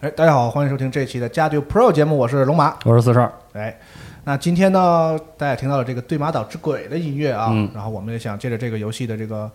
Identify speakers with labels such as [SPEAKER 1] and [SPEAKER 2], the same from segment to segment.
[SPEAKER 1] 哎，大家好，欢迎收听这期的家对 Pro 节目，我是龙马。
[SPEAKER 2] 我是四十二，
[SPEAKER 1] 哎，那今天呢，大家也听到了这个《对马岛之鬼》的音乐啊，
[SPEAKER 2] 嗯
[SPEAKER 1] 然后我们也想借着这个游戏的这个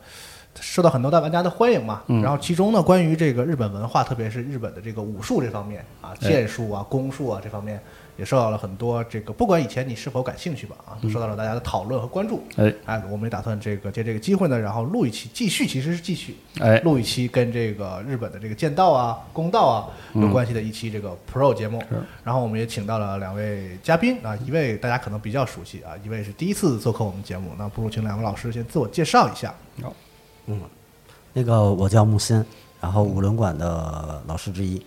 [SPEAKER 1] 受到很多的玩家的欢迎嘛，
[SPEAKER 2] 嗯
[SPEAKER 1] 然后其中呢，关于这个日本文化，特别是日本的这个武术这方面啊，
[SPEAKER 2] 哎
[SPEAKER 1] 剑术啊、弓术啊这方面，也受到了很多这个不管以前你是否感兴趣吧啊，都受到了大家的讨论和关注。
[SPEAKER 2] 嗯哎
[SPEAKER 1] 哎，我们也打算这个借这个机会呢，然后录一期，继续其实是继续，
[SPEAKER 2] 哎
[SPEAKER 1] 录一期跟这个日本的这个剑道啊、弓道啊
[SPEAKER 2] 嗯
[SPEAKER 1] 有关系的一期这个 Pro 节目。然后我们也请到了两位嘉宾啊，一位大家可能比较熟悉啊，一位是第一次做客我们节目，那不如请两位老师先自我介绍一下。
[SPEAKER 3] 那个我叫木心，然后五轮馆的老师之一。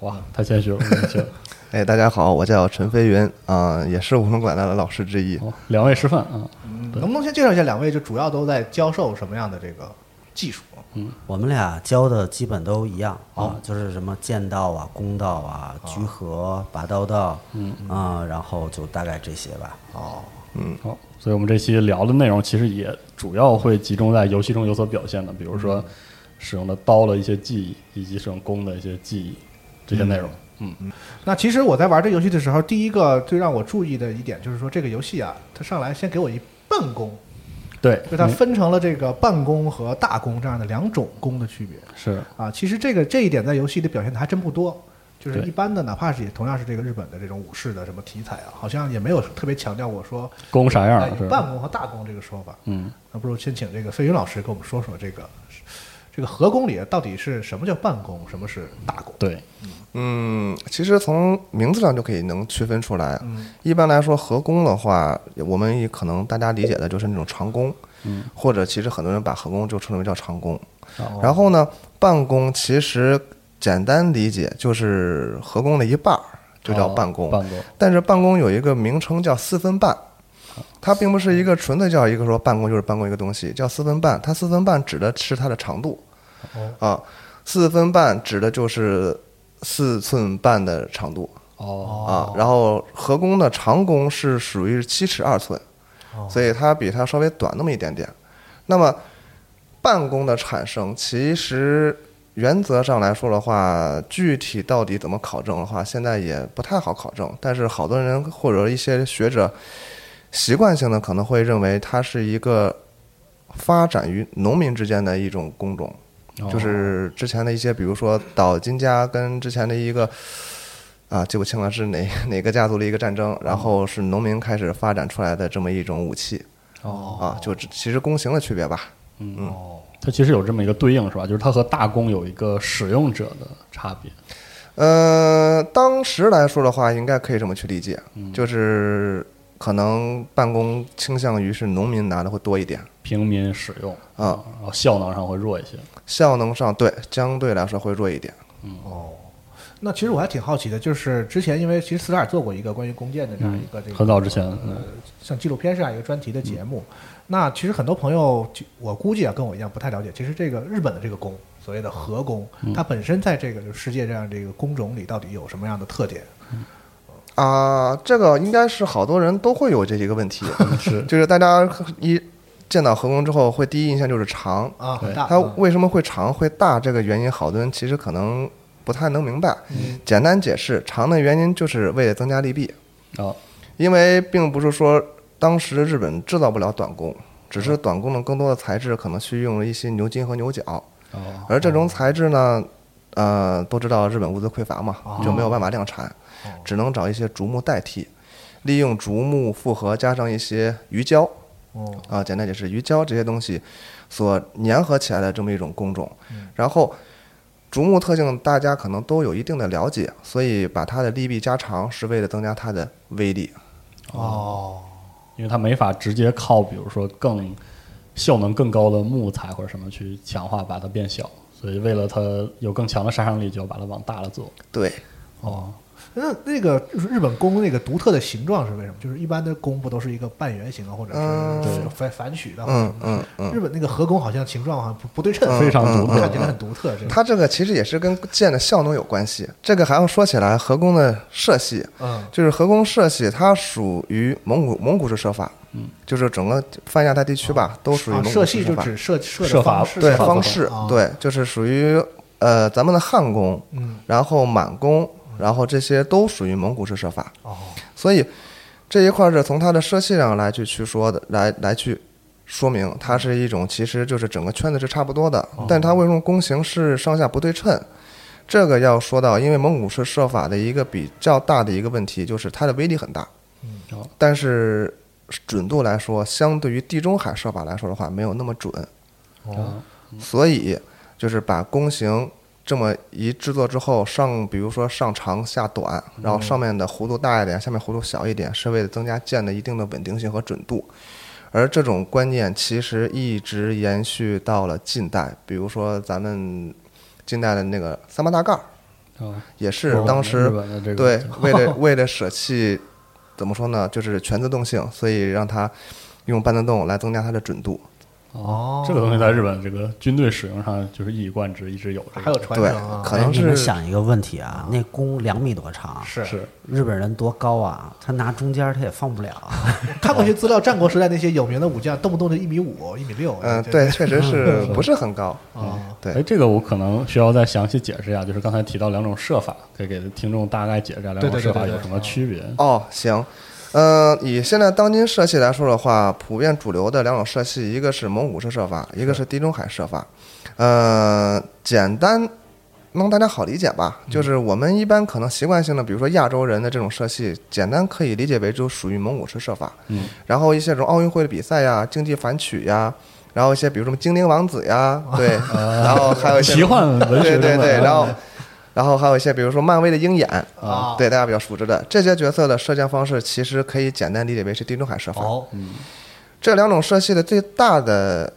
[SPEAKER 2] 哇，太谦虚了，太谦 虚了。
[SPEAKER 4] 哎，大家好，我叫陈飞云啊、也是武龙馆的老师之一。
[SPEAKER 2] 好，两位示范啊，
[SPEAKER 1] 嗯能不能先介绍一下两位，就主要都在教授什么样的这个技术？
[SPEAKER 2] 嗯
[SPEAKER 3] 我们俩教的基本都一样啊，就是什么剑道啊、弓道啊、居合、拔刀道，嗯啊，然后就大概这些吧。
[SPEAKER 1] 哦，
[SPEAKER 2] 好，所以我们这期聊的内容其实也主要会集中在游戏中有所表现的，比如
[SPEAKER 1] 嗯
[SPEAKER 2] 说使用的刀的一些技艺，以及使用弓的一些技艺这些内容。嗯，
[SPEAKER 1] 那其实我在玩这游戏的时候，第一个最让我注意的一点就是说，这个游戏啊，它上来先给我一半弓，
[SPEAKER 2] 对，
[SPEAKER 1] 就它
[SPEAKER 2] 嗯
[SPEAKER 1] 分成了这个半弓和大弓这样的两种弓的区别
[SPEAKER 2] 是
[SPEAKER 1] 啊。其实这个这一点在游戏里表现的还真不多，就是
[SPEAKER 2] 对
[SPEAKER 1] 一般的，哪怕是也同样是这个日本的这种武士的什么题材啊，好像也没有特别强调我说
[SPEAKER 2] 弓啥样
[SPEAKER 1] 哎
[SPEAKER 2] 儿
[SPEAKER 1] 有
[SPEAKER 2] 是
[SPEAKER 1] 半
[SPEAKER 2] 吧？
[SPEAKER 1] 弓和大弓这个说法。
[SPEAKER 2] 嗯，
[SPEAKER 1] 那不如先请这个飞云老师给我们说说这个这个合弓里到底是什么叫半弓，什么是大弓？
[SPEAKER 2] 对，
[SPEAKER 4] 嗯，其实从名字上就可以能区分出来。啊
[SPEAKER 1] 嗯
[SPEAKER 4] 一般来说，合弓的话，我们也可能大家理解的就是那种长弓，
[SPEAKER 2] 嗯，
[SPEAKER 4] 或者其实很多人把合弓就称之为叫长弓。
[SPEAKER 1] 哦
[SPEAKER 4] 然后呢，半弓其实简单理解就是合弓的一半儿，就叫
[SPEAKER 2] 哦
[SPEAKER 4] 半弓。
[SPEAKER 2] 半弓，
[SPEAKER 4] 但是办公有一个名称叫四分半，它并不是一个纯的叫一个说办公就是办公一个东西，叫四分半。它四分半指的是它的长度，啊，四分半指的就是四寸半的长度
[SPEAKER 2] 哦，
[SPEAKER 4] 啊。然后合弓的长弓是属于七尺二寸，所以它比它稍微短那么一点点。那么办公的产生，其实原则上来说的话，具体到底怎么考证的话，现在也不太好考证。但是好多人或者一些学者习惯性的可能会认为它是一个发展于农民之间的一种工种，
[SPEAKER 2] 哦
[SPEAKER 4] 就是之前的一些，比如说岛津家跟之前的一个。啊，记不清了是哪哪个家族的一个战争，然后是农民开始发展出来的这么一种武器
[SPEAKER 2] 哦，
[SPEAKER 4] 啊，就只其实弓形的区别吧。
[SPEAKER 1] 哦
[SPEAKER 2] 它其实有这么一个对应是吧？就是它和大弓有一个使用者的差别。
[SPEAKER 4] 呃，当时来说的话，应该可以这么去理解，
[SPEAKER 2] 嗯
[SPEAKER 4] 就是可能办公倾向于是农民拿的会多一点，
[SPEAKER 2] 平民使用
[SPEAKER 4] 啊，
[SPEAKER 2] 然后效能上会弱一些。
[SPEAKER 4] 效能上对相对来说会弱一点。
[SPEAKER 1] 哦，那其实我还挺好奇的，就是之前因为其实斯塔尔做过一个关于弓箭的这样一个这个
[SPEAKER 2] 很早之前
[SPEAKER 1] 呃
[SPEAKER 2] 嗯
[SPEAKER 1] 像纪录片这样一个专题的节目。那其实很多朋友，就我估计啊，跟我一样不太了解，其实这个日本的这个弓，所谓的和弓，它本身在这个就是世界这样这个弓种里到底有什么样的特点？
[SPEAKER 4] 啊，这个应该是好多人都会有这一个问题，
[SPEAKER 2] 是
[SPEAKER 4] 就是大家一见到合工之后，会第一印象就是长。
[SPEAKER 1] 啊，很
[SPEAKER 2] 对
[SPEAKER 1] 大。
[SPEAKER 4] 它
[SPEAKER 1] 嗯
[SPEAKER 4] 为什么会长会大？这个原因，好多人其实可能不太能明白。简单解释，长的原因就是为了增加利弊，
[SPEAKER 2] 啊，
[SPEAKER 4] 因为并不是说当时的日本制造不了短弓，只是短弓的更多的材质可能去用了一些牛筋和牛角，
[SPEAKER 2] 哦，
[SPEAKER 4] 而这种材质呢，呃，都知道日本物资匮乏嘛，就没有办法量产，只能找一些竹木代替，利用竹木复合加上一些鱼胶，
[SPEAKER 1] 哦，
[SPEAKER 4] 啊，简单解释，鱼胶这些东西所粘合起来的这么一种工种。然后，竹木特性大家可能都有一定的了解，所以把它的利弊加长是为了增加它的威力。
[SPEAKER 1] 哦，
[SPEAKER 2] 嗯因为它没法直接靠，比如说更效能更高的木材或者什么去强化把它变小，所以为了它有更强的杀伤力，就要把它往大了做。
[SPEAKER 4] 对，
[SPEAKER 2] 哦，
[SPEAKER 1] 那那个就是日本弓那个独特的形状是为什么？就是一般的弓不都是一个半圆形啊，或者是
[SPEAKER 4] 嗯
[SPEAKER 1] 反反曲的？
[SPEAKER 4] 嗯嗯嗯，
[SPEAKER 1] 日本那个和弓好像形状好像不不对称，
[SPEAKER 2] 非常独特
[SPEAKER 1] 看起来很独特。这个，
[SPEAKER 4] 它这个其实也是跟剑的效能有关系。这个还要说起来，合弓的射系，
[SPEAKER 1] 嗯
[SPEAKER 4] 就是合弓射系，它属于蒙古蒙古式射法，嗯，就是整个泛亚太地区吧，都属于
[SPEAKER 1] 啊
[SPEAKER 4] 蒙，古
[SPEAKER 1] 射
[SPEAKER 4] 式
[SPEAKER 1] 系
[SPEAKER 4] 射
[SPEAKER 1] 就
[SPEAKER 4] 法。
[SPEAKER 1] 指射射
[SPEAKER 2] 射
[SPEAKER 1] 的
[SPEAKER 2] 法
[SPEAKER 1] 方式，
[SPEAKER 4] 对
[SPEAKER 2] 射法
[SPEAKER 4] 方
[SPEAKER 2] 方
[SPEAKER 4] 式
[SPEAKER 1] 啊，
[SPEAKER 4] 对，就是属于呃咱们的汉宫，
[SPEAKER 1] 嗯，
[SPEAKER 4] 然后满宫，然后这些都属于蒙古式射法，
[SPEAKER 1] 哦，
[SPEAKER 4] 所以这一块是从它的射系上来去去说的，来来去说明它是一种其实就是整个圈子是差不多的，但它为什么弓形是上下不对称？这个要说到，因为蒙古式射法的一个比较大的一个问题就是它的威力很大，
[SPEAKER 1] 嗯
[SPEAKER 2] 哦
[SPEAKER 4] 但是准度来说，相对于地中海射法来说的话，没有那么准。
[SPEAKER 2] 哦，
[SPEAKER 4] 所以就是把弓形这么一制作之后，上比如说上长下短，然后上面的弧度大一点，下面弧度小一点，是为了增加箭的一定的稳定性和准度。而这种观念其实一直延续到了近代，比如说咱们近代的那个三八大盖儿，
[SPEAKER 2] 哦，
[SPEAKER 4] 也是
[SPEAKER 2] 哦
[SPEAKER 4] 当时
[SPEAKER 2] 日本的这个
[SPEAKER 4] 对为了为了舍弃怎么说呢，就是全自动性，所以让它用半自动来增加它的准度。
[SPEAKER 2] 哦，这个东西在日本这个军队使用上就是一以贯之，一直有、这个。
[SPEAKER 1] 还有传
[SPEAKER 4] 对
[SPEAKER 1] 承啊，，
[SPEAKER 4] 可能
[SPEAKER 3] 哎你们
[SPEAKER 4] 是
[SPEAKER 3] 想一个问题啊，那弓两米多
[SPEAKER 4] 啊
[SPEAKER 3] 长，
[SPEAKER 1] 是
[SPEAKER 2] 是
[SPEAKER 3] 日本人多高啊？他拿中间儿他也放不了啊。
[SPEAKER 1] 看过去资料，战国时代那些有名的武将，动不动就一米五、一米六。
[SPEAKER 4] 嗯，
[SPEAKER 1] 这
[SPEAKER 4] 对，确实是不是很高。嗯
[SPEAKER 1] 啊，
[SPEAKER 4] 对
[SPEAKER 2] 哎，这个我可能需要再详细解释一下，就是刚才提到两种射法，可以给听众大概解释一下两
[SPEAKER 1] 对
[SPEAKER 2] 种
[SPEAKER 1] 对对
[SPEAKER 2] 射法
[SPEAKER 1] 对对
[SPEAKER 2] 有什么区别。
[SPEAKER 4] 哦，行，嗯、以现在当今社系来说的话，普遍主流的两种社系，一个是蒙古式射法，一个是地中海射法。呃，简单让大家好理解吧，就是
[SPEAKER 2] 嗯
[SPEAKER 4] 我们一般可能习惯性的，比如说亚洲人的这种射系，简单可以理解为就属于蒙古式射法。
[SPEAKER 2] 嗯，
[SPEAKER 4] 然后一些这种奥运会的比赛呀、竞技反曲呀。然后一些比如什么精灵王子呀， 对，然后还有一些
[SPEAKER 2] 奇幻文学啊
[SPEAKER 4] 对对
[SPEAKER 2] 等等
[SPEAKER 4] 对，然后然后还有一些比如说漫威的鹰眼，
[SPEAKER 1] 啊
[SPEAKER 4] 对大家比较熟知的这些角色的射箭方式，其实可以简单理解为是地中海射法。
[SPEAKER 1] 哦，
[SPEAKER 4] 这两种射系的最大的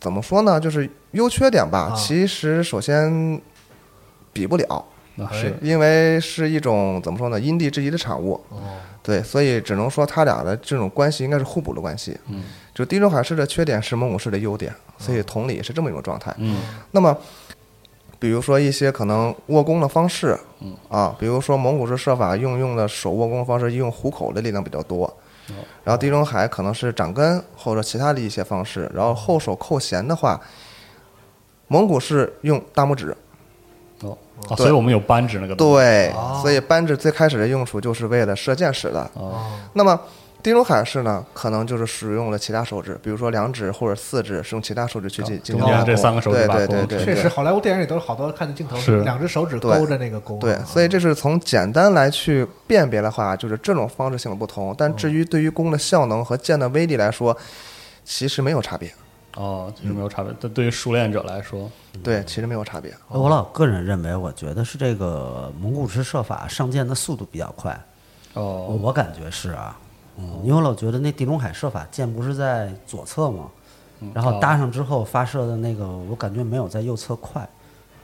[SPEAKER 4] 怎么说呢，就是优缺点吧。
[SPEAKER 1] 啊
[SPEAKER 4] 其实首先比不了，
[SPEAKER 2] 那
[SPEAKER 1] 哎
[SPEAKER 2] 是
[SPEAKER 4] 因为是一种怎么说呢，因地制宜的产物。
[SPEAKER 1] 哦，
[SPEAKER 4] 对，所以只能说它俩的这种关系应该是互补的关系。
[SPEAKER 2] 嗯，哦
[SPEAKER 4] 就地中海式的缺点是蒙古式的优点，所以同理也是这么一种状态。
[SPEAKER 2] 嗯
[SPEAKER 4] 那么，比如说一些可能握弓的方式，
[SPEAKER 2] 嗯
[SPEAKER 4] 啊，比如说蒙古式射法用用的手握弓方式，用虎口的力量比较多。
[SPEAKER 2] 哦
[SPEAKER 4] 然后地中海可能是掌根或者其他的一些方式，然后后手扣弦的话，蒙古式用大拇指，
[SPEAKER 2] 哦，啊所以我们有扳指那个东西
[SPEAKER 4] 对，所以扳指最开始的用处就是为了射箭使的。
[SPEAKER 2] 哦
[SPEAKER 4] 那么地中海式呢，可能就是使用了其他手指，比如说两指或者四指，使用其他手指去进进
[SPEAKER 2] 中
[SPEAKER 4] 行
[SPEAKER 2] 间
[SPEAKER 4] 拉
[SPEAKER 2] 这
[SPEAKER 4] 弓
[SPEAKER 2] 三个手指
[SPEAKER 4] 对
[SPEAKER 2] 把
[SPEAKER 4] 对
[SPEAKER 2] 弓
[SPEAKER 4] 对
[SPEAKER 2] 指
[SPEAKER 4] 对，
[SPEAKER 1] 确
[SPEAKER 4] 对
[SPEAKER 1] 实，好莱坞电影里都有好多看的镜头，
[SPEAKER 2] 是
[SPEAKER 1] 两只手指
[SPEAKER 4] 对
[SPEAKER 1] 勾着那个弓啊。
[SPEAKER 4] 对，所以这是从简单来去辨别的话，就是这种方式性的不同。但至于对于弓的效能和箭的威力来说，其实没有差别。
[SPEAKER 2] 哦，其实没有差别。但对于熟练者来说，
[SPEAKER 4] 对，其实没有差别。
[SPEAKER 3] 哎我老个人认为，我觉得是这个蒙古式射法上箭的速度比较快，我
[SPEAKER 2] 哦，
[SPEAKER 3] 我感觉是啊，嗯，因为我老觉得那地中海射法箭不是在左侧吗？
[SPEAKER 2] 嗯
[SPEAKER 3] 然
[SPEAKER 2] 哦
[SPEAKER 3] 后搭上之后发射的那个，我感觉没有在右侧快。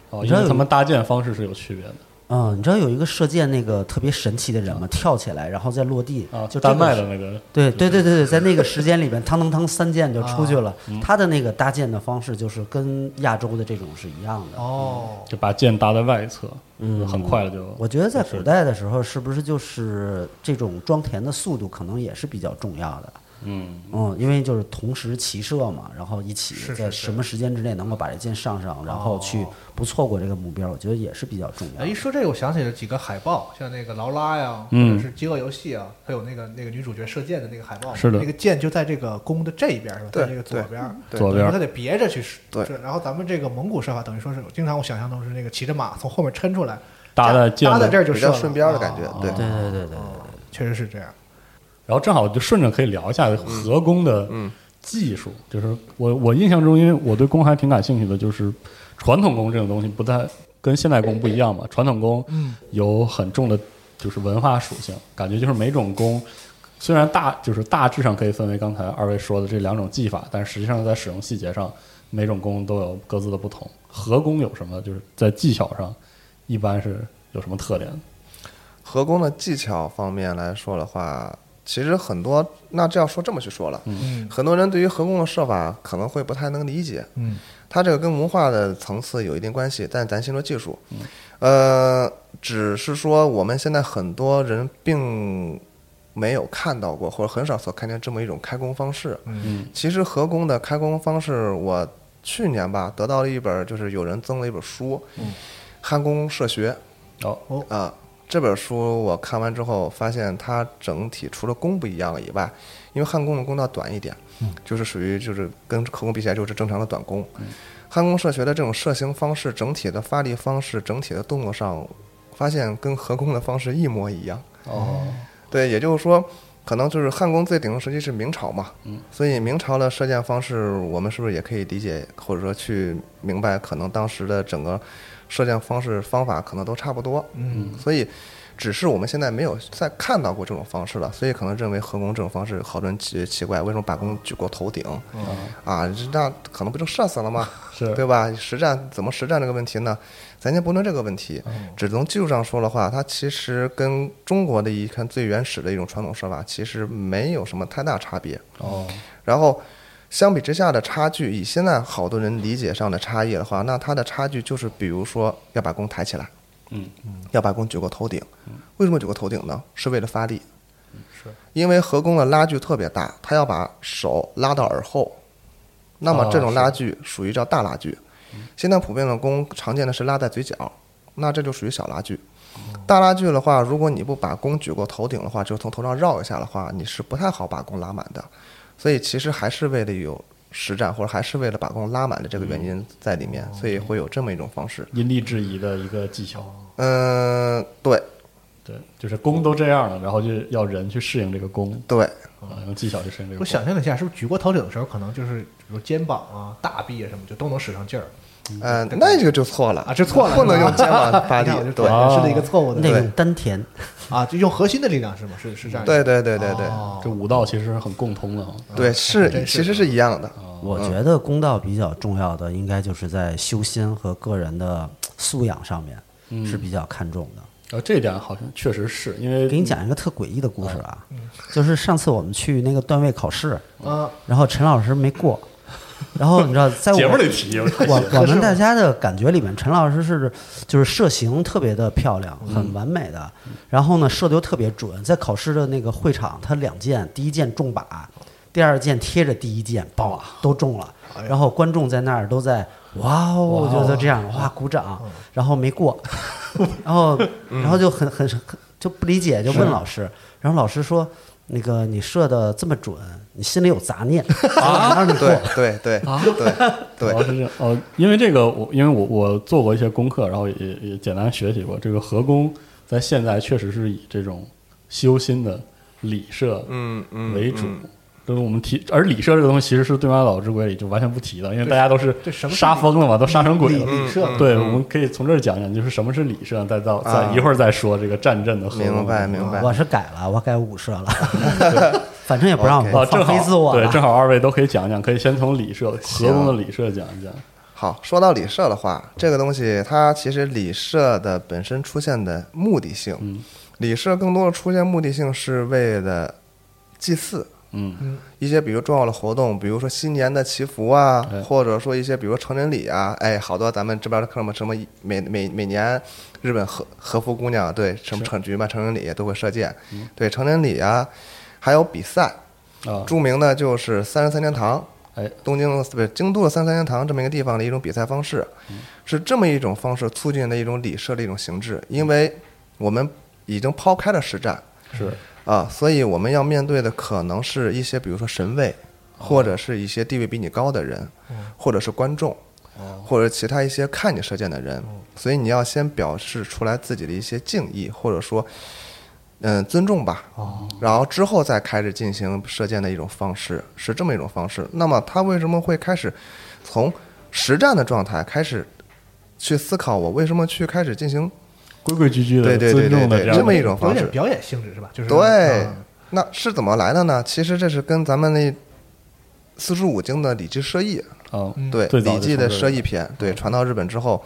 [SPEAKER 2] 哦，因
[SPEAKER 3] 你知道
[SPEAKER 2] 为
[SPEAKER 3] 有
[SPEAKER 2] 他们搭建方式是有区别的。
[SPEAKER 3] 嗯，你知道有一个射箭那个特别神奇的人吗？跳起来，然后再落地
[SPEAKER 2] 啊，
[SPEAKER 3] 就这
[SPEAKER 2] 丹
[SPEAKER 3] 个
[SPEAKER 2] 麦
[SPEAKER 3] 是
[SPEAKER 2] 的那个，
[SPEAKER 3] 对对对对对，在那个时间里边，汤汤汤三箭就出去
[SPEAKER 2] 啊
[SPEAKER 3] 了。
[SPEAKER 2] 嗯
[SPEAKER 3] 他的那个搭建的方式就是跟亚洲的这种是一样的。
[SPEAKER 1] 哦，
[SPEAKER 2] 就把箭搭在外侧，嗯，很快的就，
[SPEAKER 3] 我觉得在古代的时候，是不是就是这种装填的速度可能也是比较重要的？
[SPEAKER 2] 嗯，
[SPEAKER 3] 嗯，因为就是同时齐射嘛，然后一起
[SPEAKER 1] 是是
[SPEAKER 3] 在
[SPEAKER 1] 是哦
[SPEAKER 3] 什么时间之内能够把这箭上上，然后去不错过这个目标，我觉得也是比较重要
[SPEAKER 1] 哎，一
[SPEAKER 3] 的。
[SPEAKER 1] 说这个，我想起了几个海报，像那个劳拉呀，或
[SPEAKER 2] 嗯
[SPEAKER 1] 者是饥饿游戏啊，还有那个那个女主角射箭的那个海报嘛，
[SPEAKER 2] 是的
[SPEAKER 1] 那个箭就在这个弓的这一边是吧？
[SPEAKER 4] 对
[SPEAKER 1] 在这个左边儿，
[SPEAKER 4] 对
[SPEAKER 2] 左边
[SPEAKER 1] 他得别着去射。
[SPEAKER 4] 对
[SPEAKER 1] 是，然后咱们这个蒙古射法，等于说是经常我想象中是那个骑着马从后面抻出来，
[SPEAKER 2] 搭在箭
[SPEAKER 1] 搭在
[SPEAKER 2] 的
[SPEAKER 1] 这儿就
[SPEAKER 4] 比
[SPEAKER 1] 射
[SPEAKER 4] 较
[SPEAKER 1] 了，
[SPEAKER 4] 顺边儿的感觉
[SPEAKER 1] 啊，
[SPEAKER 4] 对。
[SPEAKER 3] 对对对对对。
[SPEAKER 1] 确实是这样。
[SPEAKER 2] 然后正好就顺着可以聊一下合工的技术，就是我我印象中，因为我对工还挺感兴趣的，就是传统工这种东西不太跟现代工不一样嘛，传统工有很重的就是文化属性，感觉就是每种工虽然大就是大致上可以分为刚才二位说的这两种技法，但实际上在使用细节上，每种工都有各自的不同。合工有什么就是在技巧上一般是有什么特点？
[SPEAKER 4] 合工的技巧方面来说的话，其实很多，那这要说这么去说了，
[SPEAKER 1] 嗯
[SPEAKER 4] 很多人对于合工的设法可能会不太能理解，
[SPEAKER 1] 嗯
[SPEAKER 4] 它这个跟文化的层次有一定关系，但咱先说技术，呃，只是说我们现在很多人并没有看到过，或者很少所看见这么一种开工方式。
[SPEAKER 1] 嗯
[SPEAKER 4] 其实合工的开工方式，我去年吧得到了一本，就是有人赠了一本书，焊工社学》
[SPEAKER 2] 哦，
[SPEAKER 4] 啊。这本书我看完之后，发现它整体除了工不一样以外，因为焊工的工道短一点，就是属于就是跟合工比起来就是正常的短工。焊工社学的这种射形方式、整体的发力方式、整体的动作上，发现跟合工的方式一模一样。
[SPEAKER 2] 哦，
[SPEAKER 4] 对，也就是说，可能就是汉宫最鼎盛时期是明朝嘛，所以明朝的射箭方式，我们是不是也可以理解，或者说去明白，可能当时的整个射箭方式方法可能都差不多，
[SPEAKER 1] 嗯，
[SPEAKER 4] 所以只是我们现在没有再看到过这种方式了，所以可能认为合攻这种方式好多人奇奇怪，为什么把弓举过头顶？啊，那可能不就射死了吗？
[SPEAKER 2] 是
[SPEAKER 4] 对吧？实战怎么实战这个问题呢？咱先不论这个问题，只从技术上说的话，它其实跟中国的一看最原始的一种传统射法其实没有什么太大差别。
[SPEAKER 2] 哦，
[SPEAKER 4] 然后相比之下的差距，以现在好多人理解上的差异的话，那它的差距就是，比如说要把弓抬起来，
[SPEAKER 2] 嗯，
[SPEAKER 4] 要把弓举过头顶。为什么举过头顶呢？是为了发力。因为合弓的拉距特别大，它要把手拉到耳后，那么
[SPEAKER 2] 啊
[SPEAKER 4] 这种
[SPEAKER 2] 是
[SPEAKER 4] 拉距属于叫大拉距。现在普遍的弓常见的是拉在嘴角，那这就属于小拉距。大拉距的话，如果你不把弓举过头顶的话，就从头上绕一下的话，你是不太好把弓拉满的。所以其实还是为了有实战，或者还是为了把弓拉满的这个原因在里面，所以会有这么一种方式。
[SPEAKER 2] 因地制宜的一个技巧。啊
[SPEAKER 4] 嗯，对
[SPEAKER 2] 对，就是弓都这样了，然后就要人去适应这个弓
[SPEAKER 4] 对，
[SPEAKER 2] 啊，用技巧去适应这个弓。
[SPEAKER 1] 嗯我想象了一下，是不是举过头顶的时候，可能就是比如肩膀啊、大臂啊什么，就都能使上劲儿
[SPEAKER 4] 嗯，那这个就错了
[SPEAKER 1] 啊？这错了，
[SPEAKER 4] 不能
[SPEAKER 1] 是吧
[SPEAKER 4] 用肩膀发
[SPEAKER 1] 你看我
[SPEAKER 4] 力
[SPEAKER 1] 就，
[SPEAKER 4] 对
[SPEAKER 1] 转身是一个错误的
[SPEAKER 3] 那
[SPEAKER 1] 对
[SPEAKER 3] 种丹田，
[SPEAKER 1] 啊，就用核心的力量是吗？是是这样。
[SPEAKER 4] 对对对对对
[SPEAKER 2] 这武道其实是很共通的啊。
[SPEAKER 4] 对，是
[SPEAKER 1] 哦真是
[SPEAKER 4] 其实是一样的。
[SPEAKER 1] 哦
[SPEAKER 3] 我觉得公道比较重要的，应该就是在修心和个人的素养上
[SPEAKER 1] 嗯
[SPEAKER 3] 面是比较看重的。
[SPEAKER 2] 然后这一点好像确实是因
[SPEAKER 3] 给你
[SPEAKER 2] 为
[SPEAKER 3] 讲一个特诡异的故事啊，
[SPEAKER 1] 嗯
[SPEAKER 3] 就是上次我们去那个段位考试，
[SPEAKER 1] 啊，
[SPEAKER 4] 嗯
[SPEAKER 3] 然后陈老师没过，然后你知道在我
[SPEAKER 2] 节目里提，我 看
[SPEAKER 3] 我我们大家的感觉里面，陈老师是就是射形特别的漂亮，很完美的。然后呢，射的又特别准，在考试的那个会场，他两箭，第一箭中靶，第二箭贴着第一箭，嘣都中了。然后观众在那儿都在哎哇哦，嗯我觉得这样哇鼓掌，然后没 过，然后然后就很很很就不理解，就问老师，然后老师说。那个你射的这么准，你心里有杂 念啊？让你过
[SPEAKER 4] 对对对对
[SPEAKER 2] 主
[SPEAKER 1] 啊
[SPEAKER 2] 要
[SPEAKER 4] 对，
[SPEAKER 2] 是这样哦，因为这个我因为我我做过一些功课，然后也也也简单学习过这个合弓，在现在确实是以这种修心的礼射
[SPEAKER 4] 嗯嗯
[SPEAKER 2] 为主。就是我们提，而礼射这个东西其实是对马岛之鬼里就完全不提的，因为大家都是
[SPEAKER 1] 这什么是
[SPEAKER 2] 杀疯了嘛，都杀成鬼
[SPEAKER 1] 礼
[SPEAKER 2] 了。
[SPEAKER 1] 礼射嘛
[SPEAKER 2] 对，我们可以从这儿讲讲，就是什么是礼射，再到再
[SPEAKER 4] 嗯啊
[SPEAKER 2] 一会儿再说这个战阵的合
[SPEAKER 4] 明白明白。
[SPEAKER 3] 我是改了，我改五射了，反正也不让
[SPEAKER 4] OK
[SPEAKER 3] 我
[SPEAKER 2] 啊，正
[SPEAKER 3] 放飞
[SPEAKER 2] 好
[SPEAKER 3] 自我
[SPEAKER 2] 对，
[SPEAKER 3] 了
[SPEAKER 2] 正好二位都可以讲一讲，可以先从礼射合
[SPEAKER 4] 行
[SPEAKER 2] 工的礼射讲一讲。
[SPEAKER 4] 好，说到李社的话，这个东西它其实李社的本身出现的目的性，李社更多的出现目的性是为了祭祀，
[SPEAKER 2] 嗯，
[SPEAKER 4] 一些比如重要的活动，比如说新年的祈福啊
[SPEAKER 2] 对，
[SPEAKER 4] 或者说一些比如成人礼啊，哎，好多咱们这边的客们什么每每每年日本和和服姑娘对什么成举办成人礼都会射箭，对成人礼啊，还有比赛，
[SPEAKER 2] 啊，
[SPEAKER 4] 著名的就是三十三天堂，
[SPEAKER 2] 哎，
[SPEAKER 4] 东京不是京都的三十三天堂这么一个地方的一种比赛方式，是这么一种方式促进的一种礼社的一种形制，因为我们已经抛开了实战，
[SPEAKER 2] 是
[SPEAKER 4] 啊，所以我们要面对的可能是一些，比如说神位，或者是一些地位比你高的人，或者是观众，或者其他一些看你射箭的人。所以你要先表示出来自己的一些敬意，或者说，嗯，尊重吧。然后之后再开始进行射箭的一种方式，是这么一种方式。那么他为什么会开始从实战的状态开始去思考我为什么去开始进行
[SPEAKER 2] 规规矩矩的、
[SPEAKER 4] 对对
[SPEAKER 2] 尊
[SPEAKER 4] 对对
[SPEAKER 2] 重的
[SPEAKER 4] 对
[SPEAKER 2] 样
[SPEAKER 4] 这么
[SPEAKER 2] 一
[SPEAKER 4] 一种
[SPEAKER 1] 有
[SPEAKER 4] 方式
[SPEAKER 1] 点？表演性质是吧？就是
[SPEAKER 4] 对
[SPEAKER 1] 嗯，
[SPEAKER 4] 那是怎么来的呢？其实这是跟咱们那四书五经的《礼记》《社议》
[SPEAKER 2] 啊，
[SPEAKER 1] 嗯
[SPEAKER 4] 对
[SPEAKER 2] 最
[SPEAKER 4] 《
[SPEAKER 2] 早
[SPEAKER 4] 礼
[SPEAKER 2] 就
[SPEAKER 4] 记》
[SPEAKER 2] 从
[SPEAKER 4] 的
[SPEAKER 2] 这
[SPEAKER 4] 《
[SPEAKER 2] 儿
[SPEAKER 4] 社议》篇，对传到日本之后，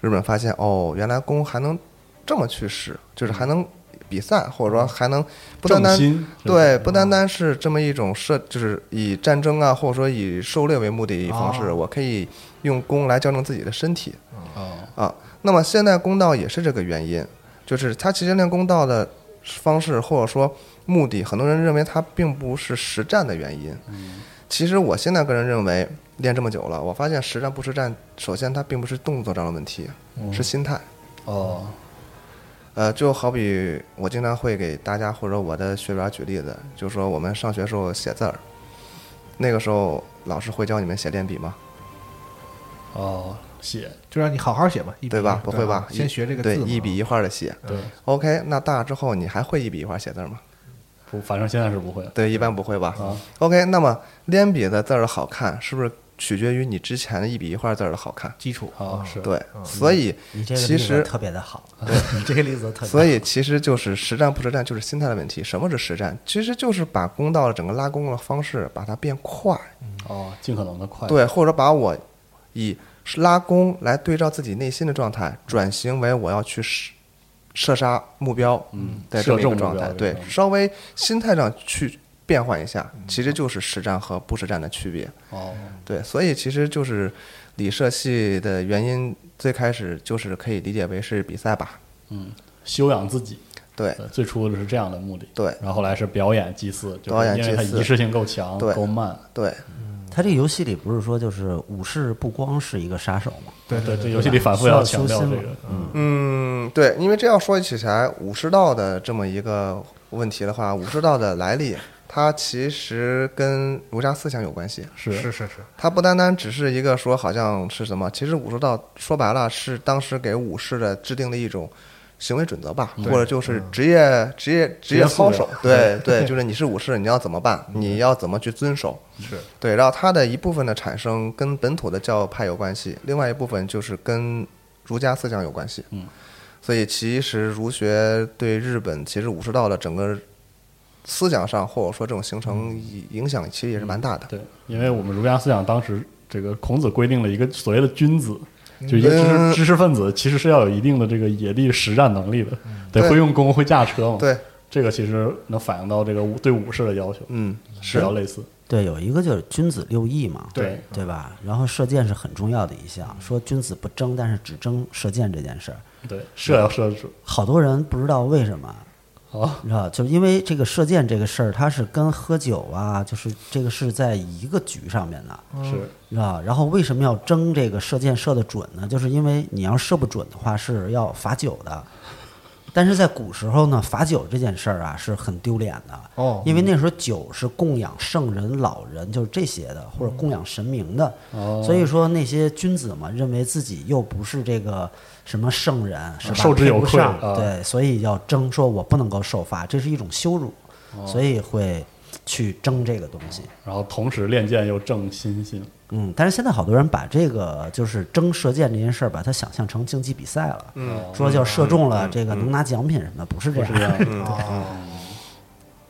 [SPEAKER 4] 日本发现哦，原来弓还能这么去使，就是还能比赛，或者说还能不单单
[SPEAKER 2] 重心是吧
[SPEAKER 4] 对不单单是这么一种射，就是以战争啊，或者说以狩猎为目的方式，
[SPEAKER 1] 哦
[SPEAKER 4] 我可以用弓来矫正自己的身体。
[SPEAKER 2] 啊，
[SPEAKER 4] 啊。那么现代公道也是这个原因，就是它其实练公道的方式或者说目的，很多人认为它并不是实战的原因。其实我现在个人认为，练这么久了，我发现实战不实战，首先它并不是动作上的问题，是心态。
[SPEAKER 2] 哦，
[SPEAKER 4] 呃，就好比我经常会给大家或者我的学员举例子，就说我们上学时候写字儿，那个时候老师会教你们写练笔吗？
[SPEAKER 2] 哦，写
[SPEAKER 1] 就让你好好写吧，一笔啊
[SPEAKER 4] 对吧？不会吧？
[SPEAKER 1] 先学这个
[SPEAKER 4] 对
[SPEAKER 1] 字嘛
[SPEAKER 4] 一笔一画的写。
[SPEAKER 2] 对，
[SPEAKER 4] OK，那大之后你还会一笔一画写字儿吗？
[SPEAKER 2] 不，反正现在是不会了
[SPEAKER 4] 对，一般不会吧、
[SPEAKER 2] 啊
[SPEAKER 4] o k 那么练笔的字儿的好看，是不是取决于你之前的一笔一画字儿的好看？
[SPEAKER 1] 基础
[SPEAKER 2] 啊，是，
[SPEAKER 4] 对，所以
[SPEAKER 3] 你这个
[SPEAKER 4] 其
[SPEAKER 3] 例子
[SPEAKER 4] 实，
[SPEAKER 3] 特别的好，对， 你这个例子特别好。
[SPEAKER 4] 所以其实就是实战不实战，就是心态的问题。什么是实战？其实就是把公道的整个拉弓的方式，把它变快，
[SPEAKER 2] 哦，尽可能的快，
[SPEAKER 4] 对，或者把我以拉弓来对照自己内心的状态，转型为我要去射射杀目标，嗯对，这
[SPEAKER 2] 射
[SPEAKER 4] 么一个
[SPEAKER 2] 中目
[SPEAKER 4] 状
[SPEAKER 2] 标嗯
[SPEAKER 4] 态，
[SPEAKER 2] 这
[SPEAKER 4] 对
[SPEAKER 2] 种，
[SPEAKER 4] 稍微心态上去变换一下，
[SPEAKER 2] 嗯
[SPEAKER 4] 其实就是实战和不实战的区别。
[SPEAKER 2] 哦，
[SPEAKER 4] 对，所以其实就是理社系的原因，最开始就是可以理解为是比赛吧。
[SPEAKER 2] 嗯，修养自己，
[SPEAKER 4] 对
[SPEAKER 2] 对，最初的是这样的目的，
[SPEAKER 4] 对
[SPEAKER 2] 然后后来是表演祭祀，就
[SPEAKER 4] 表
[SPEAKER 2] 是
[SPEAKER 4] 演
[SPEAKER 2] 因为它
[SPEAKER 4] 祭祀
[SPEAKER 2] 仪式性够强，
[SPEAKER 4] 对
[SPEAKER 2] 够慢，
[SPEAKER 4] 对，
[SPEAKER 3] 他这个游戏里不是说就是武士不光是一个杀手吗？
[SPEAKER 2] 对对对，游戏里反复要强调这
[SPEAKER 3] 需要
[SPEAKER 2] 个
[SPEAKER 3] 修，
[SPEAKER 2] 嗯，
[SPEAKER 4] 嗯，对，因为这要说起来，武士道的这么一个问题的话，武士道的来历，它其实跟儒家思想有关系。
[SPEAKER 2] 是
[SPEAKER 1] 是是是，
[SPEAKER 4] 它不单单只是一个说好像是什么，其实武士道说白了是当时给武士的制定的一种行为准则吧，或者就是职业职业职业操守，对 对，就是你是武士，你要怎么办，你要怎么去遵守，
[SPEAKER 1] 是
[SPEAKER 4] 对。然后它的一部分的产生跟本土的教派有关系，另外一部分就是跟儒家思想有关系，
[SPEAKER 2] 嗯，
[SPEAKER 4] 所以其实儒学对日本其实武士道的整个思想上或者说这种形
[SPEAKER 3] 嗯
[SPEAKER 4] 成影响其实也是蛮大的。
[SPEAKER 2] 对，因为我们儒家思想当时这个孔子规定了一个所谓的君子，就一个知
[SPEAKER 4] 嗯
[SPEAKER 2] 识知识分子，其实是要有一定的这个野地实战能力的，得
[SPEAKER 4] 嗯对
[SPEAKER 2] 会用弓会驾车嘛。
[SPEAKER 4] 对，
[SPEAKER 2] 这个其实能反映到这个武对武士的要求，
[SPEAKER 4] 嗯，
[SPEAKER 2] 比较类似。
[SPEAKER 3] 对，有一个就是君子六艺嘛，
[SPEAKER 2] 对
[SPEAKER 3] 对吧？然后射箭是很重要的一项，说君子不争，但是只争射箭这件事儿，
[SPEAKER 2] 对，射要射得准。
[SPEAKER 3] 好多人不知道为什么，
[SPEAKER 4] 嗯
[SPEAKER 2] 啊，
[SPEAKER 3] 你知道，就是因为这个射箭这个事儿，它是跟喝酒啊，就是这个是在一个局上面的，
[SPEAKER 2] 是
[SPEAKER 3] 你知道？然后为什么要争这个射箭射得准呢？就是因为你要射不准的话是要罚酒的。但是在古时候呢，罚酒这件事儿啊是很丢脸的
[SPEAKER 1] 哦
[SPEAKER 3] 因为那时候酒是供养圣人、老人，就是这些的，或者供养神明的。
[SPEAKER 2] 哦
[SPEAKER 3] 所以说那些君子嘛，认为自己又不是这个什么圣人，是吧？
[SPEAKER 2] 受之
[SPEAKER 3] 配
[SPEAKER 2] 有
[SPEAKER 3] 不
[SPEAKER 2] 愧
[SPEAKER 3] 上
[SPEAKER 2] 啊
[SPEAKER 3] 对，所以要争，说我不能够受罚，这是一种羞辱，
[SPEAKER 2] 哦
[SPEAKER 3] 所以会去争这个东西。
[SPEAKER 2] 然后同时练剑又正心性，
[SPEAKER 3] 嗯，但是现在好多人把这个就是争射箭这件事儿，把它想象成竞技比赛了，嗯，说就射中了这个能拿奖品什么的，不是这
[SPEAKER 2] 嗯不
[SPEAKER 3] 样
[SPEAKER 2] 是这。样。哦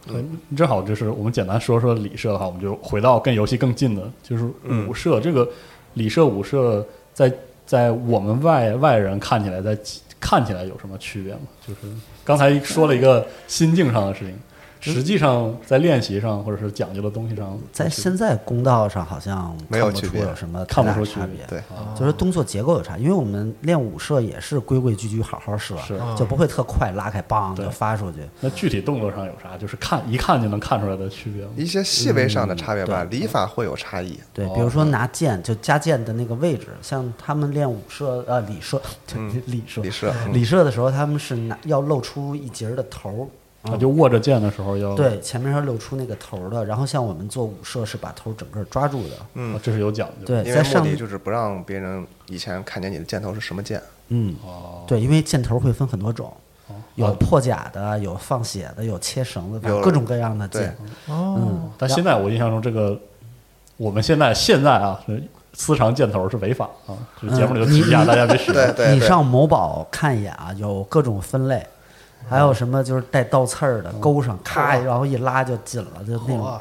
[SPEAKER 2] 嗯，正好就是我们简单说说礼社哈，我们就回到跟游戏更近的，就是武社这个礼社武社在在我们外外人看起来在看起来有什么区别吗？就是刚才说了一个心境上的事情，实际上在练习上或者是讲究的东西上，
[SPEAKER 3] 在现在公道上好像
[SPEAKER 4] 没有
[SPEAKER 3] 看不
[SPEAKER 4] 区
[SPEAKER 3] 出
[SPEAKER 4] 别
[SPEAKER 3] 有什么太
[SPEAKER 2] 看不
[SPEAKER 3] 大
[SPEAKER 2] 出区
[SPEAKER 3] 差
[SPEAKER 2] 别
[SPEAKER 3] 别。
[SPEAKER 4] 对，
[SPEAKER 3] 就是动作结构有差，因为我们练武射也是规规矩矩，好好射，
[SPEAKER 2] 是
[SPEAKER 3] 就不会特快拉开，梆
[SPEAKER 2] 对
[SPEAKER 3] 就发出去。
[SPEAKER 2] 那具体动作上有啥？就是看一看就能看出来的区别吗？
[SPEAKER 4] 一些细微上的差别吧，礼法会有差异。
[SPEAKER 3] 嗯
[SPEAKER 2] 哦
[SPEAKER 3] 对，比如说拿剑，就加剑的那个位置，像他们练武射呃礼射，对 礼射
[SPEAKER 4] 礼射嗯
[SPEAKER 3] 礼射的时候，他们是拿要露出一截儿的头儿，
[SPEAKER 2] 啊，就握着剑的时候要，
[SPEAKER 3] 对，前面是露出那个头儿的，然后像我们做武射是把头儿整个抓住的，
[SPEAKER 2] 啊这是有讲究。，
[SPEAKER 3] 对，
[SPEAKER 4] 因
[SPEAKER 3] 在
[SPEAKER 4] 为目
[SPEAKER 3] 上
[SPEAKER 4] 的就是不让别人以前看见你的箭头是什么箭，
[SPEAKER 3] 嗯，对，因为箭头会分很多种，有破甲的，有放血的，有切绳子的，
[SPEAKER 4] 有
[SPEAKER 3] 各种各样的
[SPEAKER 4] 对
[SPEAKER 3] 箭，嗯，
[SPEAKER 2] 但现在我印象中，这个我们现在现在啊，是私藏箭头是违法啊，就节目里就提一下，大家别使用。
[SPEAKER 4] 对对
[SPEAKER 3] 你上某宝看一眼啊，有各种分类，还有什么就是带倒刺儿的，钩上咔，然后一拉就紧了，就那种嗯
[SPEAKER 1] 哇，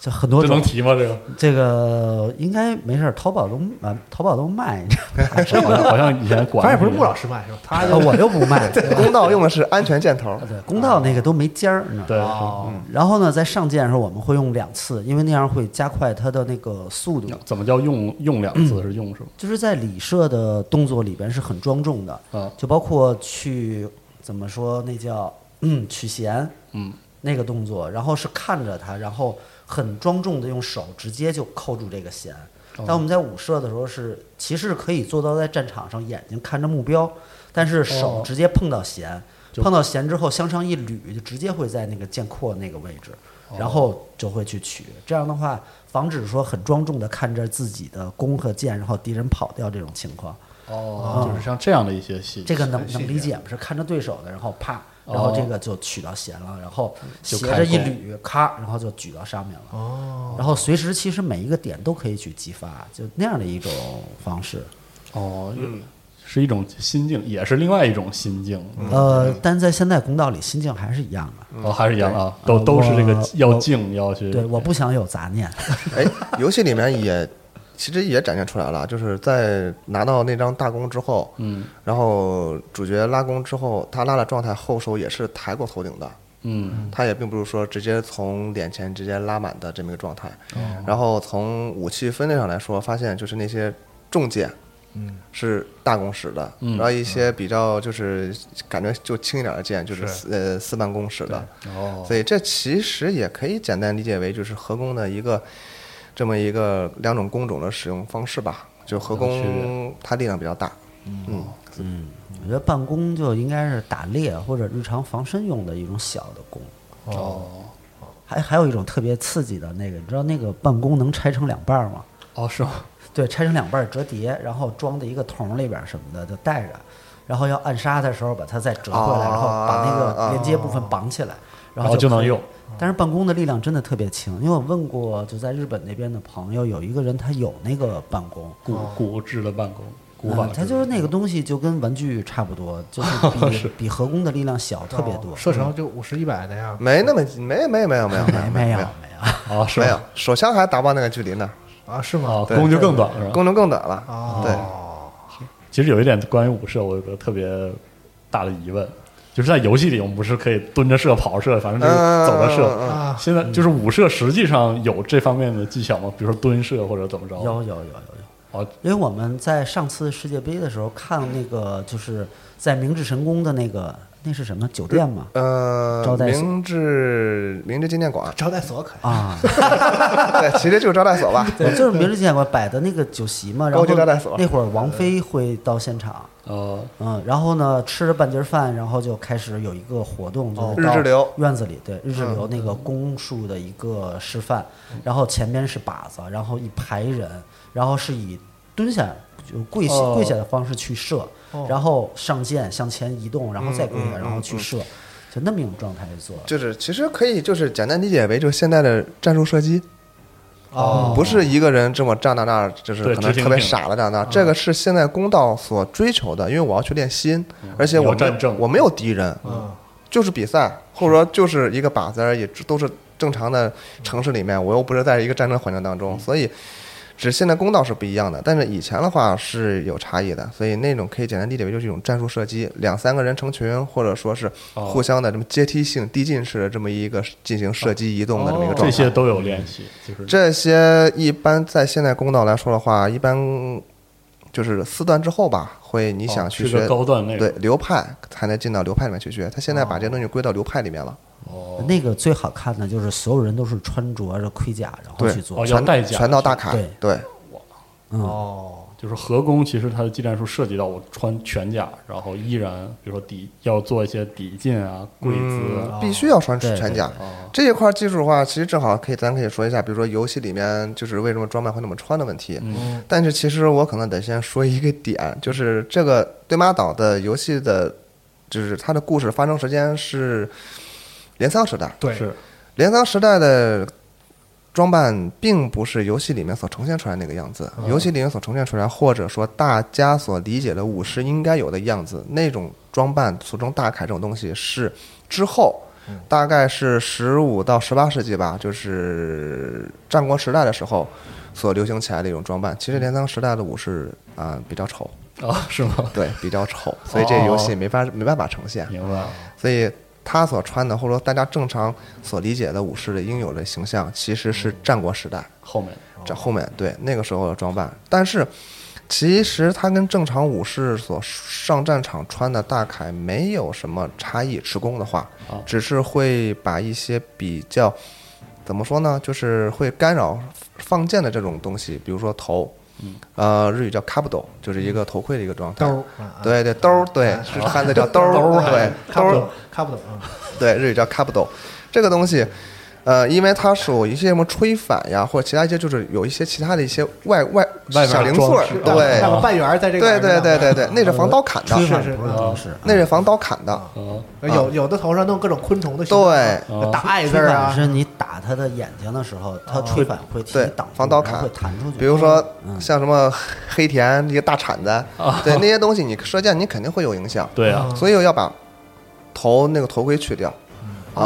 [SPEAKER 3] 就很多
[SPEAKER 2] 这能
[SPEAKER 3] 种。
[SPEAKER 2] 提吗？这个
[SPEAKER 3] 这个应该没事儿，淘宝都啊，淘宝都卖，
[SPEAKER 2] 好像好像以前管，
[SPEAKER 1] 反正也不是穆老师卖是吧？他 就
[SPEAKER 3] 我又不卖。
[SPEAKER 4] 公道用的是安全箭头，
[SPEAKER 3] 呃对，公道那个都没尖儿，你知道吗？嗯
[SPEAKER 2] 对，
[SPEAKER 3] 然后呢，在上剑的时候我们会用两次，因为那样会加快它的那个速度。
[SPEAKER 2] 怎么叫用用两次是用什么？
[SPEAKER 3] 就是在礼射的动作里边是很庄重的，
[SPEAKER 2] 啊
[SPEAKER 3] 就包括去怎么说那叫嗯取弦，嗯，那个动作，然后是看着他，然后很庄重的用手直接就扣住这个弦。但我们在舞射的时候是，其实是可以做到在战场上眼睛看着目标，但是手直接碰到弦，碰到弦之后向上一捋，就直接会在那个剑阔那个位置，然后就会去取。这样的话，防止说很庄重的看着自己的弓和剑，然后敌人跑掉这种情况。
[SPEAKER 2] 哦，就是像这样的一些戏，
[SPEAKER 3] 这个哦能能理解吗？是看着对手的，然后啪，然后这个就取到弦了，然后
[SPEAKER 2] 就
[SPEAKER 3] 斜
[SPEAKER 2] 开
[SPEAKER 3] 着一
[SPEAKER 2] 弓
[SPEAKER 3] 捋，咔，然后就举到上面了。哦，然后随时其实每一个点都可以去激发，就那样的一种方式。
[SPEAKER 2] 哦，是一种心境，也是另外一种心境，
[SPEAKER 3] 呃，但在现代公道里，心境还是一样的。
[SPEAKER 2] 哦，还是一样啊，都都是这个
[SPEAKER 3] 我
[SPEAKER 2] 要静要去。
[SPEAKER 3] 对，我不想有杂念。
[SPEAKER 4] 哎，游戏里面也其实也展现出来了，就是在拿到那张大弓之后，嗯，然后主角拉弓之后，他拉的状态后手也是抬过头顶的，
[SPEAKER 2] 嗯，
[SPEAKER 4] 他也并不是说直接从脸前直接拉满的这么一个状态。然后从武器分类上来说，发现就是那些重剑，嗯，是大弓使的，
[SPEAKER 2] 嗯
[SPEAKER 4] 然后一些比较就是感觉就轻一点的剑，就是四呃四半弓使的。
[SPEAKER 2] 哦，
[SPEAKER 4] 所以这其实也可以简单理解为就是合弓的一个这么一个两种弓种的使用方式吧。就合弓它力量比较大，嗯，
[SPEAKER 3] 我觉得办公就应该是打猎或者日常防身用的一种小的弓。
[SPEAKER 2] 哦，
[SPEAKER 3] 还还有一种特别刺激的那个，你知道那个办公能拆成两半儿吗？
[SPEAKER 2] 哦，是吗？
[SPEAKER 3] 对，拆成两半儿折叠，然后装在一个桶里边儿什么的，就带着。然后要暗杀的时候把它再折回来，然后把那个连接部分绑起来，然
[SPEAKER 2] 然后
[SPEAKER 3] 后
[SPEAKER 2] 哦就能
[SPEAKER 3] 可以
[SPEAKER 2] 用。
[SPEAKER 3] 但是办公的力量真的特别轻，因为我问过就在日本那边的朋友，有一个人他有那个办公，
[SPEAKER 2] 古古制的办公，古法
[SPEAKER 3] 嗯
[SPEAKER 2] 制，
[SPEAKER 3] 他就是那个东西就跟玩具差不多，就是比 比合工的力量小特别
[SPEAKER 2] 哦
[SPEAKER 3] 多。
[SPEAKER 1] 射嗯程就五十一百那样。
[SPEAKER 4] 没那么没没没有没有没有
[SPEAKER 3] 嗯没
[SPEAKER 4] 有
[SPEAKER 3] 有
[SPEAKER 4] 没有
[SPEAKER 3] 没有，
[SPEAKER 2] 啊，是
[SPEAKER 4] 没
[SPEAKER 2] 吧
[SPEAKER 4] 有，手枪还达不到那个距离呢，
[SPEAKER 1] 啊，是
[SPEAKER 2] 啊，
[SPEAKER 1] 吗？哦
[SPEAKER 4] 对
[SPEAKER 2] 弓就更短了，是吧？哦
[SPEAKER 4] 弓能更短了，对。
[SPEAKER 2] 其实有一点关于武射，我有个特别大的疑问，就是在游戏里我们不是可以蹲着射、跑射，反正就是走着射。
[SPEAKER 4] 嗯嗯嗯
[SPEAKER 1] 啊，，
[SPEAKER 2] 现在就是武射，实际上有这方面的技巧吗？比如说蹲射或者怎么着？
[SPEAKER 3] 有有有有有。
[SPEAKER 2] 哦
[SPEAKER 3] 因为我们在上次世界杯的时候看那个，就是在明治神宫的那个，那是什么酒店吗？招
[SPEAKER 4] 呃，
[SPEAKER 3] 待所
[SPEAKER 4] 明治明治纪念馆
[SPEAKER 1] 招待所可以。
[SPEAKER 3] 啊，
[SPEAKER 4] 对，其实就是招待 所吧。
[SPEAKER 3] 对，就是明治纪念馆摆的那个酒席嘛，然后
[SPEAKER 4] 高级招待所
[SPEAKER 3] 那会儿王菲会到现场，
[SPEAKER 2] 呃，
[SPEAKER 3] 嗯，然后呢吃了半截饭，然后就开始有一个活动，就是
[SPEAKER 4] 日
[SPEAKER 3] 到
[SPEAKER 4] 之流
[SPEAKER 3] 院子里，对日之流那个公树的一个示范，然后前边是靶子，然后一排人，然后是以蹲下就跪下
[SPEAKER 2] 哦
[SPEAKER 3] 跪下的方式去射，然后上箭向前移动，然后再跪下，然后去射，就那么一种状态去做。
[SPEAKER 4] 就是其实可以就是简单理解为就是现在的战术射击，
[SPEAKER 1] 哦，
[SPEAKER 4] 不是一个人这么站到那儿，就是
[SPEAKER 2] 对
[SPEAKER 4] 可能
[SPEAKER 2] 直挺
[SPEAKER 4] 特别
[SPEAKER 2] 挺
[SPEAKER 4] 傻的站那儿。这个是现在公道所追求的，因为我要去练心，而且
[SPEAKER 2] 你要
[SPEAKER 4] 我没
[SPEAKER 2] 战
[SPEAKER 4] 有
[SPEAKER 2] 争
[SPEAKER 4] 我没有敌人，
[SPEAKER 1] 嗯，
[SPEAKER 4] 就是比赛，或者说就是一个靶子而已，这都是正常的城市里面，我又不是在一个战争环境当中，所以只是现在弓道是不一样的，但是以前的话是有差异的，所以那种可以简单理解为就是一种战术射击，两三个人成群，或者说是互相的这么阶梯性、递进式的这么一个进行射击移动的这么一个状态。
[SPEAKER 2] 这些都有练习，就是
[SPEAKER 4] 这些一般在现代弓道来说的话，一般就是四段之后吧，会你
[SPEAKER 2] 你
[SPEAKER 4] 想去
[SPEAKER 2] 是哦个
[SPEAKER 4] 学、
[SPEAKER 2] 高段那
[SPEAKER 4] 对
[SPEAKER 2] 个，
[SPEAKER 4] 流派才能进到流派里面去学。他现在把这东西归到流派里面了，
[SPEAKER 2] 哦
[SPEAKER 3] 那个最好看的就是所有人都是穿着着盔甲，然后
[SPEAKER 4] 对
[SPEAKER 3] 去做
[SPEAKER 2] 哦，要
[SPEAKER 4] 传
[SPEAKER 2] 带甲
[SPEAKER 4] 传到大卡
[SPEAKER 3] 对
[SPEAKER 4] 对
[SPEAKER 1] 哦，
[SPEAKER 2] 就是合工，其实它的技战术涉及到我穿全甲，然后依然比如说抵要做一些抵进啊、跪姿啊，
[SPEAKER 4] 必须要穿
[SPEAKER 3] 对
[SPEAKER 4] 全
[SPEAKER 3] 对
[SPEAKER 4] 甲。
[SPEAKER 2] 哦
[SPEAKER 4] 这一块技术的话，其实正好可以，咱可以说一下，比如说游戏里面就是为什么装扮会那么穿的问题。
[SPEAKER 2] 嗯
[SPEAKER 4] 但是其实我可能得先说一个点，就是这个对马岛的游戏的，就是它的故事发生时间是镰仓时代。
[SPEAKER 1] 对，
[SPEAKER 2] 是
[SPEAKER 4] 镰仓时代的装扮并不是游戏里面所呈现出来那个样子，游戏里面所呈现出来，或者说大家所理解的武士应该有的样子，那种装扮、俗称大铠这种东西是之后。大概是十五到十八世纪吧，就是战国时代的时候所流行起来的一种装扮。其实镰仓时代的武士啊、比较丑，
[SPEAKER 2] 啊， 是吗？
[SPEAKER 4] 对，比较丑，所以这游戏没法没办法呈现。
[SPEAKER 2] 明白了，
[SPEAKER 4] 所以他所穿的，或者说大家正常所理解的武士的应有的形象，其实是战国时代
[SPEAKER 2] 后面
[SPEAKER 1] 哦
[SPEAKER 4] 这后面对那个时候的装扮。但是其实他跟正常武士所上战场穿的大铠没有什么差异，持弓的话
[SPEAKER 2] 哦，
[SPEAKER 4] 只是会把一些比较怎么说呢，就是会干扰放箭的这种东西，比如说头。呃，日语叫 k a b d o 就是一个头盔的一个状态。
[SPEAKER 1] 嗯兜儿啊啊
[SPEAKER 4] 对对，兜儿，对，是汉字叫 兜儿，对，兜
[SPEAKER 1] 看不
[SPEAKER 4] 儿
[SPEAKER 1] 懂，看不懂啊，
[SPEAKER 4] 对，日语叫 capital，这个东西，呃，因为它属于一些什么吹反呀，或者其他一些就是有一些其他的一些外外
[SPEAKER 2] 外面
[SPEAKER 4] 小零碎
[SPEAKER 2] 装
[SPEAKER 4] 儿
[SPEAKER 2] 饰，嗯
[SPEAKER 1] 让让
[SPEAKER 4] 对，
[SPEAKER 1] 个半圆儿在这个
[SPEAKER 4] 对对对对对，那是
[SPEAKER 3] 防
[SPEAKER 4] 防刀砍
[SPEAKER 3] 吹
[SPEAKER 4] 的，
[SPEAKER 3] 法
[SPEAKER 1] 是是
[SPEAKER 3] 不是啊同时，
[SPEAKER 4] 那是防刀砍的，
[SPEAKER 2] 啊，
[SPEAKER 1] 对，有有的头上弄各种昆虫的形
[SPEAKER 4] 对
[SPEAKER 1] 状，大爱字儿啊
[SPEAKER 3] 吹哦反，是你打他的眼睛的时候，他吹反会替
[SPEAKER 4] 哦对
[SPEAKER 3] 你挡住
[SPEAKER 4] 防刀
[SPEAKER 3] 然后
[SPEAKER 4] 砍
[SPEAKER 3] 会弹出去。
[SPEAKER 4] 比如说
[SPEAKER 3] 嗯
[SPEAKER 4] 像什么黑田那些大铲子，
[SPEAKER 2] 嗯
[SPEAKER 4] 对那些东西，你射箭你肯定会有影响，
[SPEAKER 2] 对啊，
[SPEAKER 4] 所以要把头那个头盔去掉。啊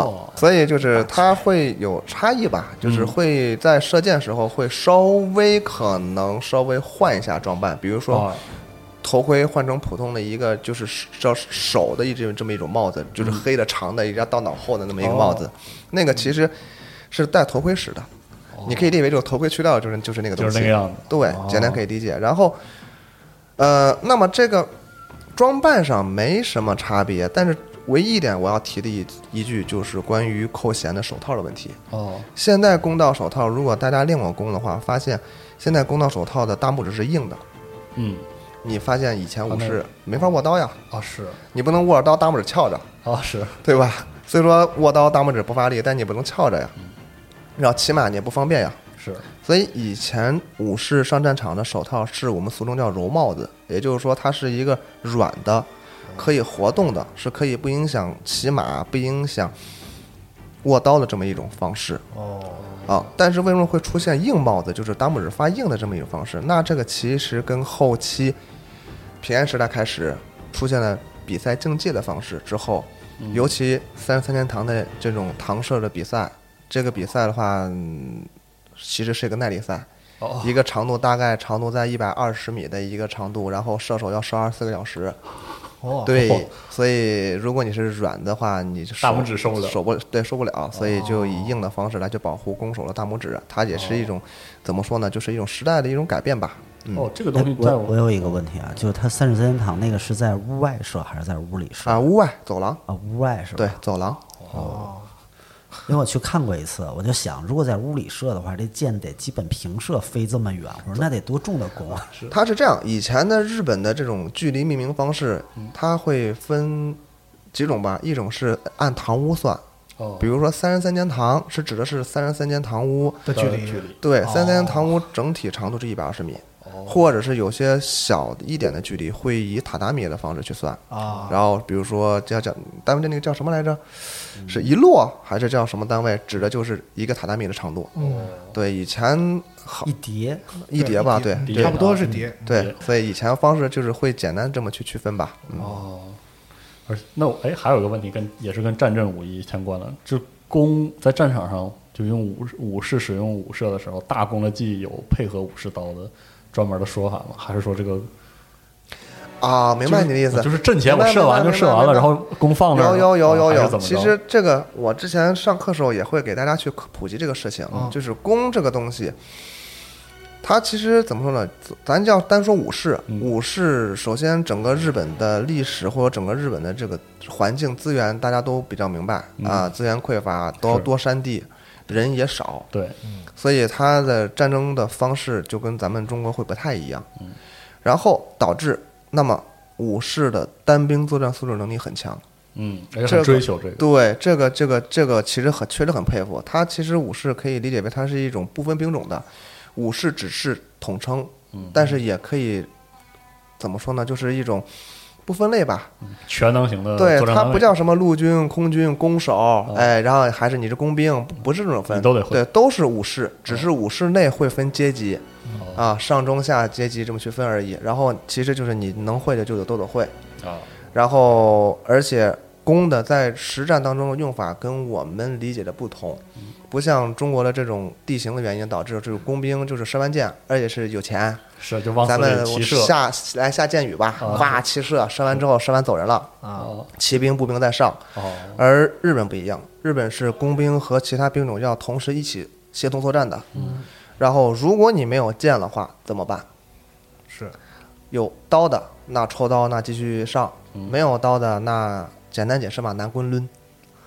[SPEAKER 2] 哦，嗯
[SPEAKER 4] 所以就是它会有差异吧，就是会在射箭时候会稍微可能稍微换一下装扮，比如说
[SPEAKER 2] 啊
[SPEAKER 4] 头盔换成普通的一个就是手手的一种这么一种帽子，就是黑的长的，一直到脑后的那么一个帽
[SPEAKER 2] 哦
[SPEAKER 4] 子，那个其实是戴头盔使的，你可以理解为这个头盔去掉就是就是那个东
[SPEAKER 2] 哦就
[SPEAKER 4] 西，
[SPEAKER 2] 是那个样子，
[SPEAKER 4] 对，简单可以理解。然后，呃，那么这个装扮上没什么差别，但是唯一一点我要提的一一句就是关于扣弦的手套的问题。
[SPEAKER 2] 哦，
[SPEAKER 4] 现代弓道手套，如果大家练过弓的话，发现现在弓道手套的大拇指是硬的。
[SPEAKER 2] 嗯，
[SPEAKER 4] 你发现以前武
[SPEAKER 2] 啊
[SPEAKER 4] 士没法握刀呀，
[SPEAKER 2] 啊是
[SPEAKER 4] 你不能握着刀，大拇指翘着。
[SPEAKER 2] 啊是，
[SPEAKER 4] 对吧？所以说握刀大拇指不发力，但你不能翘着呀，然后骑马你也不方便呀。
[SPEAKER 2] 是，
[SPEAKER 4] 所以以前武士上战场的手套是我们俗称叫柔帽子，也就是说它是一个软的，可以活动的，是可以不影响骑马、不影响握刀的这么一种方式。
[SPEAKER 1] 哦，
[SPEAKER 4] 啊，但是为什么会出现硬帽子，就是达姆指发硬的这么一种方式？那这个其实跟后期平安时代开始出现了比赛竞技的方式之后，尤其三十三年堂的这种堂社的比赛，这个比赛的话，嗯其实是一个耐力赛，
[SPEAKER 2] 哦
[SPEAKER 4] 一个长度大概长度在一百二十米的一个长度，然后射手要射二十四个小时。
[SPEAKER 1] 哦，
[SPEAKER 4] 对，所以如果你是软的话，你就
[SPEAKER 2] 大
[SPEAKER 4] 手
[SPEAKER 2] 拇指受不了哦
[SPEAKER 4] 手不对，受不了，所以就以硬的方式来去保护攻手的大拇指。它也是一种怎么说呢，就是一种时代的一种改变吧。嗯
[SPEAKER 2] 哦，这个
[SPEAKER 3] 哎
[SPEAKER 2] 东西在
[SPEAKER 3] 我我有一个问题啊，就是他三十三堂那个是在屋外射还是在屋里射
[SPEAKER 4] 啊，屋外走廊，
[SPEAKER 3] 啊，屋外是吧？
[SPEAKER 4] 对，走廊，
[SPEAKER 1] 哦
[SPEAKER 3] 因为我去看过一次，我就想，如果在屋里射的话，这箭得基本平射飞这么远，我说那得多重的弓啊！
[SPEAKER 4] 它是这样。以前的日本的这种距离命名方式，
[SPEAKER 2] 嗯
[SPEAKER 4] 它会分几种吧，一种是按堂屋算，
[SPEAKER 2] 哦
[SPEAKER 4] 比如说三十三间堂是指的是三十三间堂屋，
[SPEAKER 1] 的距离
[SPEAKER 2] 距离
[SPEAKER 4] 对，三三堂屋整体长度是一百二十米，或者是有些小一点的距离会以榻榻米的方式去算。
[SPEAKER 1] 啊，
[SPEAKER 4] 然后比如说叫叫单位的那个叫什么来着？
[SPEAKER 2] 嗯
[SPEAKER 4] 是一摞还是叫什么单位？指的就是一个榻榻米的长度。
[SPEAKER 2] 哦
[SPEAKER 1] 嗯，
[SPEAKER 4] 对，以前好
[SPEAKER 3] 一 叠，
[SPEAKER 4] 一叠吧，对嗯
[SPEAKER 2] 叠
[SPEAKER 1] 差不多是叠，
[SPEAKER 4] 对，所以以前方式就是会简单这么去区分吧。嗯，
[SPEAKER 2] 哦，而那我哎，还有一个问题跟也是跟战争武艺相关的，就弓在战场上就用武士武士使用武射的时候，大弓的技有配合武士刀的专门的说法吗？还是说这个
[SPEAKER 4] 啊，明白你的意思，
[SPEAKER 2] 就是阵前
[SPEAKER 4] 明
[SPEAKER 2] 我
[SPEAKER 4] 白
[SPEAKER 2] 射完就射完了，然后弓放那儿了，
[SPEAKER 4] 有
[SPEAKER 2] 啊
[SPEAKER 4] 有有有
[SPEAKER 2] 还是
[SPEAKER 4] 有，
[SPEAKER 2] 怎么着
[SPEAKER 4] 其实这个我之前上课时候也会给大家去科普及这个事情，
[SPEAKER 2] 啊
[SPEAKER 4] 就是弓这个东西，它其实怎么说呢？咱就要单说武士，
[SPEAKER 2] 嗯
[SPEAKER 4] 武士首先整个日本的历史或者整个日本的这个环境资源大家都比较明白啊，资源匮乏，多
[SPEAKER 2] 嗯是
[SPEAKER 4] 多山地，人也少，
[SPEAKER 2] 对，
[SPEAKER 4] 所以它的战争的方式就跟咱们中国会不太一样。
[SPEAKER 2] 嗯
[SPEAKER 4] 然后导致那么武士的单兵作战素质能力很强。
[SPEAKER 2] 嗯，而且
[SPEAKER 4] 这
[SPEAKER 2] 很
[SPEAKER 4] 个
[SPEAKER 2] 追求这个，
[SPEAKER 4] 对，这个这个这个其实很确实很佩服。他其实武士可以理解为它是一种不分兵种的，武士只是统称，
[SPEAKER 2] 嗯
[SPEAKER 4] 但是也可以怎么说呢？就是一种不分类吧。
[SPEAKER 2] 全能型的
[SPEAKER 4] 对
[SPEAKER 2] 呃作，战
[SPEAKER 4] 它
[SPEAKER 2] 单
[SPEAKER 4] 不
[SPEAKER 2] 位嗯
[SPEAKER 4] 叫什么陆军、空军、弓手，哎，然后还是你是工兵，不不是这种分，
[SPEAKER 2] 你都得会嗯
[SPEAKER 4] 对，都是武士，只是武士内会分阶级，
[SPEAKER 2] 哦
[SPEAKER 4] 啊，上中下阶级这么去分而已。然后其实就是你能会的就得都得会，
[SPEAKER 2] 啊，
[SPEAKER 4] 然后而且弓的在实战当中的用法跟我们理解的不同，不像中国的这种地形的原因导致就是工兵就是射万箭，而且是有钱，
[SPEAKER 2] 是就往死
[SPEAKER 4] 咱们
[SPEAKER 2] 里骑射啊
[SPEAKER 4] 下来下箭雨吧，哇，骑射射完之后射完走人了。
[SPEAKER 1] 啊，
[SPEAKER 2] 哦
[SPEAKER 4] 骑兵、步兵在上，
[SPEAKER 2] 哦，
[SPEAKER 4] 而日本不一样，日本是工兵和其他兵种要同时一起协同作战的。嗯，然后如果你没有剑的话怎么办？
[SPEAKER 1] 是
[SPEAKER 4] 有刀的那抽刀那继续上，
[SPEAKER 2] 嗯
[SPEAKER 4] 没有刀的那简单解释嘛，拿 棍抡，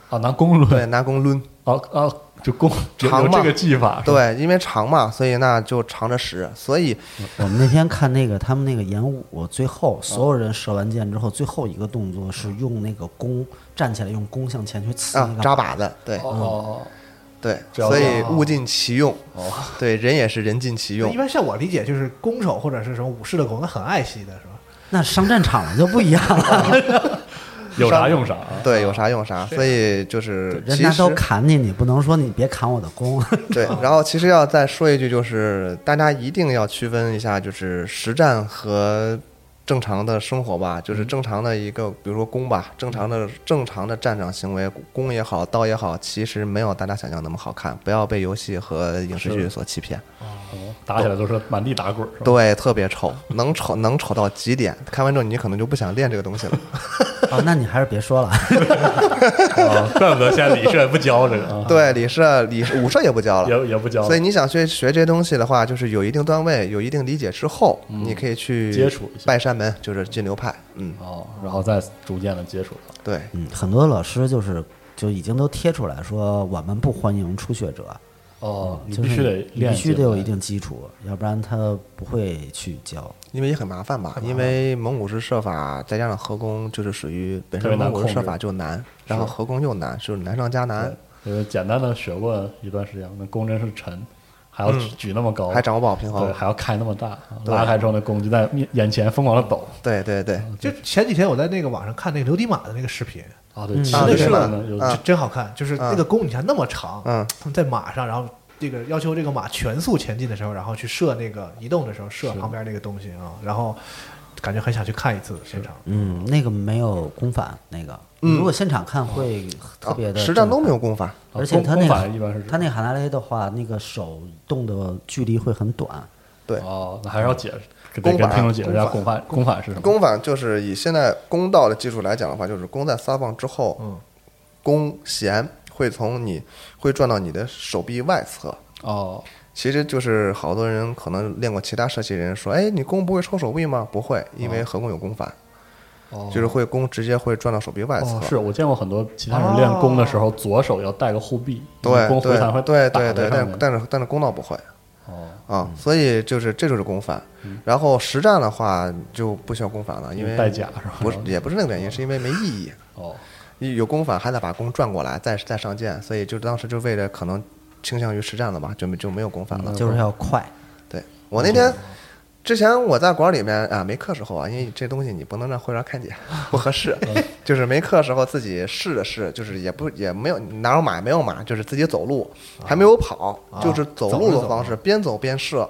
[SPEAKER 2] 啊拿弓
[SPEAKER 4] 对，
[SPEAKER 2] 抡，
[SPEAKER 4] 拿 弓抡，
[SPEAKER 2] 啊啊就弓有
[SPEAKER 4] 长
[SPEAKER 2] 有
[SPEAKER 4] 嘛
[SPEAKER 2] 这个技法，是吧，
[SPEAKER 4] 对，因为长嘛，所以那就长着使，所以
[SPEAKER 3] 我们那天看那个他们那个演武，最
[SPEAKER 4] 啊
[SPEAKER 3] 后所有人射完箭之后，最后一个动作是用那个弓站起来，用弓向前去刺
[SPEAKER 4] 啊
[SPEAKER 3] 那个
[SPEAKER 4] 扎靶子，对
[SPEAKER 2] 哦哦
[SPEAKER 4] 对，
[SPEAKER 2] 这样
[SPEAKER 4] 所以
[SPEAKER 2] 子啊
[SPEAKER 4] 物尽其用
[SPEAKER 2] 哦，
[SPEAKER 4] 对，人也是人尽其用
[SPEAKER 1] 一。般像我理解，就是弓手或者是什么武士的弓，那很爱惜的是
[SPEAKER 3] 嗯
[SPEAKER 1] 吧？
[SPEAKER 3] 那上战场了就不一样 了，
[SPEAKER 2] 哦，有啥用啥啊，
[SPEAKER 4] 对，有啥用啥，所以就是
[SPEAKER 3] 人
[SPEAKER 4] 其
[SPEAKER 3] 家
[SPEAKER 4] 实
[SPEAKER 3] 都砍你，你不能说你别砍我的 弓。
[SPEAKER 4] 对，然后其实要再说一句，就是大家一定要区分一下，就是实战和正常的生活吧。就是正常的一个，比如说弓吧，正常的正常的战场行为，弓也好，刀也好，其实没有大家想象那么好看。不要被游戏和影视剧所欺骗，
[SPEAKER 2] 哦打起来都是满地打滚儿，是吧？
[SPEAKER 4] 对，特别丑，能丑能丑到极点。看完之后，你可能就不想练这个东西了。
[SPEAKER 3] 啊，那你还是别说了。
[SPEAKER 2] 啊，怪不得现在李社也不教这个啊，
[SPEAKER 4] 对，李社、李武社也不教了，
[SPEAKER 2] 也也不教了，
[SPEAKER 4] 所以你想学学这些东西的话，就是有一定段位、有一定理解之后，你可以去
[SPEAKER 2] 嗯接触一下
[SPEAKER 4] 拜山门，就是进流派。嗯，
[SPEAKER 2] 哦，然后再逐渐的接触到。
[SPEAKER 4] 对，
[SPEAKER 3] 嗯，很多老师就是就已经都贴出来说，我们不欢迎初学者，嗯
[SPEAKER 2] 哦，你
[SPEAKER 3] 就
[SPEAKER 2] 必
[SPEAKER 3] 是
[SPEAKER 2] 须得练
[SPEAKER 3] 必
[SPEAKER 2] 习
[SPEAKER 3] 须得有
[SPEAKER 2] 来
[SPEAKER 3] 一定基础，要不然他不会去教。
[SPEAKER 4] 因为也很麻烦吧，因为蒙古式射法再加上合攻，就是属于本
[SPEAKER 2] 特别
[SPEAKER 4] 身
[SPEAKER 2] 难
[SPEAKER 4] 蒙古
[SPEAKER 2] 控
[SPEAKER 4] 式射
[SPEAKER 2] 制
[SPEAKER 4] 法就难，然后合攻又难，就是难上加难，
[SPEAKER 2] 对，就是简单的学过一段时间，那弓真是沉，还要举那么高，
[SPEAKER 4] 还掌握不好平
[SPEAKER 2] 对，
[SPEAKER 4] 衡。
[SPEAKER 2] 还要开那么大，
[SPEAKER 4] 对
[SPEAKER 2] 拉开之后那弓就在面眼前疯狂的抖
[SPEAKER 4] 对对对，
[SPEAKER 2] 嗯
[SPEAKER 1] 就前几天我在那个网上看那个刘迪马的那个视频，
[SPEAKER 2] 啊，对，骑
[SPEAKER 4] 啊
[SPEAKER 2] 那
[SPEAKER 4] 对
[SPEAKER 2] 射
[SPEAKER 4] 吧
[SPEAKER 2] 呢，有
[SPEAKER 1] 就真好看，就是那个弓，你看那么长，
[SPEAKER 4] 嗯
[SPEAKER 1] 他们在马上，然后这个要求这个马全速前进的时候，然后去射那个移动的时候射旁边那个东西啊，然后感觉很想去看一次现场。
[SPEAKER 3] 嗯，那个没有攻反那个，你如果现场看会特别的、
[SPEAKER 4] 啊哦实战都没有，攻法，
[SPEAKER 3] 而且他
[SPEAKER 2] 攻攻
[SPEAKER 3] 那
[SPEAKER 2] 反一般是
[SPEAKER 3] 个他那个海拉雷的话，那个手动的距离会很短。
[SPEAKER 4] 对，
[SPEAKER 2] 哦，那还是要解释，得
[SPEAKER 4] 弓
[SPEAKER 2] 跟
[SPEAKER 4] 法
[SPEAKER 2] 听众解释一下
[SPEAKER 4] 弓
[SPEAKER 2] 弓法弓法是什么。
[SPEAKER 4] 弓法就是以现在弓道的技术来讲的话，就是弓在撒放之后，
[SPEAKER 2] 嗯
[SPEAKER 4] 弓弦会从你会转到你的手臂外侧，
[SPEAKER 2] 哦，
[SPEAKER 4] 其实就是好多人可能练过其他射击人说，哎，你弓不会抽手臂吗？不会，因为合弓有弓反，
[SPEAKER 2] 哦
[SPEAKER 4] 就是会弓直接会转到手臂外侧。
[SPEAKER 2] 哦，是我见过很多其他人练弓的时候，左手要带个护臂，
[SPEAKER 4] 哦对
[SPEAKER 2] 弓回弹会
[SPEAKER 4] 对对
[SPEAKER 2] 打在
[SPEAKER 4] 对对，
[SPEAKER 2] 上
[SPEAKER 4] 但
[SPEAKER 2] 面。
[SPEAKER 4] 但是但是弓道不会
[SPEAKER 2] 哦，
[SPEAKER 4] 啊，所以就是这就是弓反。然后实战的话就不需要弓反了，因为
[SPEAKER 2] 嗯带甲是吧
[SPEAKER 4] 不是也不是那个原因，是因为没意义。
[SPEAKER 2] 哦，
[SPEAKER 4] 一有弓反还得把弓转过来再再上箭，所以就当时就为了可能倾向于实战了吧，就没就没有弓反了。
[SPEAKER 3] 就是要快。
[SPEAKER 4] 对我那
[SPEAKER 2] 哦
[SPEAKER 4] 天之前我在馆里面啊，没课时候啊，因为这东西你不能让会员看见， 不合适。
[SPEAKER 2] 嗯
[SPEAKER 4] 就是没课时候自己试了试，就是也不也没有哪有马没有马，就是自己走路，
[SPEAKER 2] 啊
[SPEAKER 4] 还没有跑，就是走路的方式，边走边射，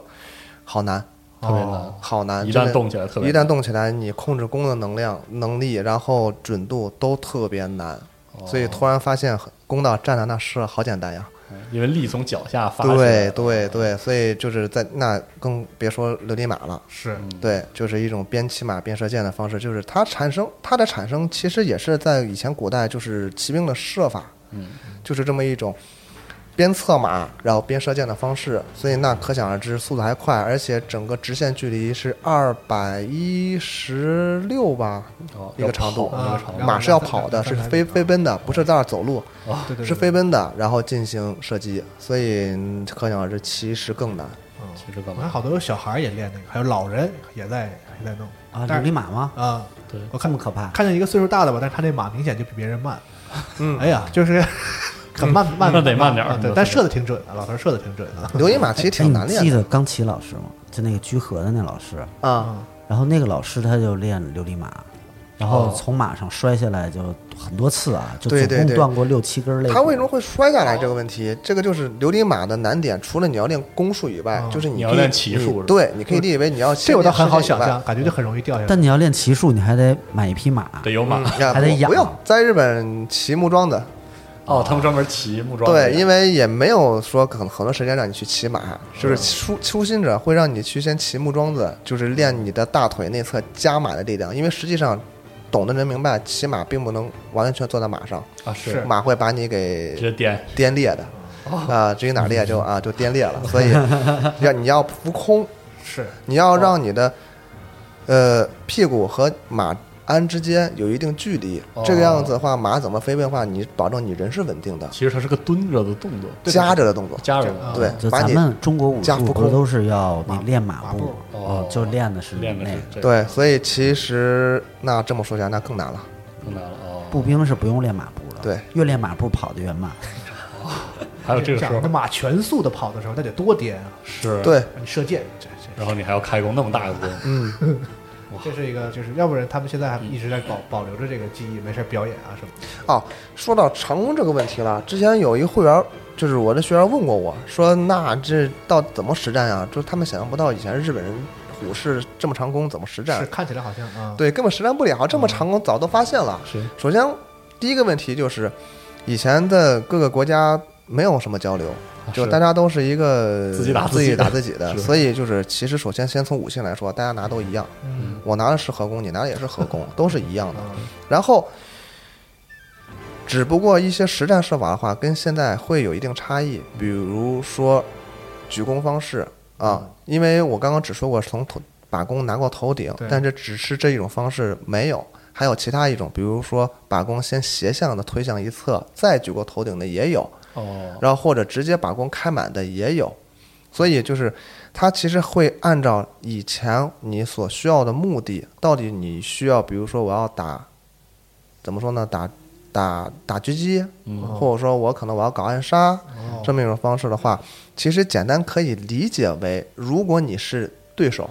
[SPEAKER 4] 好难。
[SPEAKER 2] 特别难。
[SPEAKER 4] 好难，
[SPEAKER 2] 一
[SPEAKER 4] 真
[SPEAKER 2] 旦
[SPEAKER 4] 的
[SPEAKER 2] 动起来特别
[SPEAKER 4] 一旦
[SPEAKER 2] 难
[SPEAKER 4] 动起来，你控制弓的能量、能力，然后
[SPEAKER 2] 哦
[SPEAKER 4] 准度都特别难，所以突然发现很弓道站在那射好简单呀，
[SPEAKER 2] 因为力从脚下发起
[SPEAKER 4] 对
[SPEAKER 2] 来。
[SPEAKER 4] 对对，所以就是在那更别说流体马了，
[SPEAKER 1] 是
[SPEAKER 2] 嗯
[SPEAKER 4] 对，就是一种边骑马边射箭的方式，就是它产生它的产生其实也是在以前古代就是骑兵的射法，嗯，就是这么一种边策马然后边射箭的方式，所以那可想而知速度还快，而且整个直线距离是二百一十六吧，
[SPEAKER 2] 哦
[SPEAKER 4] 一个长
[SPEAKER 2] 要
[SPEAKER 4] 度
[SPEAKER 2] 跑的那个
[SPEAKER 1] 啊
[SPEAKER 2] 长度
[SPEAKER 1] 然后
[SPEAKER 4] 马是要跑的，
[SPEAKER 1] 两三
[SPEAKER 4] 是
[SPEAKER 1] 两三
[SPEAKER 4] 飞
[SPEAKER 1] 米
[SPEAKER 4] 飞奔的，不是在那儿走路，
[SPEAKER 1] 啊，对对对，
[SPEAKER 4] 是飞奔的，然后进行射击，所以嗯可想而知其实更难。
[SPEAKER 1] 嗯
[SPEAKER 2] 其实干
[SPEAKER 1] 我看
[SPEAKER 2] 嘛？
[SPEAKER 1] 好多有小孩儿也练那个，还有老人也在也在弄
[SPEAKER 3] 啊，
[SPEAKER 1] 但
[SPEAKER 3] 流
[SPEAKER 1] 是
[SPEAKER 3] 力马吗？
[SPEAKER 1] 啊，
[SPEAKER 2] 对
[SPEAKER 1] 我
[SPEAKER 3] 这
[SPEAKER 1] 看
[SPEAKER 3] 么可怕？
[SPEAKER 1] 看见一个岁数大的吧，但是他那马明显就比别人慢，
[SPEAKER 4] 嗯
[SPEAKER 1] 哎呀，就是 很慢慢
[SPEAKER 2] 那得慢点儿
[SPEAKER 1] 啊对，但射的挺准的，老头儿射的挺准的，
[SPEAKER 4] 刘一马其实挺
[SPEAKER 3] 哎
[SPEAKER 4] 难
[SPEAKER 3] 你记
[SPEAKER 4] 练
[SPEAKER 3] 得钢琴老师吗？就那个居合的那老师，
[SPEAKER 4] 的啊，
[SPEAKER 3] 然后那个老师他就练琉璃马，然后从马上摔下来就很多次啊，就
[SPEAKER 4] 哦对
[SPEAKER 3] 总
[SPEAKER 4] 对
[SPEAKER 3] 共
[SPEAKER 4] 对
[SPEAKER 3] 断过六七根肋骨。
[SPEAKER 4] 他为什么会摔下来这个问题，这个就是流体马的难点。除了你要练弓术以外，就是
[SPEAKER 2] 你
[SPEAKER 4] 你
[SPEAKER 2] 要
[SPEAKER 4] 可以
[SPEAKER 2] 练骑术
[SPEAKER 4] 你
[SPEAKER 2] 是吧
[SPEAKER 4] 对，你可以理解为你要先
[SPEAKER 1] 这我倒
[SPEAKER 4] 练
[SPEAKER 1] 很好
[SPEAKER 4] 射箭
[SPEAKER 1] 想
[SPEAKER 4] 以外
[SPEAKER 1] 象，感觉就很容易掉下来。
[SPEAKER 3] 但你要练骑术，你还得买一匹马。
[SPEAKER 2] 得有马
[SPEAKER 4] 嗯呀
[SPEAKER 3] 还得
[SPEAKER 4] 不
[SPEAKER 3] 养
[SPEAKER 4] 不用在日本骑木桩子，
[SPEAKER 2] 哦，他们专门骑木桩的。
[SPEAKER 4] 啊对，因为也没有说可能很多时间让你去骑马，就是初初心者会让你去先骑木桩子，就是练你的大腿内侧加马的力量，因为实际上。懂的人明白，骑马并不能完完全坐在马上，
[SPEAKER 2] 啊是
[SPEAKER 4] 马会把你给
[SPEAKER 2] 直接颠。
[SPEAKER 4] 颠裂的，啊，至于哪裂就啊就颠裂了，所以要你要浮空，
[SPEAKER 1] 是
[SPEAKER 4] 你要让你的呃屁股和马鞍之间有一定距离，这个样子的话，马怎么飞奔的话，你保证你人是稳定的，
[SPEAKER 2] 其实它是个蹲着的动作，
[SPEAKER 4] 夹着的动作，
[SPEAKER 2] 夹着的
[SPEAKER 1] 啊
[SPEAKER 4] 对，
[SPEAKER 3] 就
[SPEAKER 4] 把
[SPEAKER 3] 咱
[SPEAKER 4] 你
[SPEAKER 3] 们中国武
[SPEAKER 4] 加
[SPEAKER 3] 术
[SPEAKER 4] 浮
[SPEAKER 3] 不是
[SPEAKER 4] 空
[SPEAKER 3] 都是要你练马
[SPEAKER 1] 马步
[SPEAKER 3] 哦
[SPEAKER 2] 哦，
[SPEAKER 3] 就练的是那
[SPEAKER 2] 练的是
[SPEAKER 3] 个。
[SPEAKER 2] 这个，
[SPEAKER 4] 对，所以其实那这么说起来，那更难了，
[SPEAKER 2] 更难了哦。
[SPEAKER 3] 步兵是不用练马步的，
[SPEAKER 4] 对，
[SPEAKER 3] 越练马步跑得越 慢。
[SPEAKER 2] 还有这个时
[SPEAKER 1] 样
[SPEAKER 2] 候
[SPEAKER 1] 那马全速的跑的时候，那得多颠啊！
[SPEAKER 2] 是，
[SPEAKER 4] 对，
[SPEAKER 1] 你射箭，这这
[SPEAKER 2] 然后你还要开弓那么大个弓，
[SPEAKER 4] 嗯，
[SPEAKER 1] 这是一个，就是要不然他们现在还一直在保保留着这个技艺，没事儿表演啊什么的。
[SPEAKER 4] 哦，说到长弓这个问题了，之前有一会员，就是我的学员问过我说，那这到怎么实战呀、就是他们想象不到以前日本人虎式这么长弓怎么实
[SPEAKER 1] 是
[SPEAKER 4] 战，
[SPEAKER 1] 看起来好像啊，
[SPEAKER 4] 对，根本实战不了，这么长弓早都发现了。
[SPEAKER 2] 嗯是
[SPEAKER 4] 首先第一个问题就是，以前的各个国家没有什么交流。就是大家都是一个
[SPEAKER 2] 啊自己打
[SPEAKER 4] 自
[SPEAKER 2] 自己
[SPEAKER 4] 己打
[SPEAKER 2] 的
[SPEAKER 4] 自己的，
[SPEAKER 2] 是
[SPEAKER 4] 所以就是其实首先先从武性来说，大家拿都一样，
[SPEAKER 1] 嗯
[SPEAKER 4] 我拿的是合弓，你拿的也是合弓，都是
[SPEAKER 2] 嗯
[SPEAKER 4] 一样的。
[SPEAKER 1] 啊，
[SPEAKER 4] 然后，只不过一些实战射法的话，跟现在会有一定差异，比如说举弓方式啊，因为我刚刚只说过是从头把弓拿过头顶
[SPEAKER 1] 对，
[SPEAKER 4] 但这只是这一种方式没有。还有其他一种，比如说把弓先斜向的推向一侧，再举过头顶的也有，
[SPEAKER 2] 哦，
[SPEAKER 4] 然后或者直接把弓开满的也有，所以就是它其实会按照以前你所需要的目的，到底你需要，比如说我要打，怎么说呢，打打打狙击，
[SPEAKER 2] 嗯，
[SPEAKER 4] 或者说我可能我要搞暗杀
[SPEAKER 1] 哦
[SPEAKER 4] 这么一种方式的话，其实简单可以理解为，如果你是对手，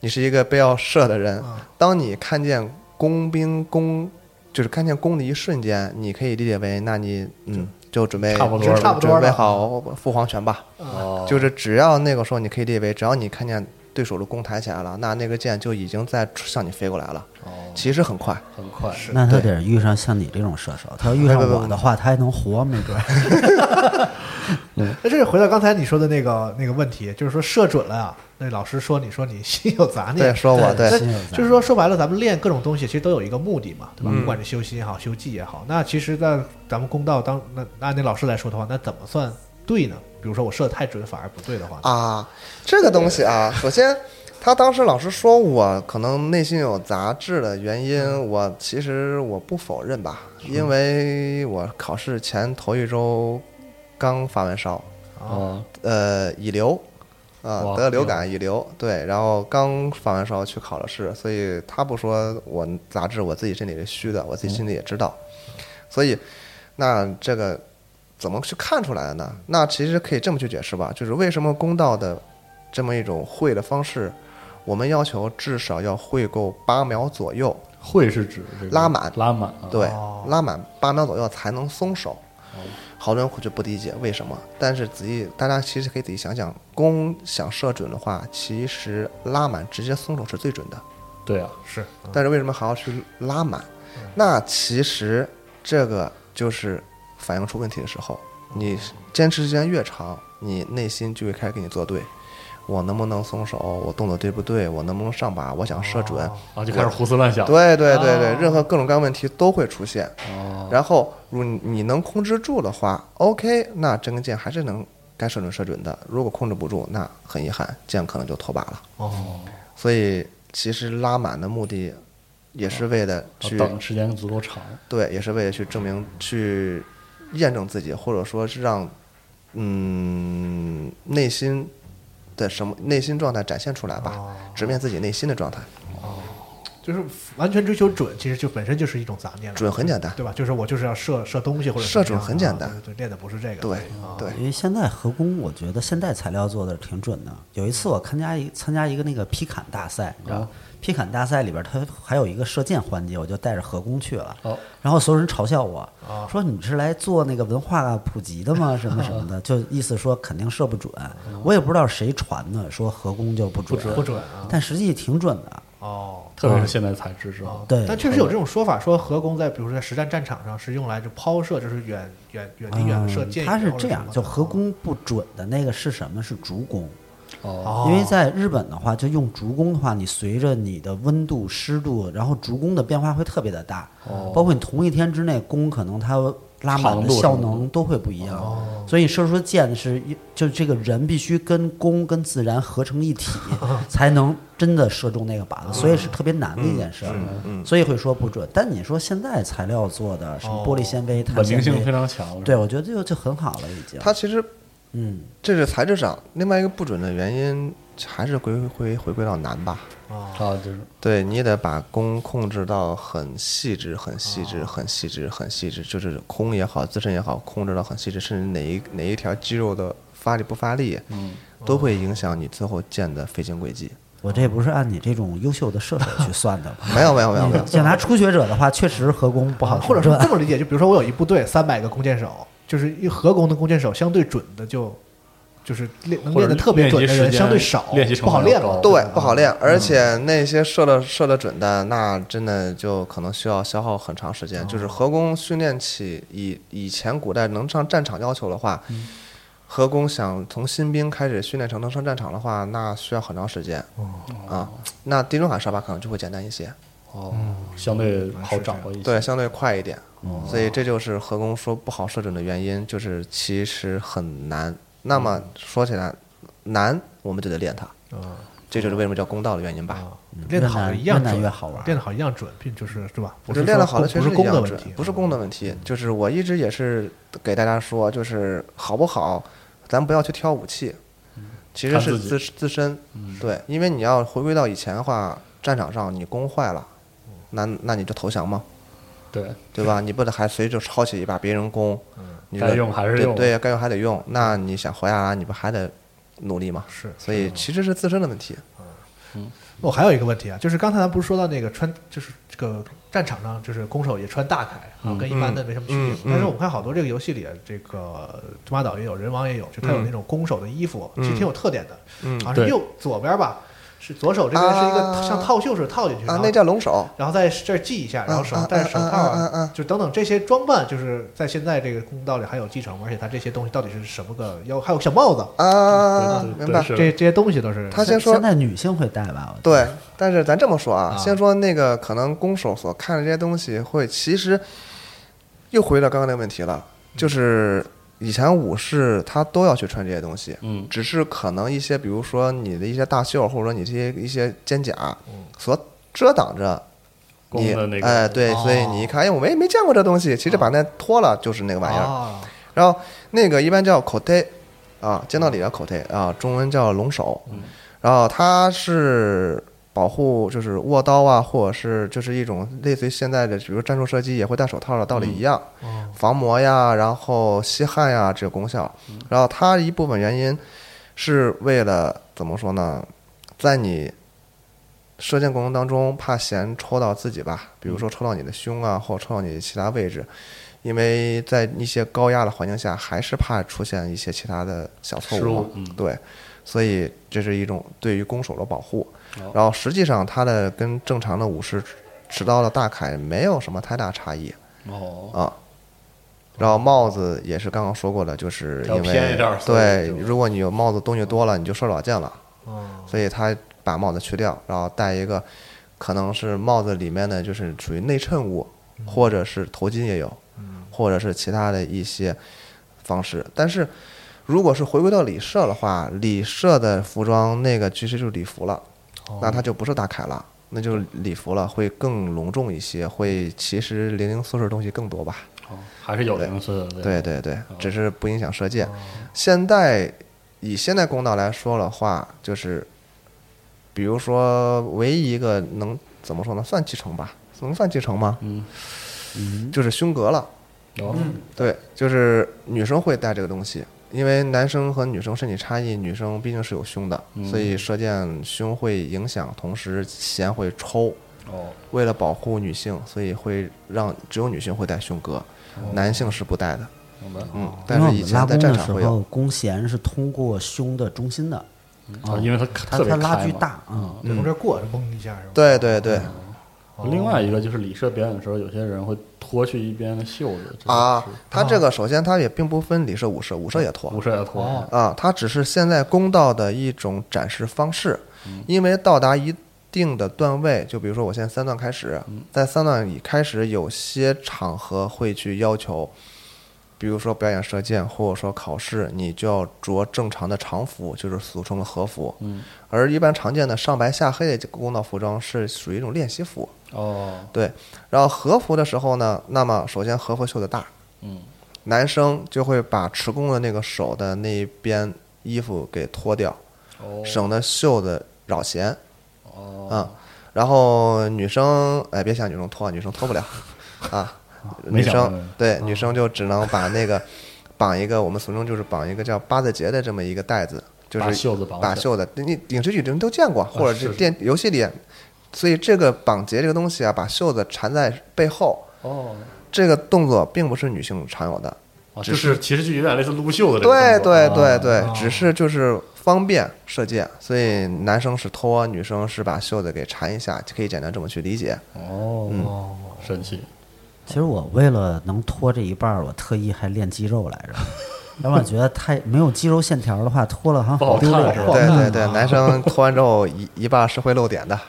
[SPEAKER 4] 你是一个被要射的人，
[SPEAKER 2] 啊
[SPEAKER 4] 当你看见工兵工，就是看见弓的一瞬间，你可以理解为，那你嗯，就准备
[SPEAKER 2] 差不多
[SPEAKER 4] 准
[SPEAKER 2] 了差
[SPEAKER 1] 不多了
[SPEAKER 4] 准备好赴黄泉吧。
[SPEAKER 2] 哦，
[SPEAKER 4] 就是只要那个时候，你可以理解为，只要你看见对手的弓抬起来了，那那个箭就已经在向你飞过来了，
[SPEAKER 2] 哦，
[SPEAKER 4] 其实很快。
[SPEAKER 2] 很快是
[SPEAKER 3] 那他得遇上像你这种射手，他要遇上
[SPEAKER 4] 不不不
[SPEAKER 3] 我的话，他还能活，没 准儿。
[SPEAKER 1] 那哎这是回到刚才你说的那个那个问题，就是说射准了啊。那老师说，你说你心有杂念，
[SPEAKER 4] 对，说我对
[SPEAKER 1] 那
[SPEAKER 3] 心有杂
[SPEAKER 1] 就是说，说白了，咱们练各种东西，其实都有一个目的嘛，
[SPEAKER 2] 嗯
[SPEAKER 1] 对吧？不管是修心也好，修技也好，那其实，在咱们公道当那那按那老师来说的话，那怎么算对呢？比如说我射得太准反而不对的话，
[SPEAKER 4] 啊，这个东西啊，首先他当时老师说我可能内心有杂质的原因，我其实我不否认吧，因为我考试前头一周刚发完烧，
[SPEAKER 2] 哦，
[SPEAKER 4] 呃，乙流。啊，
[SPEAKER 2] 哇
[SPEAKER 4] 得了流感乙流，对，然后刚发完烧去考了试，所以他不说我杂质，我自己心里是虚的，我自己心里也知道，所以那这个怎么去看出来的呢？那其实可以这么去解释吧，就是为什么公道的这么一种会的方式，我们要求至少要会够八秒左右，
[SPEAKER 2] 会是指这个
[SPEAKER 4] 拉满
[SPEAKER 2] 拉满啊，
[SPEAKER 4] 对，拉满八秒左右才能松手。好多人会就不理解为什么，但是仔细大家其实可以仔细想想，弓想射准的话，其实拉满直接松手是最准的。
[SPEAKER 2] 对啊，
[SPEAKER 1] 是
[SPEAKER 4] 但是为什么还要去拉满？那其实这个就是反映出问题的时候，你坚持时间越长，你内心就会开始给你作对。我能不能松手？我动作对不对？我能不能上靶？我想射准？
[SPEAKER 2] 啊，就开始胡思乱想。
[SPEAKER 4] 对对对对，任何各种各样问题都会出现。然后，如果你你能控制住的话，OK，那这根箭还是能该射准射准的。如果控制不住，那很遗憾，箭可能就脱靶了。
[SPEAKER 1] 哦，
[SPEAKER 4] 所以，其实拉满的目的也是为了
[SPEAKER 2] 啊
[SPEAKER 4] 去
[SPEAKER 2] 等时间足够长，
[SPEAKER 4] 对，也是为了去证明、去验证自己，或者说是让嗯内心的什么内心状态展现出来吧，直面自己内心的状态。
[SPEAKER 1] 就是完全追求准，其实就本身就是一种杂念了。
[SPEAKER 4] 准很简单
[SPEAKER 1] 对吧？就是我就是要射射东西或者
[SPEAKER 4] 射准
[SPEAKER 1] 怎么样
[SPEAKER 4] 很简
[SPEAKER 1] 啊
[SPEAKER 4] 单
[SPEAKER 1] 对对，练的不是这个。
[SPEAKER 4] 对
[SPEAKER 1] 啊，
[SPEAKER 4] 对，
[SPEAKER 3] 因为现在合工，我觉得现代材料做的挺准的。有一次我参加一参加一个那个劈砍大赛，你知
[SPEAKER 1] 啊
[SPEAKER 3] 道吗？劈砍大赛里边它还有一个射箭环节，我就带着合工去了。
[SPEAKER 2] 哦
[SPEAKER 3] 然后所有人嘲笑我，
[SPEAKER 1] 啊
[SPEAKER 3] 说你是来做那个文化普及的吗？什么什么的，就意思说肯定射不准。我也不知道谁传的，说合工就不准，
[SPEAKER 1] 嗯不准啊
[SPEAKER 3] 但实际挺准的。
[SPEAKER 1] 哦。
[SPEAKER 2] 特别是现在材质之后，
[SPEAKER 3] 对
[SPEAKER 1] 但确实有这种说法，说核攻在比如说在实战战场上是用来就抛射，就是远远远离远的射箭。
[SPEAKER 3] 嗯它是这样，
[SPEAKER 1] 啊
[SPEAKER 3] 就合工不准的那个是什么？是竹工。
[SPEAKER 1] 哦，
[SPEAKER 3] 因为在日本的话，就用竹弓的话，你随着你的温度、湿度，然后竹弓的变化会特别的大，包括你同一天之内弓可能它拉满
[SPEAKER 2] 哦长
[SPEAKER 3] 的
[SPEAKER 2] 度
[SPEAKER 3] 效
[SPEAKER 2] 什么的哦
[SPEAKER 3] 能都会不一样，所以你射出的箭是一就这个人必须跟弓跟自然合成一体， 才能真的射中那个靶子，所以是特别难的一件
[SPEAKER 2] 嗯
[SPEAKER 3] 事儿，所以会说不准。但你说现在材料做的什么玻璃纤维、碳
[SPEAKER 2] 稳定
[SPEAKER 3] 纤
[SPEAKER 2] 哦性
[SPEAKER 3] 维
[SPEAKER 2] 非常强。
[SPEAKER 3] 对，我觉得就就很好了，已经。
[SPEAKER 4] 它其实
[SPEAKER 3] 嗯，
[SPEAKER 4] 这是材质上，另外一个不准的原因还是回回回归到难吧。
[SPEAKER 2] 啊，就是
[SPEAKER 4] 对你也得把弓控制到很细致、很细致、很细致、很细致，就是空也好，自身也好，控制到很细致，甚至哪一哪一条肌肉的发力不发力，嗯，都会影响你最后箭的飞行轨迹。
[SPEAKER 3] 我这不是按你这种优秀的射手去算的吧？
[SPEAKER 4] 没有，没有，没有，没有。
[SPEAKER 3] 想拿初学者的话，确实合工
[SPEAKER 4] 啊
[SPEAKER 3] 不好
[SPEAKER 1] 或者说
[SPEAKER 3] 赚
[SPEAKER 1] 这么理解，就比如说我有一部队三百个弓箭手，就是一合工的弓箭手相对准的就就是练能
[SPEAKER 2] 或者
[SPEAKER 1] 练的特别准的
[SPEAKER 2] 练习时
[SPEAKER 1] 人
[SPEAKER 2] 间
[SPEAKER 1] 相对少，
[SPEAKER 2] 练习成
[SPEAKER 1] 不
[SPEAKER 2] 本
[SPEAKER 1] 好练嗯
[SPEAKER 2] 要
[SPEAKER 1] 了
[SPEAKER 2] 高。
[SPEAKER 4] 对，不好练，而且那些射了射了准的，那真的就可能需要消耗很长时
[SPEAKER 1] 哦
[SPEAKER 4] 间。就是合工训练起以以前古代能上战场要求的话，
[SPEAKER 1] 嗯
[SPEAKER 4] 合工想从新兵开始训练成能上战场的话，那需要很长时间。
[SPEAKER 1] 哦
[SPEAKER 4] 啊，那地中海沙巴可能就会简单一些，
[SPEAKER 2] 哦，相对好掌握一些。
[SPEAKER 4] 对，，相对快一点。
[SPEAKER 1] 哦
[SPEAKER 4] 所以这就是合工说不好射准的原因，就是其实很难。那么说起来难，我们就得练它，
[SPEAKER 1] 嗯，
[SPEAKER 4] 这就是为什么叫公道的原因吧。
[SPEAKER 1] 练得好的
[SPEAKER 3] 越难
[SPEAKER 1] 一样
[SPEAKER 3] 越难
[SPEAKER 1] 准
[SPEAKER 3] 越好玩
[SPEAKER 1] 练得好一样准，并就是是吧？不
[SPEAKER 4] 就是练
[SPEAKER 1] 说
[SPEAKER 4] 得好的
[SPEAKER 1] 弓
[SPEAKER 4] 确
[SPEAKER 1] 不
[SPEAKER 4] 实
[SPEAKER 1] 是
[SPEAKER 4] 一
[SPEAKER 1] 弓的
[SPEAKER 4] 样
[SPEAKER 1] 问
[SPEAKER 4] 准
[SPEAKER 1] 题，，嗯
[SPEAKER 4] 不是弓的问题。就是我一直也是给大家说，就是好不好，咱不要去挑武器，其实
[SPEAKER 2] 看
[SPEAKER 4] 是
[SPEAKER 2] 自己
[SPEAKER 4] 自自身。对，因为你要回归到以前的话，战场上你弓坏了，那那你就投降吗？
[SPEAKER 2] 对，
[SPEAKER 4] 对吧？你不得还随着抄起一把别人弓，你
[SPEAKER 2] 该
[SPEAKER 4] 这
[SPEAKER 2] 用还是
[SPEAKER 4] 对
[SPEAKER 2] 用
[SPEAKER 4] 对，该用还得用。那你想活下来，你不还得努力吗？
[SPEAKER 1] 是
[SPEAKER 4] 所以其实是自身的问题。
[SPEAKER 1] 我、还有一个问题啊，就是刚才咱不是说到那个穿，就是这个战场上就是攻守也穿大铠啊，跟一般的没什么区别。
[SPEAKER 4] 嗯嗯
[SPEAKER 1] 但是我们看好多这个游戏里，啊这个杜马岛也有，人王也有，就
[SPEAKER 4] 嗯
[SPEAKER 1] 它有那种攻守的衣服，其实挺有特点的。嗯好像
[SPEAKER 2] 对
[SPEAKER 1] 右左边吧，是左手这边是一个
[SPEAKER 4] 啊
[SPEAKER 1] 像套袖似的套进去，
[SPEAKER 4] 啊
[SPEAKER 1] 然，后
[SPEAKER 4] 那叫龙首。
[SPEAKER 1] 然后在这儿系一下，然后手上
[SPEAKER 4] 啊
[SPEAKER 1] 戴着手套
[SPEAKER 4] 啊啊啊啊啊
[SPEAKER 1] 就等等这些装扮，就是在现在这个公道里还有继承，而且它这些东西到底是什么个要，还有小帽子，
[SPEAKER 4] 啊，
[SPEAKER 2] 对
[SPEAKER 4] 明白。
[SPEAKER 1] 这
[SPEAKER 2] 是
[SPEAKER 1] 这些东西都是
[SPEAKER 4] 他先说
[SPEAKER 3] 现在女性会带
[SPEAKER 2] 啊
[SPEAKER 3] 吧？我觉得
[SPEAKER 4] 对，但是咱这么说啊，
[SPEAKER 1] 啊
[SPEAKER 4] 先说那个可能攻守所看的这些东西会，其实又回到刚刚那个问题了，
[SPEAKER 2] 嗯
[SPEAKER 4] 就是以前武士他都要去穿这些东西，
[SPEAKER 2] 嗯，
[SPEAKER 4] 只是可能一些比如说你的一些大袖，或者说你这些一些肩甲所遮挡着。
[SPEAKER 2] 弓
[SPEAKER 4] 你
[SPEAKER 2] 嗯的那个哦
[SPEAKER 4] 哎，对，所以你一看，哎，我没没见过这东西，其实把那脱了就是那个玩意儿。
[SPEAKER 1] 啊，
[SPEAKER 4] 然后那个一般叫口袋啊，剑道里叫口袋啊，中文叫龙首。然后它是保护，就是握刀啊，或者是就是一种类似于现在的，比如战术射击也会戴手套的道理一样，防磨呀，然后吸汗呀这个功效。然后它一部分原因是为了怎么说呢，在你射箭过程当中，怕弦抽到自己吧，比如说抽到你的胸啊，或者抽到你其他位置，因为在一些高压的环境下，还是怕出现一些其他的小错
[SPEAKER 2] 失
[SPEAKER 4] 误嘛
[SPEAKER 2] 误。嗯
[SPEAKER 4] 对，所以这是一种对于弓手的保护。
[SPEAKER 2] 哦
[SPEAKER 4] 然后实际上，它的跟正常的武士持刀的大铠没有什么太大差异
[SPEAKER 2] 哦，
[SPEAKER 4] 啊。然后帽子也是刚刚说过的，就是因
[SPEAKER 5] 要偏一
[SPEAKER 4] 为
[SPEAKER 5] 点儿
[SPEAKER 4] 对
[SPEAKER 5] 所以，就嗯
[SPEAKER 4] 如果你有帽子东西多了，你就受老见了，
[SPEAKER 1] 哦，
[SPEAKER 4] 所以他把帽子去掉，然后戴一个可能是帽子里面的就是属于内衬物，
[SPEAKER 5] 嗯
[SPEAKER 4] 或者是头巾也有，或者是其他的一些方式。但是如果是回归到礼社的话，礼社的服装那个其实就是礼服了，
[SPEAKER 5] 哦
[SPEAKER 4] 那它就不是大凯了。那就是礼服了，会更隆重一些，会其实零零碎碎的东西更多吧。
[SPEAKER 2] 哦还是有零碎的。
[SPEAKER 4] 对
[SPEAKER 2] 吧，
[SPEAKER 4] 对对，只是不影响射箭。现代以现代公道来说的话，就是比如说唯一一个能怎么说呢，算继承吧，能算继承吗？
[SPEAKER 2] 嗯
[SPEAKER 4] 就是胸革了。
[SPEAKER 2] 哦
[SPEAKER 1] 嗯
[SPEAKER 4] 对，就是女生会戴这个东西，因为男生和女生身体差异，女生毕竟是有胸的，所以射箭胸会影响，同时弦会抽。
[SPEAKER 2] 哦，
[SPEAKER 4] 为了保护女性，所以会让只有女性会戴胸革，男性是不戴的。
[SPEAKER 2] 哦明白。哦
[SPEAKER 4] 嗯，但
[SPEAKER 3] 因为我
[SPEAKER 4] 是以
[SPEAKER 3] 们
[SPEAKER 4] 前
[SPEAKER 3] 拉
[SPEAKER 4] 在
[SPEAKER 3] 弓
[SPEAKER 4] 战
[SPEAKER 3] 的
[SPEAKER 4] 场
[SPEAKER 3] 时
[SPEAKER 4] 会有
[SPEAKER 3] 候，，弓弦是通过胸的中心的，
[SPEAKER 4] 哦
[SPEAKER 2] 啊，因为它
[SPEAKER 3] 它
[SPEAKER 2] 特别
[SPEAKER 3] 它拉
[SPEAKER 2] 开
[SPEAKER 3] 距
[SPEAKER 2] 嘛
[SPEAKER 3] 大
[SPEAKER 4] 嗯
[SPEAKER 3] 啊。
[SPEAKER 1] 从这儿过是嘣一下是吧？
[SPEAKER 4] 对对对
[SPEAKER 2] 嗯哦另外一个就是礼社表演的时候，有些人会脱去一边的袖子这个
[SPEAKER 4] 啊
[SPEAKER 2] 是，
[SPEAKER 4] 它这个首先它也并不分礼射、武射，武射也
[SPEAKER 2] 不
[SPEAKER 4] 脱
[SPEAKER 2] 是要脱。
[SPEAKER 1] 哦
[SPEAKER 4] 啊，它只是现在公道的一种展示方式，因为到达一定的段位，就比如说我现在三段开始，在三段以开始，有些场合会去要求。比如说表演射箭，或者说考试，你就要着正常的常服，就是俗称的和服。
[SPEAKER 2] 嗯，
[SPEAKER 4] 而一般常见的上白下黑的公道服装是属于一种练习服。
[SPEAKER 2] 哦，
[SPEAKER 4] 对，然后和服的时候呢，那么首先和服袖的大，
[SPEAKER 2] 嗯，
[SPEAKER 4] 男生就会把持弓的那个手的那一边衣服给脱掉，
[SPEAKER 2] 哦，
[SPEAKER 4] 省得袖子扰弦，
[SPEAKER 2] 哦，
[SPEAKER 4] 嗯，然后女生，哎，别想女生脱，女生 脱不了，啊，
[SPEAKER 2] 没
[SPEAKER 4] 女
[SPEAKER 2] 想到啊
[SPEAKER 4] 生对女生就只能把那个绑一个，我们俗称就是绑一个叫八字结的这么一个带子，就
[SPEAKER 2] 把
[SPEAKER 4] 是
[SPEAKER 2] 袖子绑
[SPEAKER 4] 把
[SPEAKER 2] 起来啊
[SPEAKER 4] 袖子，你影视剧里面都见过，或者
[SPEAKER 2] 是
[SPEAKER 4] 是
[SPEAKER 2] 是
[SPEAKER 4] 电游戏里，所以这个绑结这个东西啊，把袖子缠在背后。
[SPEAKER 2] 哦，
[SPEAKER 4] 这个动作并不是女性常有的，
[SPEAKER 2] 啊
[SPEAKER 4] 只
[SPEAKER 2] 就是其实就有点类似撸袖子这
[SPEAKER 4] 对
[SPEAKER 2] 个动作
[SPEAKER 4] 对
[SPEAKER 2] 啊
[SPEAKER 4] 对对，只是就是方便射箭，所以男生是脱，女生是把袖子给缠一下，可以简单这么去理解。
[SPEAKER 2] 哦，
[SPEAKER 4] 嗯
[SPEAKER 2] 神奇，
[SPEAKER 3] 其实我为了能脱这一半儿，我特意还练肌肉来着，要不然我觉得太没有肌肉线条的话，脱了好像
[SPEAKER 2] 不好
[SPEAKER 3] 丢
[SPEAKER 2] 看
[SPEAKER 3] 脸
[SPEAKER 2] 是吧
[SPEAKER 3] 儿。
[SPEAKER 4] 对对
[SPEAKER 2] 啊
[SPEAKER 4] 对，男生脱完之后一一半是会露点的，啊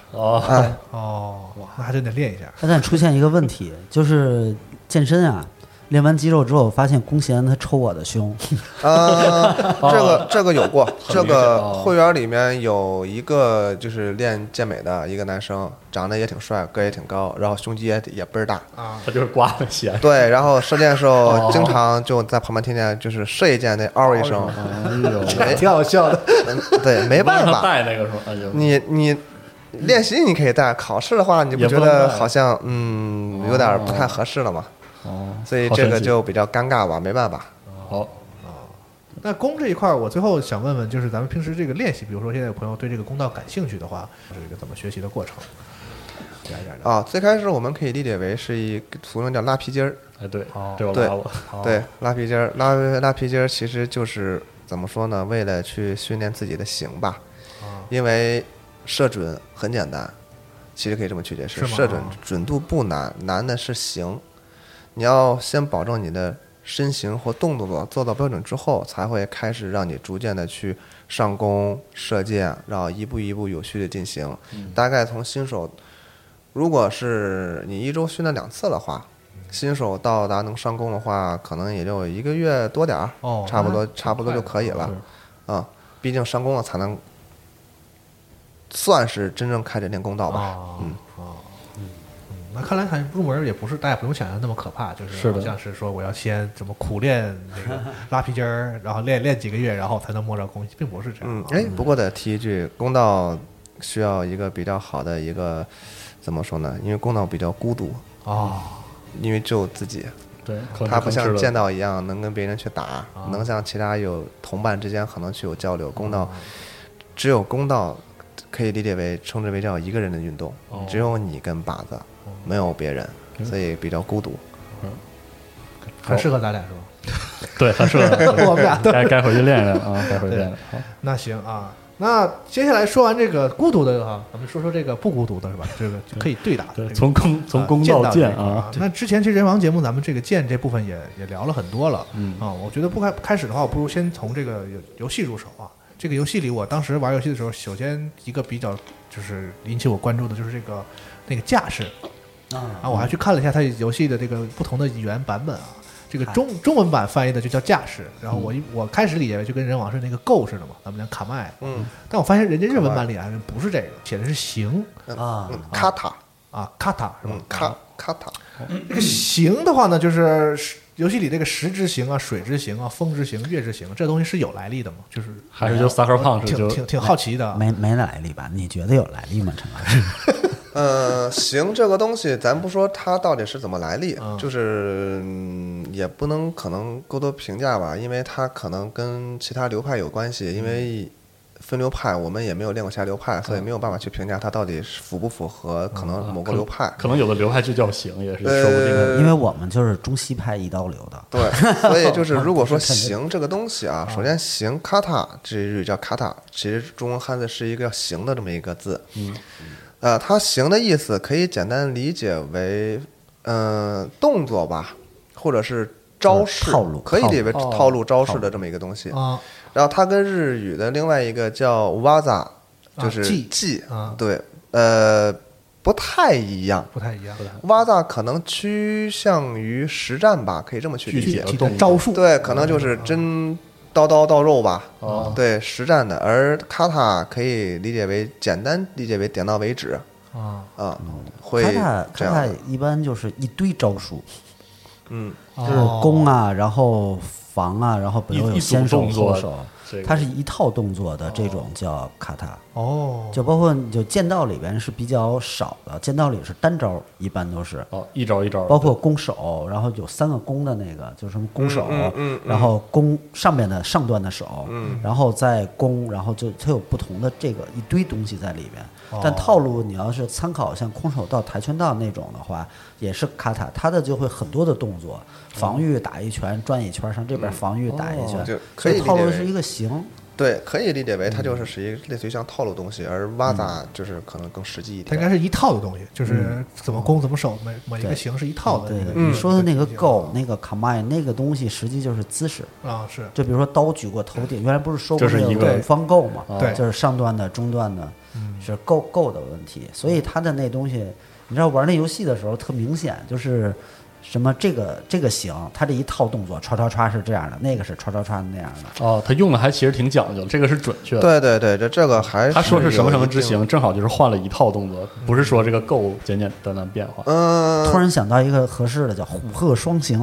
[SPEAKER 2] 哦，
[SPEAKER 1] 哦，那还真得练一下。
[SPEAKER 3] 但出现一个问题，就是健身啊，练完肌肉之后，发现弓弦它抽我的胸，
[SPEAKER 4] 呃，这个这个有过，这
[SPEAKER 2] 哦明显
[SPEAKER 4] 个
[SPEAKER 2] 哦
[SPEAKER 4] 会员里面有一个就是练健美的一个男生，长得也挺帅，个儿也挺高，然后胸肌也也倍儿大，
[SPEAKER 2] 他就是刮了弦，
[SPEAKER 4] 对，然后射箭的时
[SPEAKER 2] 哦
[SPEAKER 4] 候经常就在旁边听见就是射一箭那嗷一声，
[SPEAKER 2] 哎 呦，
[SPEAKER 1] 挺好笑的，
[SPEAKER 4] 嗯对，没办
[SPEAKER 2] 不让他
[SPEAKER 4] 法，
[SPEAKER 2] 戴那个时候，哎呦，
[SPEAKER 4] 你你练习你可以带，考试的话你不
[SPEAKER 2] 也
[SPEAKER 4] 觉
[SPEAKER 2] 不能
[SPEAKER 4] 得
[SPEAKER 2] 带
[SPEAKER 4] 好像嗯有点不太合适了吗？
[SPEAKER 2] 哦，
[SPEAKER 4] 所以
[SPEAKER 2] 好
[SPEAKER 4] 这
[SPEAKER 2] 神
[SPEAKER 4] 个
[SPEAKER 2] 奇
[SPEAKER 4] 就比较尴尬吧，没办法。
[SPEAKER 2] 好，
[SPEAKER 1] 那弓这一块儿，我最后想问问，就是咱们平时这个练习，比如说现在有朋友对这个弓道感兴趣的话，这是一个怎么学习的过程？讲一讲
[SPEAKER 4] 啊，最开始我们可以理解为是一个俗称叫拉皮筋儿，
[SPEAKER 2] 哎对
[SPEAKER 1] 哦，
[SPEAKER 2] 这我
[SPEAKER 4] 对
[SPEAKER 2] 拉了，
[SPEAKER 4] 对，拉皮筋儿，拉拉皮筋儿其实就是怎么说呢？为了去训练自己的形吧，
[SPEAKER 1] 哦
[SPEAKER 4] 因为射准很简单，其实可以这么去解释，
[SPEAKER 1] 是吗
[SPEAKER 4] 射准
[SPEAKER 1] 哦
[SPEAKER 4] 准度不难，难的是形。你要先保证你的身形或动作做到标准之后，才会开始让你逐渐的去上弓、射箭，然后一步一步有序的进行。
[SPEAKER 1] 嗯
[SPEAKER 4] 大概从新手，如果是你一周训练两次的话，新手到达能上弓的话，可能也就一个月多点儿，
[SPEAKER 1] 哦
[SPEAKER 4] 差不多
[SPEAKER 1] 那
[SPEAKER 4] 差不多就可以了。
[SPEAKER 1] 是
[SPEAKER 4] 啊、毕竟上弓了才能算是真正开始练弓道吧。
[SPEAKER 1] 哦
[SPEAKER 4] 嗯，
[SPEAKER 1] 哦，嗯，那看来咱入门也不是大家不用想象那么可怕，就是
[SPEAKER 2] 是
[SPEAKER 1] 好
[SPEAKER 2] 的
[SPEAKER 1] 像是说我要先怎么苦练那个拉皮筋儿，然后练练几个月，然后才能摸着弓，并不是这样
[SPEAKER 4] 嗯
[SPEAKER 1] 啊。，
[SPEAKER 4] 哎，不过得提一句，弓道需要一个比较好的一个怎么说呢？因为弓道比较孤独，
[SPEAKER 1] 哦，
[SPEAKER 4] 因为只有自己，
[SPEAKER 2] 对，可能
[SPEAKER 4] 他不
[SPEAKER 2] 吃
[SPEAKER 4] 像
[SPEAKER 2] 了
[SPEAKER 4] 剑道一样能跟别人去打，能像其他有同伴之间可能去有交流。弓道只有弓道可以理解为称之为叫一个人的运动，只有你跟靶子，没有别人，所以比较孤独。
[SPEAKER 1] 很适合咱俩 是吧？
[SPEAKER 2] 对，他是我们俩该该回去练练啊，该回去
[SPEAKER 1] 对
[SPEAKER 2] 练练，好，
[SPEAKER 1] 那行啊，那接下来说完这个孤独的哈，咱们说说这个不孤独的是吧？这个就可以对打的这
[SPEAKER 2] 对，
[SPEAKER 1] 个。
[SPEAKER 2] 从攻从攻
[SPEAKER 1] 到
[SPEAKER 2] 到剑
[SPEAKER 1] 啊
[SPEAKER 2] 啊，。
[SPEAKER 1] 那之前其实人王节目咱们这个剑这部分也也聊了很多了，
[SPEAKER 2] 嗯
[SPEAKER 1] 啊，我觉得不开开始的话，我不如先从这个游游戏入手啊。这个游戏里，我当时玩游戏的时候，首先一个比较就是引起我关注的就是这个那个架势啊，我还去看了一下它游戏的这个不同的语言版本啊。这个中中文版翻译的就叫架势，然后我一我开始理解就跟人王是那个构似的嘛，咱们讲卡麦，
[SPEAKER 4] 嗯，
[SPEAKER 1] 但我发现人家日文版里啊不是这个，写的是行
[SPEAKER 3] 啊，
[SPEAKER 4] 嗯，卡塔，
[SPEAKER 1] 啊卡塔是吧
[SPEAKER 4] 嗯？，卡卡塔，
[SPEAKER 1] 这个行的话呢，就是是游戏里这个石之行啊、水之行啊、风之行、月之行，这东西是有来历的吗？就是
[SPEAKER 2] 还
[SPEAKER 4] 哎
[SPEAKER 2] 是就 sucker punch
[SPEAKER 1] 挺
[SPEAKER 2] 就
[SPEAKER 1] 挺挺好奇的啊。
[SPEAKER 3] 没没来历吧？你觉得有来历吗，陈老师？
[SPEAKER 4] 呃，行，这个东西咱不说它到底是怎么来历，就是、嗯也不能可能过多评价吧，因为它可能跟其他流派有关系，因
[SPEAKER 2] 嗯
[SPEAKER 4] 为分流派我们也没有练过其他流派，所以没有办法去评价它到底是符不符合可能某个流派。
[SPEAKER 2] 嗯啊可能有的流派就叫行，也是说不定的。
[SPEAKER 4] 呃
[SPEAKER 3] 因为我们就是中西派一刀流的，
[SPEAKER 4] 对，所以就是如果说行这个东西啊，首先行卡塔，这日语叫卡塔，其实中文汉字是一个行的这么一个字。嗯，呃，它行的意思可以简单理解为，嗯、动作吧，或者是招式，
[SPEAKER 3] 就是套路
[SPEAKER 4] 可以理解为
[SPEAKER 2] 套路
[SPEAKER 4] 套路招式的这么一个东西。
[SPEAKER 1] 啊
[SPEAKER 4] 然后它跟日语的另外一个叫 waza，就
[SPEAKER 1] 啊
[SPEAKER 4] 是
[SPEAKER 1] 技
[SPEAKER 4] 技，
[SPEAKER 1] 啊
[SPEAKER 4] 对，呃，不太一样。
[SPEAKER 1] 不太一样，
[SPEAKER 4] waza 可能趋向于实战吧，可以这么去理
[SPEAKER 1] 具
[SPEAKER 4] 解。
[SPEAKER 1] 体的招数
[SPEAKER 4] 对，可能就是真刀刀到肉吧。
[SPEAKER 2] 哦
[SPEAKER 4] 对，实战的。而卡塔可以理解为简单理解为点到为止
[SPEAKER 1] 啊
[SPEAKER 4] 啊，会
[SPEAKER 3] 卡塔
[SPEAKER 4] 这
[SPEAKER 3] 卡塔
[SPEAKER 4] 样的。
[SPEAKER 3] 一般就是一堆招数，
[SPEAKER 4] 嗯，
[SPEAKER 3] 就
[SPEAKER 1] 就是
[SPEAKER 3] 攻啊，然后防啊，然后比如
[SPEAKER 2] 一
[SPEAKER 3] 有
[SPEAKER 2] 一组
[SPEAKER 3] 先手
[SPEAKER 2] 动作
[SPEAKER 3] 后手
[SPEAKER 2] 这，个
[SPEAKER 3] 它是一套动作的这种叫卡塔。
[SPEAKER 1] 哦，
[SPEAKER 3] 就包括你就剑道里边是比较少的，剑道里是单招，一般都是，
[SPEAKER 2] 哦，一招一招，
[SPEAKER 3] 包括攻手，然后有三个攻的那个，就是什么攻手，
[SPEAKER 4] 嗯嗯嗯嗯
[SPEAKER 3] 然后攻上面的上段的手，然后再攻，然后就它有不同的这个一堆东西在里边。但套路你要是参考像空手道、跆拳道那种的话，也是卡塔，它的就会很多的动作，防御打一拳，转一圈，上这边防御打一
[SPEAKER 4] 哦就
[SPEAKER 3] 圈，
[SPEAKER 4] 可以理解
[SPEAKER 3] 套路
[SPEAKER 4] 为
[SPEAKER 3] 是一个形。
[SPEAKER 4] 对，可以理解为它就是是一个类似于像套路东西，而挖达就是可能更实际一
[SPEAKER 1] 它应
[SPEAKER 4] 点。
[SPEAKER 1] 该是一套的东西，就是怎么攻怎么守，每每一个形是一套的
[SPEAKER 3] 嗯哦对
[SPEAKER 1] 那个。，
[SPEAKER 3] 你说的那个
[SPEAKER 1] 嗯
[SPEAKER 3] go 那个 command 那个东西，实际就是姿势。
[SPEAKER 1] 啊是
[SPEAKER 3] 就比如说刀举过头顶，原来不是说过
[SPEAKER 2] 就是
[SPEAKER 3] 那
[SPEAKER 2] 一啊嗯
[SPEAKER 1] 个
[SPEAKER 3] 五方够嘛？
[SPEAKER 1] 对
[SPEAKER 3] 就是上段的、中段的，是够够的问题。所以他的那东西，你知道玩那游戏的时候特明显，就是什么这个这个行，他这一套动作唰唰唰是这样的，那个是唰唰唰那样的。
[SPEAKER 2] 哦，他用的还其实挺讲究，这个是准确的。
[SPEAKER 4] 对对对，这这个还
[SPEAKER 2] 他说是什么什么之
[SPEAKER 4] 有一定
[SPEAKER 2] 行，正好就是换了一套动作，不是说这个够简简单单变化。
[SPEAKER 4] 嗯，
[SPEAKER 3] 突然想到一个合适的叫虎鹤双形，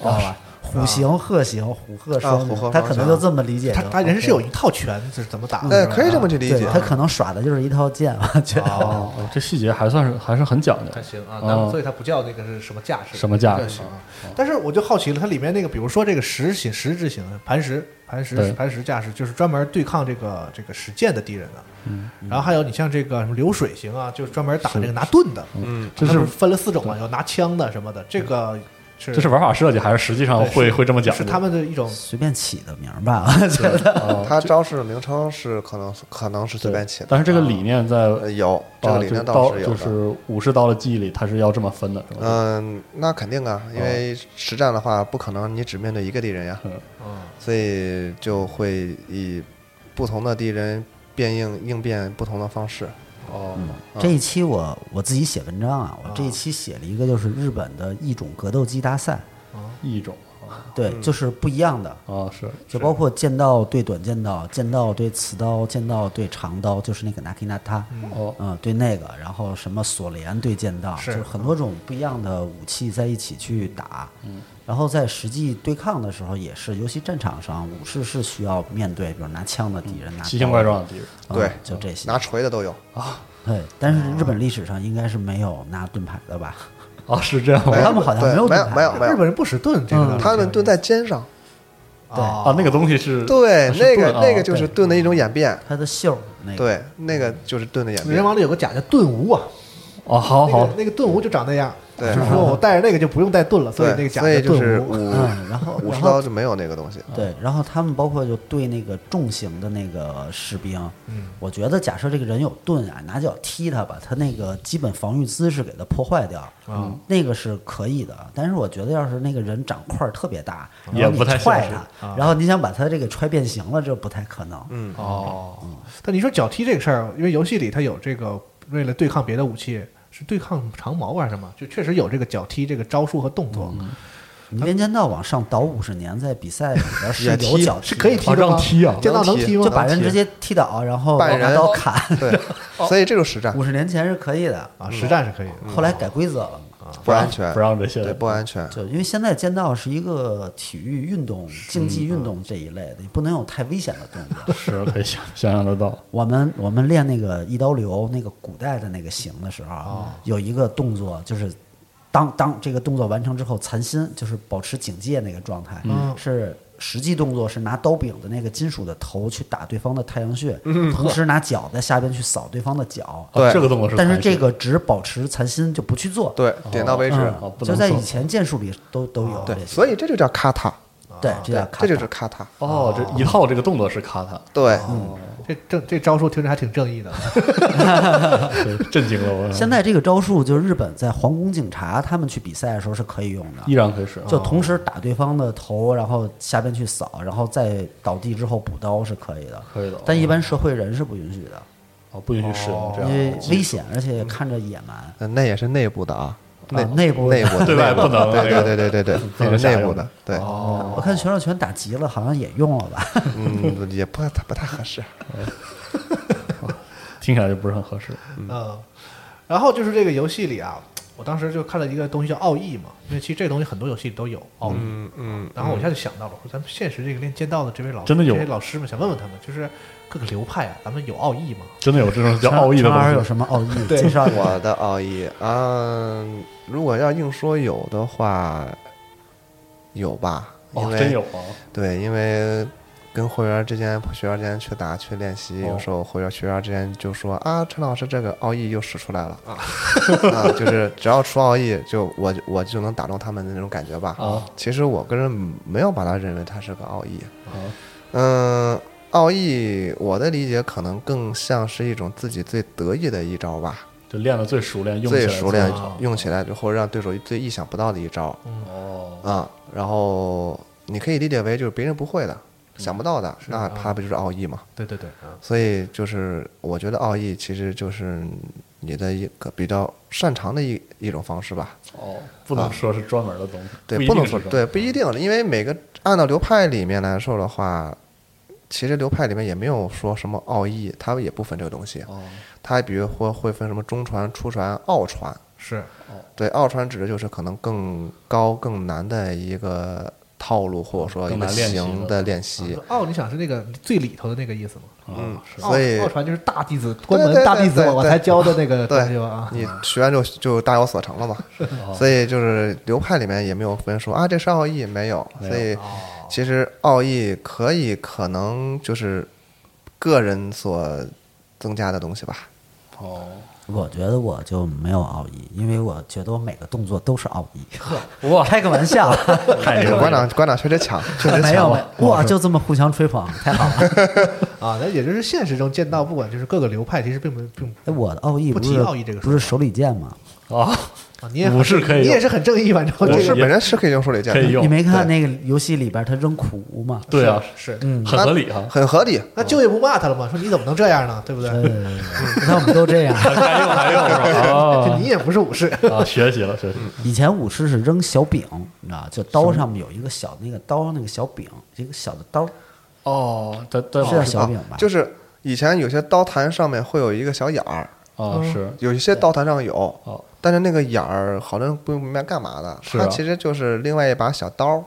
[SPEAKER 3] 知道吧？虎形、鹤形、虎鹤双
[SPEAKER 4] 虎鹤
[SPEAKER 3] 形，他可能
[SPEAKER 4] 双形
[SPEAKER 3] 就这么理解
[SPEAKER 1] 他
[SPEAKER 3] 的。
[SPEAKER 1] 他人是有一套拳，就是怎么打的啊
[SPEAKER 4] 哎，
[SPEAKER 1] 是吧
[SPEAKER 4] 可以这么去理
[SPEAKER 3] 对
[SPEAKER 4] 解。
[SPEAKER 3] 他可能耍的就是一套剑，我觉得。
[SPEAKER 2] 哦，哦这细节还算是还是很讲究
[SPEAKER 1] 还。行啊，
[SPEAKER 2] 嗯
[SPEAKER 3] 哦
[SPEAKER 1] 那所以它不叫那个是什么架势？
[SPEAKER 2] 什么架势
[SPEAKER 1] 对行啊但是我就好奇了，它里面那个，比如说这个石型、石之型、磐石、磐石
[SPEAKER 2] 对、
[SPEAKER 1] 磐石架势，就是专门对抗这个这个实践的敌人的。嗯。然后还有你像这个什么流水型啊，就是专门打这个拿盾的。嗯。
[SPEAKER 2] 这是嗯
[SPEAKER 1] 是分了四种嘛，有拿枪的什么的，这个是
[SPEAKER 2] 这是玩法设计，还是实际上
[SPEAKER 1] 对
[SPEAKER 2] 会会这么讲
[SPEAKER 1] 是
[SPEAKER 2] 究？
[SPEAKER 1] 他们的一种
[SPEAKER 3] 随便起的名儿吧，我觉得。
[SPEAKER 4] 它招式名称是可能可能是随
[SPEAKER 2] 对
[SPEAKER 4] 便起的，
[SPEAKER 2] 但是这个理念在
[SPEAKER 4] 呃有这
[SPEAKER 2] 啊，
[SPEAKER 4] 个理
[SPEAKER 2] 就是
[SPEAKER 4] 论倒
[SPEAKER 2] 刀
[SPEAKER 4] 是有
[SPEAKER 2] 就
[SPEAKER 4] 的。
[SPEAKER 2] 是武士刀的记忆里，它是要这么分的，是吧？
[SPEAKER 4] 嗯，那肯定啊，
[SPEAKER 3] 哦
[SPEAKER 4] 因为实战的话，不可能你只面对一个敌人呀，
[SPEAKER 3] 嗯
[SPEAKER 4] 所以就会以不同的敌人变应应变不同的方式。
[SPEAKER 2] 哦，
[SPEAKER 3] 这一期我我自己写文章啊，我这一期写了一个就是日本的一种格斗技大赛，
[SPEAKER 2] 一种
[SPEAKER 3] 对，就是不一样的，
[SPEAKER 2] 啊是
[SPEAKER 3] 就包括剑道对短剑道、剑道对刺刀、剑道对长刀，就是那个 naki nata，
[SPEAKER 2] 哦
[SPEAKER 3] 嗯，对那个，然后什么锁镰对剑道，
[SPEAKER 1] 是
[SPEAKER 3] 就是很多种不一样的武器在一起去打，嗯，然后在实际对抗的时候也是，尤其战场上，武士是需要面对，比如拿枪的敌人，拿
[SPEAKER 2] 奇
[SPEAKER 3] 刀
[SPEAKER 2] 形
[SPEAKER 3] 的
[SPEAKER 2] 怪状的敌人。
[SPEAKER 3] 嗯
[SPEAKER 4] 对
[SPEAKER 3] 就这些
[SPEAKER 4] 拿锤的都有，
[SPEAKER 3] 对，但是日本历史上应该是没有拿盾牌的吧？
[SPEAKER 2] 哦，是这样吗
[SPEAKER 4] 没？有
[SPEAKER 3] 他们好像
[SPEAKER 4] 对
[SPEAKER 3] 没有
[SPEAKER 4] 没有
[SPEAKER 3] 盾牌
[SPEAKER 4] 没有没
[SPEAKER 1] 日
[SPEAKER 4] 有，
[SPEAKER 1] 本人不使盾，
[SPEAKER 2] 嗯
[SPEAKER 1] 这个
[SPEAKER 4] 他们盾在肩上，
[SPEAKER 1] 啊
[SPEAKER 2] 啊，那个东西是
[SPEAKER 4] 对，
[SPEAKER 2] 是
[SPEAKER 4] 那
[SPEAKER 2] 盾
[SPEAKER 4] 个
[SPEAKER 2] 啊
[SPEAKER 4] 那个就是盾的一种演变，
[SPEAKER 3] 它的袖儿那个，
[SPEAKER 4] 对，那个就是盾的演
[SPEAKER 1] 人
[SPEAKER 4] 变。
[SPEAKER 1] 王里有个甲叫盾无啊，
[SPEAKER 2] 哦，好哦
[SPEAKER 1] 那
[SPEAKER 2] 好
[SPEAKER 1] 个那个盾无就长那样。
[SPEAKER 4] 对
[SPEAKER 1] 就是说我带着那个就不用带盾了，所以那
[SPEAKER 4] 对，
[SPEAKER 1] 个甲
[SPEAKER 4] 所
[SPEAKER 1] 叫
[SPEAKER 4] 以就
[SPEAKER 1] 盾
[SPEAKER 4] 是
[SPEAKER 1] 无。
[SPEAKER 4] 武
[SPEAKER 3] 嗯，然后
[SPEAKER 4] 武武士
[SPEAKER 3] 然后
[SPEAKER 4] 刀就没有那个东西。
[SPEAKER 3] 对，然后他们包括就对那个重型的那个士兵，
[SPEAKER 2] 嗯
[SPEAKER 3] 我觉得假设这个人有盾啊，拿脚踢他，把他那个基本防御姿势给他破坏掉，
[SPEAKER 2] 啊
[SPEAKER 3] 嗯，那个是可以的。但是我觉得要是那个人长块儿特别大，
[SPEAKER 2] 啊也
[SPEAKER 3] 然后你
[SPEAKER 2] 不太
[SPEAKER 3] 踹
[SPEAKER 2] 现实啊
[SPEAKER 3] 他，然后你想把他这个踹变形了，这不太可能。嗯，
[SPEAKER 1] 哦，但你说脚踢这个事儿，因为游戏里它有这个，为了对抗别的武器，是对抗长矛啊还是什么？就确实有这个脚踢这个招数和动作，
[SPEAKER 3] 你《边间道》往上倒五十年，在比赛里边是
[SPEAKER 4] 也
[SPEAKER 3] 有
[SPEAKER 4] 踢
[SPEAKER 3] 脚
[SPEAKER 1] 是可以
[SPEAKER 3] 的
[SPEAKER 1] 踢的吗？
[SPEAKER 2] 往上踢啊
[SPEAKER 1] 剑道能
[SPEAKER 4] 能踢
[SPEAKER 1] 踢吗？
[SPEAKER 3] 就把人
[SPEAKER 4] 踢
[SPEAKER 3] 直接踢倒，然后
[SPEAKER 4] 绊
[SPEAKER 3] 拿
[SPEAKER 4] 人
[SPEAKER 3] 刀砍。
[SPEAKER 4] 对，所以这就是实战
[SPEAKER 3] 五十年前是可以的，
[SPEAKER 1] 啊，实战是可以的。
[SPEAKER 3] 后来改规则了嘛。
[SPEAKER 4] 不安全，
[SPEAKER 2] 不让这些
[SPEAKER 4] 对不安全。
[SPEAKER 3] 就因为现在剑道是一个体育运动、竞技运
[SPEAKER 2] 嗯
[SPEAKER 3] 动这一类的，你不能有太危险的动作。
[SPEAKER 2] 是可以想想象得到。啊
[SPEAKER 3] 我们我们练那个一刀流那个古代的那个形的时候
[SPEAKER 2] 哦
[SPEAKER 3] 啊，有一个动作就是当当这个动作完成之后，残心就是保持警戒那个状态，
[SPEAKER 2] 嗯
[SPEAKER 3] 是实际动作是拿刀柄的那个金属的头去打对方的太阳穴，
[SPEAKER 2] 嗯
[SPEAKER 3] 同时拿脚在下边去扫对方的脚。
[SPEAKER 2] 啊
[SPEAKER 4] 对
[SPEAKER 2] 这个动作是残
[SPEAKER 3] 但
[SPEAKER 2] 血，
[SPEAKER 3] 是这个只保持残心就不去做，
[SPEAKER 4] 对，点到为止。
[SPEAKER 3] 嗯
[SPEAKER 2] 哦不
[SPEAKER 3] 就
[SPEAKER 2] 能哦
[SPEAKER 3] 在
[SPEAKER 2] 做
[SPEAKER 3] 以前剑术里都都有这
[SPEAKER 4] 对，
[SPEAKER 3] 些，
[SPEAKER 4] 所以这就叫卡塔，
[SPEAKER 2] 啊
[SPEAKER 3] 对，这
[SPEAKER 4] 对
[SPEAKER 3] 叫，卡
[SPEAKER 4] 这就
[SPEAKER 3] 塔
[SPEAKER 4] 是啊卡塔。
[SPEAKER 2] 哦，这一套这个动作是卡塔，
[SPEAKER 4] 对，
[SPEAKER 1] 这正这招数听着还挺正义的，
[SPEAKER 2] 对震惊了我。
[SPEAKER 3] 现在这个招数，就是日本在皇宫警察他们去比赛的时候是可以用
[SPEAKER 2] 依
[SPEAKER 3] 的，
[SPEAKER 2] 然可以使，
[SPEAKER 3] 就同时打对方的头，然后下边去扫，然后再倒地之后补刀是可以的。
[SPEAKER 2] 可以的
[SPEAKER 3] 但一般社会人是不允许的，
[SPEAKER 2] 哦，不允许使用这
[SPEAKER 3] 因为
[SPEAKER 2] 样。
[SPEAKER 3] 危险，而且看着野蛮。
[SPEAKER 4] 呃那也是内部的啊，内
[SPEAKER 3] 内部的
[SPEAKER 4] 内部的
[SPEAKER 2] 对外
[SPEAKER 4] 内部
[SPEAKER 2] 不能
[SPEAKER 4] 对
[SPEAKER 2] 那个
[SPEAKER 4] 对对对 对
[SPEAKER 2] 不
[SPEAKER 4] 对，
[SPEAKER 2] 能
[SPEAKER 4] 那
[SPEAKER 2] 下
[SPEAKER 4] 是内
[SPEAKER 2] 药
[SPEAKER 4] 部的，哦对，
[SPEAKER 3] 哦我看玄少拳打急了，好像也用了吧？
[SPEAKER 4] 嗯，也不太不太合 适。
[SPEAKER 2] 听起来就不是很合适。
[SPEAKER 1] 嗯，然后就是这个游戏里啊，我当时就看了一个东西叫奥义嘛，因为其实这东西很多游戏里都有奥义。
[SPEAKER 4] 嗯嗯，
[SPEAKER 1] 然后我一下就想到了，我说咱们现实这个练剑道的这位老
[SPEAKER 2] 真的有
[SPEAKER 1] 这些老师们，想问问他们，就是各个流派啊，咱们有奥义吗？
[SPEAKER 2] 真的有这种叫 奥义的
[SPEAKER 3] 陈老师有
[SPEAKER 2] 东西，
[SPEAKER 3] 什么奥义？介绍一 下。
[SPEAKER 4] 我的奥义啊，如果要硬说有的话，有吧？因
[SPEAKER 2] 哦，真有
[SPEAKER 4] 为
[SPEAKER 2] 啊！
[SPEAKER 4] 对，因为跟会员之间、学员之间去打去练习，
[SPEAKER 2] 哦
[SPEAKER 4] 有时候会员学员之间就说啊，陈老师这个奥义又使出来了啊，啊，就是只要出奥义，就我就我就能打中他们的那种感觉吧。
[SPEAKER 2] 啊
[SPEAKER 4] 其实我个人没有把它认为它是个奥义，
[SPEAKER 2] 啊，
[SPEAKER 4] 嗯，奥义我的理解可能更像是一种自己最得意的一招吧。
[SPEAKER 2] 就练的最熟练，用起来
[SPEAKER 4] 最熟练
[SPEAKER 2] 最好，
[SPEAKER 4] 用起来之后让对手最意想不到的一招
[SPEAKER 2] 哦，
[SPEAKER 4] 啊。然后你可以理解为就是别人不会的、想不到
[SPEAKER 2] 嗯
[SPEAKER 4] 的，
[SPEAKER 2] 啊
[SPEAKER 4] 那他不就是奥义嘛？
[SPEAKER 1] 对对对，啊，
[SPEAKER 4] 所以就是我觉得奥义其实就是你的一个比较擅长的一一种方式吧。
[SPEAKER 2] 哦，不能说是专门的东西，
[SPEAKER 4] 啊对，
[SPEAKER 2] 一
[SPEAKER 4] 不能
[SPEAKER 2] 定
[SPEAKER 4] 说
[SPEAKER 2] 是专门嗯
[SPEAKER 4] 对，不一定，因为每个按照流派里面来说的话，其实流派里面也没有说什么奥义，它也不分这个东西。
[SPEAKER 2] 哦
[SPEAKER 4] 它比如会会分什么中传、初传、奥传。
[SPEAKER 1] 是
[SPEAKER 4] 对，奥传指的就是可能更高、更难的一个套路，或者说一
[SPEAKER 2] 更
[SPEAKER 4] 个
[SPEAKER 2] 难练习
[SPEAKER 4] 型
[SPEAKER 2] 的
[SPEAKER 4] 的练习。
[SPEAKER 1] 奥，你想是那个最里头的那个意思吗？
[SPEAKER 2] 嗯，是
[SPEAKER 1] 奥
[SPEAKER 4] 所以
[SPEAKER 1] 奥啊哦传就是大弟子关
[SPEAKER 4] 对
[SPEAKER 1] 门
[SPEAKER 4] 对
[SPEAKER 1] 大弟
[SPEAKER 4] 对
[SPEAKER 1] 子
[SPEAKER 4] 对
[SPEAKER 1] 我我
[SPEAKER 4] 对
[SPEAKER 1] 才教的那个东西
[SPEAKER 4] 对
[SPEAKER 1] 吧啊，
[SPEAKER 4] 你学完就就大有所成了嘛。所以就是流派里面也没有分说啊，这是奥义没有。
[SPEAKER 2] 没
[SPEAKER 4] 所以其实奥义可以可能就是个人所增加的东西吧。
[SPEAKER 2] 哦，
[SPEAKER 3] 我觉得我就没有奥义，因为我觉得我每个动作都是奥 义。
[SPEAKER 2] 哇，
[SPEAKER 3] 开个玩笑。
[SPEAKER 2] 太牛
[SPEAKER 4] 馆
[SPEAKER 2] 了！
[SPEAKER 4] 长馆长确实强，确实
[SPEAKER 3] 没
[SPEAKER 4] 强
[SPEAKER 3] 有
[SPEAKER 4] 了。
[SPEAKER 3] 没有，哇，就这么互相吹捧，太好了。
[SPEAKER 1] 啊，那也就是现实中剑道，不管就是各个流派，其实并不并
[SPEAKER 3] 哎，我的奥义
[SPEAKER 1] 不
[SPEAKER 3] 不
[SPEAKER 1] 提
[SPEAKER 3] 是
[SPEAKER 1] 奥义这个说
[SPEAKER 3] 不是手里剑吗？
[SPEAKER 2] 啊，
[SPEAKER 1] 啊，你也
[SPEAKER 2] 武士可以
[SPEAKER 1] 你
[SPEAKER 2] 用
[SPEAKER 1] 也是很正义吧，反正
[SPEAKER 2] 我
[SPEAKER 4] 不
[SPEAKER 1] 这
[SPEAKER 4] 是
[SPEAKER 1] 个
[SPEAKER 2] 也
[SPEAKER 4] 本身是可以用手里剑
[SPEAKER 2] 可以
[SPEAKER 4] 的，
[SPEAKER 2] 用
[SPEAKER 3] 你，没看那个游戏里边他扔苦无吗？
[SPEAKER 2] 对 啊，
[SPEAKER 1] 是，
[SPEAKER 2] 很合理啊哈。
[SPEAKER 4] 很合理。
[SPEAKER 1] 那舅爷不骂他了吗？说你怎么能这样呢？对不对？
[SPEAKER 3] 呃，你看我们都这样。
[SPEAKER 4] 嗯
[SPEAKER 2] 还用还用是
[SPEAKER 1] 这
[SPEAKER 2] 吧
[SPEAKER 1] 你也不是武士，
[SPEAKER 2] 啊啊！学习了，学习了
[SPEAKER 3] 以前武士是扔小柄，你知道，就刀上面有一个小那个刀那个小柄，一个小的刀，
[SPEAKER 2] 哦，但但
[SPEAKER 3] 是叫
[SPEAKER 2] 是
[SPEAKER 3] 小柄吧？
[SPEAKER 4] 啊就是是以前有些刀坛上面会有一个小眼儿，
[SPEAKER 2] 啊是
[SPEAKER 4] 有一些刀坛上有
[SPEAKER 2] 哦，
[SPEAKER 4] 但是那个眼儿好像不明白干嘛的，
[SPEAKER 2] 是啊
[SPEAKER 4] 它其实就是另外一把小刀，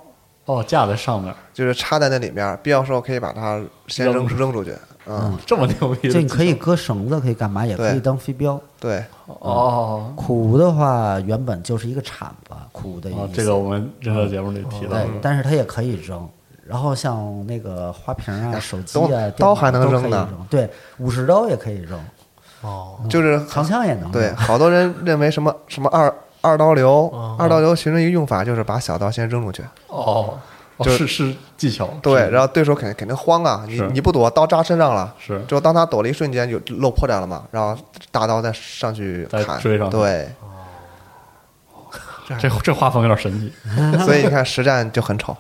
[SPEAKER 2] 哦，架在上面，
[SPEAKER 4] 就是插在那里面，必要时候可以把它先扔
[SPEAKER 2] 扔出
[SPEAKER 4] 扔出去。嗯，
[SPEAKER 2] 这么牛逼的技巧，
[SPEAKER 3] 就你可以割绳子，可以干嘛，也可以
[SPEAKER 4] 对
[SPEAKER 3] 当飞镖。
[SPEAKER 4] 对，
[SPEAKER 2] 哦。
[SPEAKER 3] 苦无的话，原本就是一个铲子，苦无的意
[SPEAKER 2] 啊
[SPEAKER 3] 思。，
[SPEAKER 2] 这个我们人在节目
[SPEAKER 4] 嗯
[SPEAKER 2] 里提到
[SPEAKER 3] 对
[SPEAKER 4] 哦
[SPEAKER 2] 过，，
[SPEAKER 3] 但是它也可以扔。然后像那个花瓶啊、手机
[SPEAKER 4] 都
[SPEAKER 3] 啊、电
[SPEAKER 4] 刀
[SPEAKER 3] 脑
[SPEAKER 4] 还能
[SPEAKER 3] 都可
[SPEAKER 4] 扔
[SPEAKER 3] 以
[SPEAKER 4] 呢
[SPEAKER 3] 对，武士刀也可以扔，
[SPEAKER 1] 哦
[SPEAKER 2] 哦
[SPEAKER 4] 就是
[SPEAKER 3] 长枪也能
[SPEAKER 4] 对，
[SPEAKER 3] 扔。
[SPEAKER 4] 好多人认为什么
[SPEAKER 2] 哦
[SPEAKER 4] 什么二二刀流，二刀流其中一个用法就是把小刀先扔出去，
[SPEAKER 2] 哦，哦
[SPEAKER 4] 就是
[SPEAKER 2] 是技巧，
[SPEAKER 4] 对，
[SPEAKER 2] 是
[SPEAKER 4] 然后对手肯定肯定慌啊，你
[SPEAKER 2] 是
[SPEAKER 4] 你不躲，刀扎身上了，
[SPEAKER 2] 是
[SPEAKER 4] 就当他躲了一瞬间，有露破绽了嘛，然后大刀再上去
[SPEAKER 2] 再
[SPEAKER 4] 砍，
[SPEAKER 2] 追上去哦
[SPEAKER 4] 对，
[SPEAKER 2] 这这画风有点神奇
[SPEAKER 4] 所以你看实战就很丑，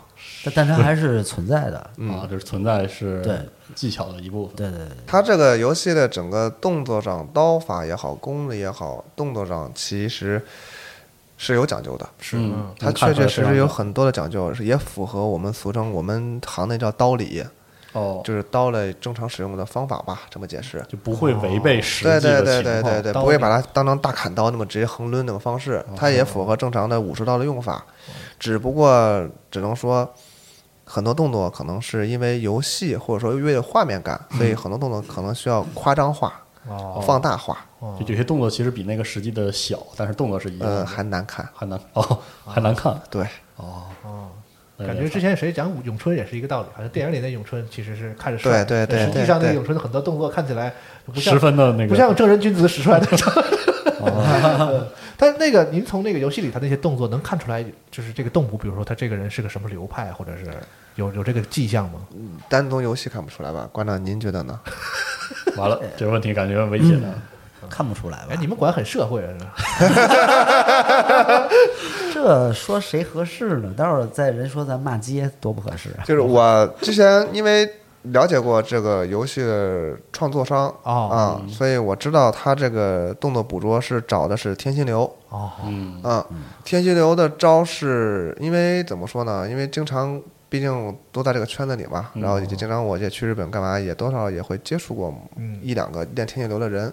[SPEAKER 3] 但但它还是存在的。
[SPEAKER 2] 啊，就是存在是
[SPEAKER 3] 对
[SPEAKER 2] 技巧的一部分，
[SPEAKER 3] 对对对，
[SPEAKER 4] 它这个游戏的整个动作上，刀法也好，功力也好，动作上其实是有讲究的。
[SPEAKER 2] 是嗯
[SPEAKER 4] 它确确实实有很多的讲究，是也符合我们俗称我们行内叫刀理，
[SPEAKER 2] 哦，
[SPEAKER 4] 就是刀类正常使用的方法吧，这么解释。
[SPEAKER 2] 就不会违背实际
[SPEAKER 4] 对
[SPEAKER 2] 的情况，
[SPEAKER 4] 对哦对对对对，
[SPEAKER 1] 刀
[SPEAKER 4] 不会把它当成大砍刀那么直接横抡那个方式，它也符合正常的武士刀的用法，
[SPEAKER 2] 哦
[SPEAKER 4] 只不过只能说很多动作可能是因为游戏或者说为了画面感，所以很多动作可能需要夸张化、
[SPEAKER 1] 哦，
[SPEAKER 4] 放大化，
[SPEAKER 2] 就有些动作其实比那个实际的小，但是动作是一样
[SPEAKER 4] 嗯，
[SPEAKER 2] 的，
[SPEAKER 4] 还难看。
[SPEAKER 2] 还难哦，还难看
[SPEAKER 4] 对，
[SPEAKER 2] 哦
[SPEAKER 1] 哦，
[SPEAKER 2] 哎
[SPEAKER 1] 感觉之前谁讲咏春也是一个道理，好像电影里那咏春其实是看着帅，
[SPEAKER 4] 对对对
[SPEAKER 1] 但实
[SPEAKER 4] 对
[SPEAKER 1] 际上那
[SPEAKER 4] 对
[SPEAKER 1] 咏春的很多动作看起来就不像
[SPEAKER 2] 十分的那个
[SPEAKER 1] 不像正人君子使出来的。嗯 但是那个，您从那个游戏里他那些动作能看出来，就是这个动捕，比如说他这个人是个什么流派，或者是有有这个迹象吗？
[SPEAKER 4] 单从游戏看不出来吧？馆长，您觉 得呢？
[SPEAKER 2] 完 了，这个问题感觉危险
[SPEAKER 4] 嗯
[SPEAKER 2] 了。
[SPEAKER 3] 看不出来吧
[SPEAKER 1] 哎，？你们管很社会啊，
[SPEAKER 3] 这说谁合适呢？待会儿再人说咱骂街多不合适啊！
[SPEAKER 4] 就是我之前因为了解过这个游戏的创作商啊、
[SPEAKER 1] 哦
[SPEAKER 4] 所以我知道他这个动作捕捉是找的是天心流
[SPEAKER 1] 哦，
[SPEAKER 2] 嗯，
[SPEAKER 4] 啊、天心流的招式，因为怎么说呢？因为经常。毕竟都在这个圈子里嘛，
[SPEAKER 1] 嗯
[SPEAKER 4] 然后也经常我也去日本干嘛，也多少也会接触过
[SPEAKER 1] 嗯
[SPEAKER 4] 一两个练天心流的人，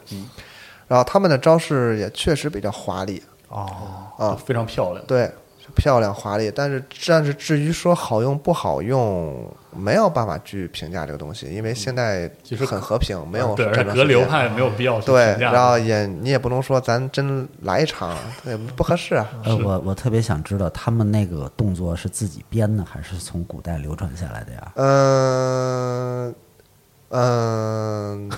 [SPEAKER 4] 然后他们的招式也确实比较华丽
[SPEAKER 1] 哦，
[SPEAKER 4] 啊、
[SPEAKER 2] 就非常漂亮。
[SPEAKER 4] 对，漂亮华丽，但是但是至于说好用不好用，没有办法去评价这个东西，因为现在
[SPEAKER 2] 其实
[SPEAKER 4] 很和平，没有
[SPEAKER 2] 嗯对，而且
[SPEAKER 4] 战争
[SPEAKER 2] 隔
[SPEAKER 4] 事
[SPEAKER 2] 流
[SPEAKER 4] 件。
[SPEAKER 2] 派没有必要去
[SPEAKER 4] 对
[SPEAKER 2] 评，价
[SPEAKER 4] 然后也你也不能说咱真来一场，也不合适啊。
[SPEAKER 3] 呃，我我特别想知道他们那个动作是自己编的，还是从古代流传下来的呀？
[SPEAKER 4] 嗯 嗯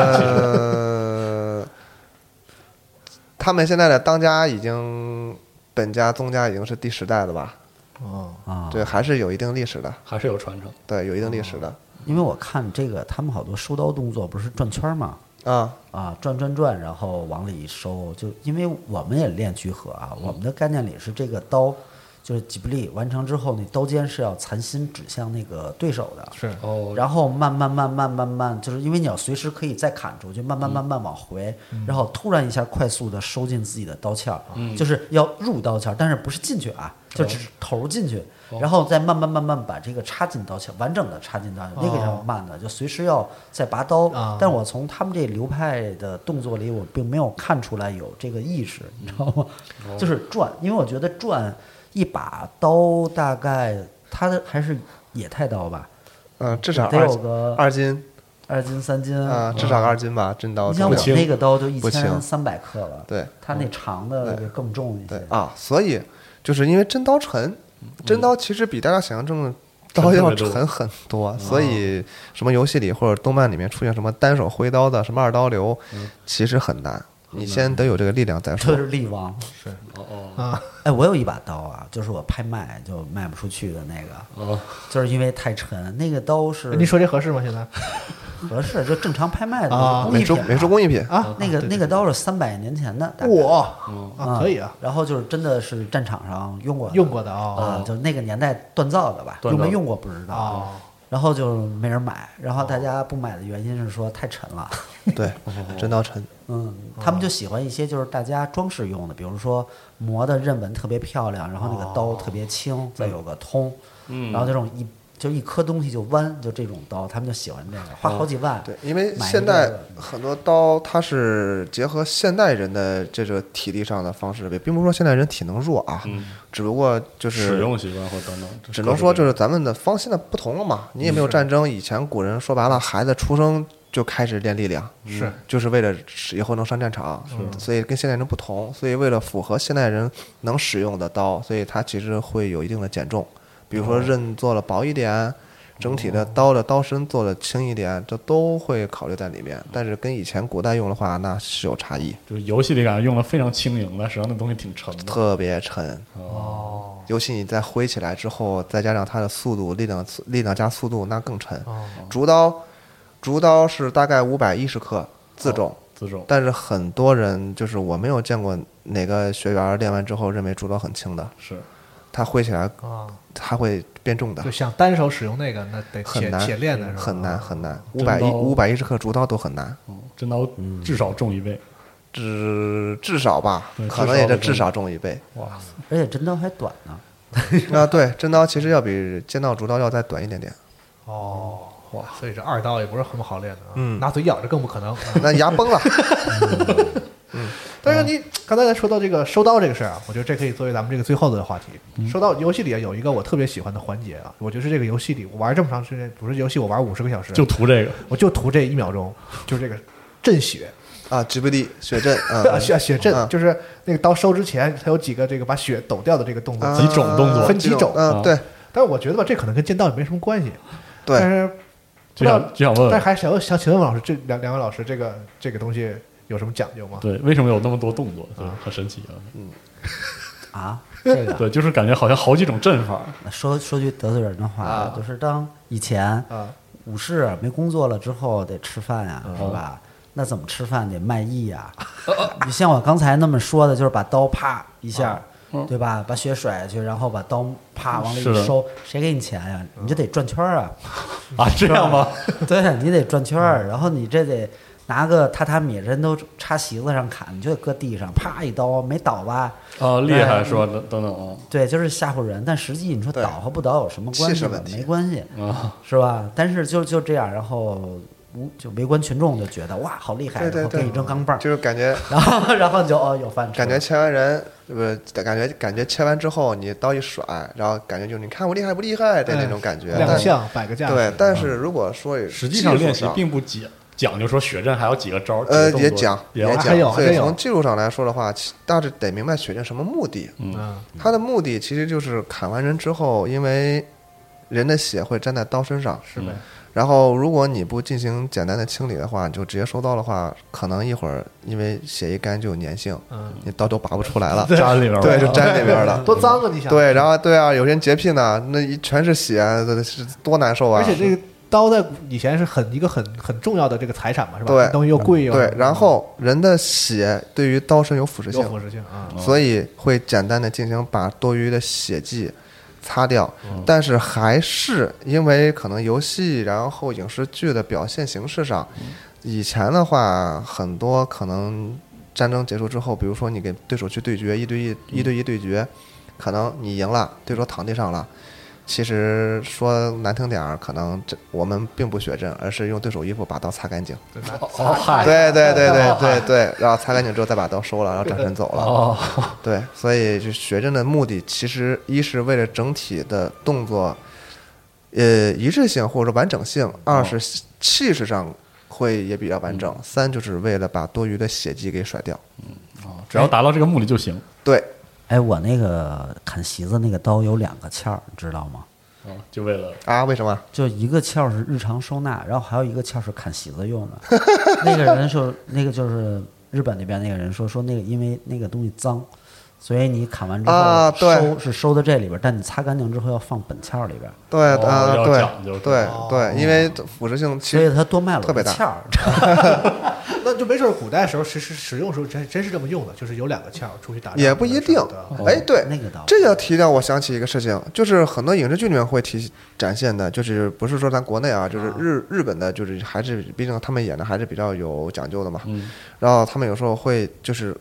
[SPEAKER 4] 嗯，他们现在的当家已经本家宗家已经是第十代了吧？
[SPEAKER 1] 哦，
[SPEAKER 3] 啊，
[SPEAKER 4] 对，还是有一定历史的，
[SPEAKER 2] 还是有传承。
[SPEAKER 4] 对，有一定历
[SPEAKER 2] 啊
[SPEAKER 4] 史的
[SPEAKER 3] 因为我看这个他们好多收刀动作不是转圈儿吗？
[SPEAKER 4] 啊。
[SPEAKER 3] 啊，转转转，然后往里收。就因为我们也练居合啊，我们的概念里是这个刀，就是几不利完成之后，你刀尖是要残心指向那个对手的。
[SPEAKER 1] 是
[SPEAKER 2] 哦，
[SPEAKER 3] 然后慢慢慢慢慢慢，就是因为你要随时可以再砍出去，慢慢慢慢往回，
[SPEAKER 1] 嗯
[SPEAKER 3] 然后突然一下快速的收进自己的刀鞘儿，就是要入刀鞘儿，但是不是进去啊，就只是头进去，然后再慢慢慢慢把这个插进刀鞘，完整的插进刀鞘，那个
[SPEAKER 1] 哦
[SPEAKER 3] 是慢的，就随时要再拔刀
[SPEAKER 1] 啊。
[SPEAKER 3] 但我从他们这流派的动作里，我并没有看出来有这个意识，
[SPEAKER 1] 嗯
[SPEAKER 3] 你知道吗？
[SPEAKER 1] 哦
[SPEAKER 3] 就是转，因为我觉得转一把刀大概它的还是野太刀吧。
[SPEAKER 4] 嗯，至少
[SPEAKER 3] 得
[SPEAKER 4] 二
[SPEAKER 3] 有
[SPEAKER 4] 斤
[SPEAKER 3] 个
[SPEAKER 4] 二斤
[SPEAKER 3] 二斤三斤
[SPEAKER 4] 啊，哦至少二斤吧，真刀
[SPEAKER 3] 你像我
[SPEAKER 4] 重量
[SPEAKER 3] 那个刀就一
[SPEAKER 4] 不
[SPEAKER 3] 千
[SPEAKER 4] 轻
[SPEAKER 3] 三百克了，
[SPEAKER 4] 对嗯
[SPEAKER 3] 它那长的就更重一
[SPEAKER 4] 对
[SPEAKER 3] 些。
[SPEAKER 4] 啊，所以就是因为真刀沉，真刀其实比大家想象中的刀要沉很多，
[SPEAKER 3] 啊
[SPEAKER 4] 所以什么游戏里或者动漫里面出现什么单手挥刀的，什么二刀流，
[SPEAKER 3] 嗯
[SPEAKER 4] 其实很难。你先得有这个力量再
[SPEAKER 3] 这
[SPEAKER 4] 说
[SPEAKER 3] 是。力王，
[SPEAKER 2] 哦
[SPEAKER 1] 啊，
[SPEAKER 3] 哎，我有一把刀啊，就是我拍卖就卖不出去的那个，
[SPEAKER 2] 哦，
[SPEAKER 3] 就是因为太沉。那个刀
[SPEAKER 4] 哎
[SPEAKER 3] 是
[SPEAKER 1] 您说这合适吗？现在
[SPEAKER 3] 合适，就正常拍卖的
[SPEAKER 1] 啊
[SPEAKER 3] 工
[SPEAKER 4] 美
[SPEAKER 3] 艺
[SPEAKER 4] 术
[SPEAKER 3] 品啊
[SPEAKER 4] 美术工艺品，
[SPEAKER 1] 啊，
[SPEAKER 3] 那个那个刀是三百年前的，大概
[SPEAKER 1] 我
[SPEAKER 3] 嗯
[SPEAKER 1] 啊，可以啊，
[SPEAKER 3] 然后就是真的是战场上用过的
[SPEAKER 1] 用过的
[SPEAKER 3] 啊
[SPEAKER 4] 哦
[SPEAKER 1] 啊，，
[SPEAKER 3] 就是那个年代锻造的吧，
[SPEAKER 2] 锻造
[SPEAKER 3] 用没用过不知
[SPEAKER 1] 哦
[SPEAKER 3] 道。然后就没人买，然后
[SPEAKER 4] 哦
[SPEAKER 3] 大家不买的原因是说太沉了。
[SPEAKER 4] 对，
[SPEAKER 3] 哦
[SPEAKER 4] 真刀沉，
[SPEAKER 3] 嗯，
[SPEAKER 4] 哦
[SPEAKER 3] 他们就喜欢一些就是大家装饰用的，比如说磨的刃纹特别漂亮，然后那个刀特别轻，再有个通，
[SPEAKER 4] 嗯
[SPEAKER 3] 然后这种一就一颗东西就弯，就这种刀，他们就喜欢这个，花好几万。
[SPEAKER 4] 对，因为
[SPEAKER 3] 啊买一
[SPEAKER 4] 现在
[SPEAKER 3] 个
[SPEAKER 4] 很多刀它是结合现代人的这个体力上的方式，也并不是说现代人体能弱啊，
[SPEAKER 3] 嗯
[SPEAKER 4] 只不过就是
[SPEAKER 2] 使用习惯或等等，
[SPEAKER 4] 只能说就是是咱们的方现在不同了嘛，你也
[SPEAKER 3] 嗯
[SPEAKER 4] 没有战争。以前古人说白了，孩子出生就开始练力量，
[SPEAKER 1] 是
[SPEAKER 4] 就是为了使以后能上战场，所以跟现代人不同。所以为了符合现代人能
[SPEAKER 1] 哦
[SPEAKER 4] 使用的刀，所以它其实会有一定的减重，比如说刃做了薄一点，整体的刀的刀身做的轻一点，这都会考虑在里
[SPEAKER 1] 嗯
[SPEAKER 4] 面。但是跟以前古代用的话，那是有差异，
[SPEAKER 2] 就是游戏里感觉用了非常轻盈的，实际上那东西挺沉的。
[SPEAKER 4] 特别沉。
[SPEAKER 1] 嗯哦
[SPEAKER 4] 尤其你再挥起来之后，再加上它的速度、力量、力量加速度，那更沉。
[SPEAKER 1] 哦，
[SPEAKER 4] 竹刀，竹刀是大概五百一十克自重，
[SPEAKER 2] 自重
[SPEAKER 4] 但是很多人就是我没有见过哪个学员练完之后认为竹刀很轻的，
[SPEAKER 2] 是
[SPEAKER 4] 他挥起来
[SPEAKER 1] 啊，
[SPEAKER 4] 他会变重的
[SPEAKER 1] 就，想单手使用那个，那得
[SPEAKER 4] 很
[SPEAKER 1] 铁
[SPEAKER 4] 难，
[SPEAKER 1] 铁练的是啊吧？
[SPEAKER 4] 很难很难，五
[SPEAKER 2] 真
[SPEAKER 4] 百一
[SPEAKER 2] 刀
[SPEAKER 4] 五百一十克竹刀都很难，
[SPEAKER 2] 嗯真刀至少重一倍。
[SPEAKER 4] 至至少吧
[SPEAKER 2] 对，
[SPEAKER 4] 可能也就
[SPEAKER 2] 至
[SPEAKER 4] 至
[SPEAKER 2] 少
[SPEAKER 4] 少重一倍。
[SPEAKER 2] 哇，
[SPEAKER 3] 而且真刀还短呢。
[SPEAKER 4] 啊，对，真刀其实要比尖刀、竹刀要再短一点点，
[SPEAKER 1] 哦，哇，所以这二刀也不是很好练的啊，
[SPEAKER 4] 嗯
[SPEAKER 1] 拿嘴咬着更不可能。啊
[SPEAKER 4] 那牙崩了。
[SPEAKER 1] 但是你刚才咱说到这个收刀这个事儿啊，我觉得这可以作为咱们这个最后的话题。收刀游戏里啊有一个我特别喜欢的环节啊，我就是这个游戏里我玩这么长时间，不是游戏我玩五十个小时，
[SPEAKER 2] 就图这个，
[SPEAKER 1] 我就图这一秒钟，就是这个震血。
[SPEAKER 4] 啊，吉布力血阵
[SPEAKER 1] 啊
[SPEAKER 4] 啊，
[SPEAKER 1] 血血阵、
[SPEAKER 4] 嗯
[SPEAKER 1] 就是那个刀收之前，它有几个这个把血抖掉的这个动作。
[SPEAKER 4] 啊
[SPEAKER 2] 几种动作
[SPEAKER 1] 分几种
[SPEAKER 4] 嗯，对
[SPEAKER 1] 但是我觉得吧，这可能跟剑道也没什么关系。但
[SPEAKER 4] 对，
[SPEAKER 1] 是不知
[SPEAKER 2] 就
[SPEAKER 1] 道
[SPEAKER 2] 想就想
[SPEAKER 1] 但
[SPEAKER 2] 问
[SPEAKER 1] 是
[SPEAKER 2] 问，
[SPEAKER 1] 还想想请问问老师，这两两位老师这个这个东西有什么讲究吗？
[SPEAKER 2] 对，为什么有那么多动作？对，很神奇啊。
[SPEAKER 3] 啊，这个
[SPEAKER 2] 对，就是感觉好像好几种阵法。
[SPEAKER 3] 说说句得罪人的话，
[SPEAKER 1] 啊
[SPEAKER 3] 就是当以前
[SPEAKER 1] 啊
[SPEAKER 3] 武士没工作了之后得吃饭呀、
[SPEAKER 2] 啊
[SPEAKER 3] 是吧？那怎么吃饭得卖艺呀、
[SPEAKER 2] 啊
[SPEAKER 3] 你像我刚才那么说的，就是把刀啪一下，对吧？把血甩下去，然后把刀啪往里
[SPEAKER 2] 嗯是的
[SPEAKER 3] 一收，谁给你钱呀、你就得转圈儿啊，
[SPEAKER 2] 啊， 这样吗？ 嗯
[SPEAKER 3] 对你得转圈儿，然后你这得拿个榻榻米，人都插席子上砍，你就得搁地上，啪一刀没倒吧？
[SPEAKER 2] 啊，厉害是吧？等等等啊
[SPEAKER 3] 对，就是吓唬人，但实际你说
[SPEAKER 4] 对
[SPEAKER 3] 倒和不倒有什么关
[SPEAKER 4] 气
[SPEAKER 3] 系
[SPEAKER 4] 势
[SPEAKER 3] 吗
[SPEAKER 4] 问？题嗯
[SPEAKER 3] 没关系，
[SPEAKER 2] 啊，
[SPEAKER 3] 是吧？但是就就这样，然后无就围观群众就觉得哇，好厉害，
[SPEAKER 4] 对对
[SPEAKER 3] 哎然后给
[SPEAKER 4] 对
[SPEAKER 3] 你扔钢镚儿，
[SPEAKER 4] 就是感觉
[SPEAKER 3] 然后然后你就哦有饭吃，
[SPEAKER 4] 感觉切完人，不是感觉感觉切完之后，你刀一甩，然后感觉就你看我厉害不厉害的那种感觉。
[SPEAKER 1] 嗯亮
[SPEAKER 4] 但
[SPEAKER 1] 相摆个架势。
[SPEAKER 4] 对，但是如果说
[SPEAKER 2] 实际上
[SPEAKER 4] 技术
[SPEAKER 2] 练习并不讲讲究说血阵还有几个招儿，几
[SPEAKER 4] 呃
[SPEAKER 2] 个动作
[SPEAKER 4] 也讲
[SPEAKER 2] 也
[SPEAKER 4] 也
[SPEAKER 2] 要
[SPEAKER 1] 还有
[SPEAKER 4] 讲，所
[SPEAKER 1] 还
[SPEAKER 4] 以
[SPEAKER 1] 有
[SPEAKER 4] 从技术上来说的话，其大致得明白血阵什么目的。
[SPEAKER 1] 嗯，
[SPEAKER 4] 它的目的其实就是砍完人之后，因为人的血会粘在刀身上，
[SPEAKER 1] 是呗。
[SPEAKER 4] 然后，如果你不进行简单的清理的话，你就直接收刀的话，可能一会儿因为血一干就有粘性，
[SPEAKER 1] 嗯，
[SPEAKER 4] 你刀都拔不出来了，
[SPEAKER 2] 粘里边儿
[SPEAKER 4] 对，就
[SPEAKER 2] 啊
[SPEAKER 4] 粘里边了。
[SPEAKER 1] 多脏啊！你想，
[SPEAKER 4] 对，然后对啊，有些人洁癖呢，那一全是血，这是多难受啊！
[SPEAKER 1] 而且这个刀在以前是很一个很很重要的这个财产嘛，是吧？
[SPEAKER 4] 对
[SPEAKER 1] 东西又贵又
[SPEAKER 4] 对，然后人的血对于刀身有腐蚀
[SPEAKER 1] 有腐
[SPEAKER 4] 性，
[SPEAKER 1] 蚀性啊，
[SPEAKER 4] 所以会简单的进行把多余的血迹擦掉，但是还是因为可能游戏然后影视剧的表现形式上，以前的话很多可能战争结束之后，比如说你给对手去对决一对一一对一对决，可能你赢了，对手躺地上了。其实说难听点儿，可能这我们并不血阵，而是用对手衣服把刀擦干净。
[SPEAKER 1] 对拿
[SPEAKER 2] 哦嗨
[SPEAKER 4] 对对对对对对，然后擦干净之后再把刀收了，然后转身走 了。
[SPEAKER 2] 哦，
[SPEAKER 4] 对，所以就学阵的目的，其实一是为了整体的动作，呃，一致性或者说完整性；二是气势上会也比较完整；三就是为了把多余的血迹给甩掉。
[SPEAKER 2] 哦只要达到这个目的就行。
[SPEAKER 4] 对，
[SPEAKER 3] 哎，我那个砍席子那个刀有两个鞘儿，你知道吗？
[SPEAKER 2] 啊，就为了
[SPEAKER 4] 啊，为什么？
[SPEAKER 3] 就一个鞘是日常收纳，然后还有一个鞘是砍席子用的。那个人说，那个就是日本那边那个人说说那个，因为那个东西脏，所以你砍完之后、
[SPEAKER 4] 啊对
[SPEAKER 3] 收是收到这里边，但你擦干净之后要放本鞘里边，
[SPEAKER 4] 对，
[SPEAKER 2] 哦
[SPEAKER 4] 啊，
[SPEAKER 2] 要
[SPEAKER 4] 对
[SPEAKER 2] 讲究是，
[SPEAKER 4] 对
[SPEAKER 2] 吧，
[SPEAKER 4] 对，因为腐蚀性其
[SPEAKER 3] 所以
[SPEAKER 4] 实
[SPEAKER 3] 他多卖了
[SPEAKER 4] 特别
[SPEAKER 3] 个
[SPEAKER 4] 大
[SPEAKER 3] 鞘
[SPEAKER 2] 嗯
[SPEAKER 3] 儿。
[SPEAKER 1] 那就没准儿古代时候实实使用时候真真是这么用的，就是有两个鞘出去打仗啊
[SPEAKER 4] 也不一定
[SPEAKER 1] 什么的。
[SPEAKER 4] 哎，对，
[SPEAKER 3] 哦那个倒
[SPEAKER 4] 这个提到我想起一个事情，就是很多影视剧里面会提展现的，就是不是说咱国内啊，就是日日本的，就是还是毕竟他们演的还是比较有讲究的嘛。
[SPEAKER 2] 嗯
[SPEAKER 4] 然后他们有时候会就是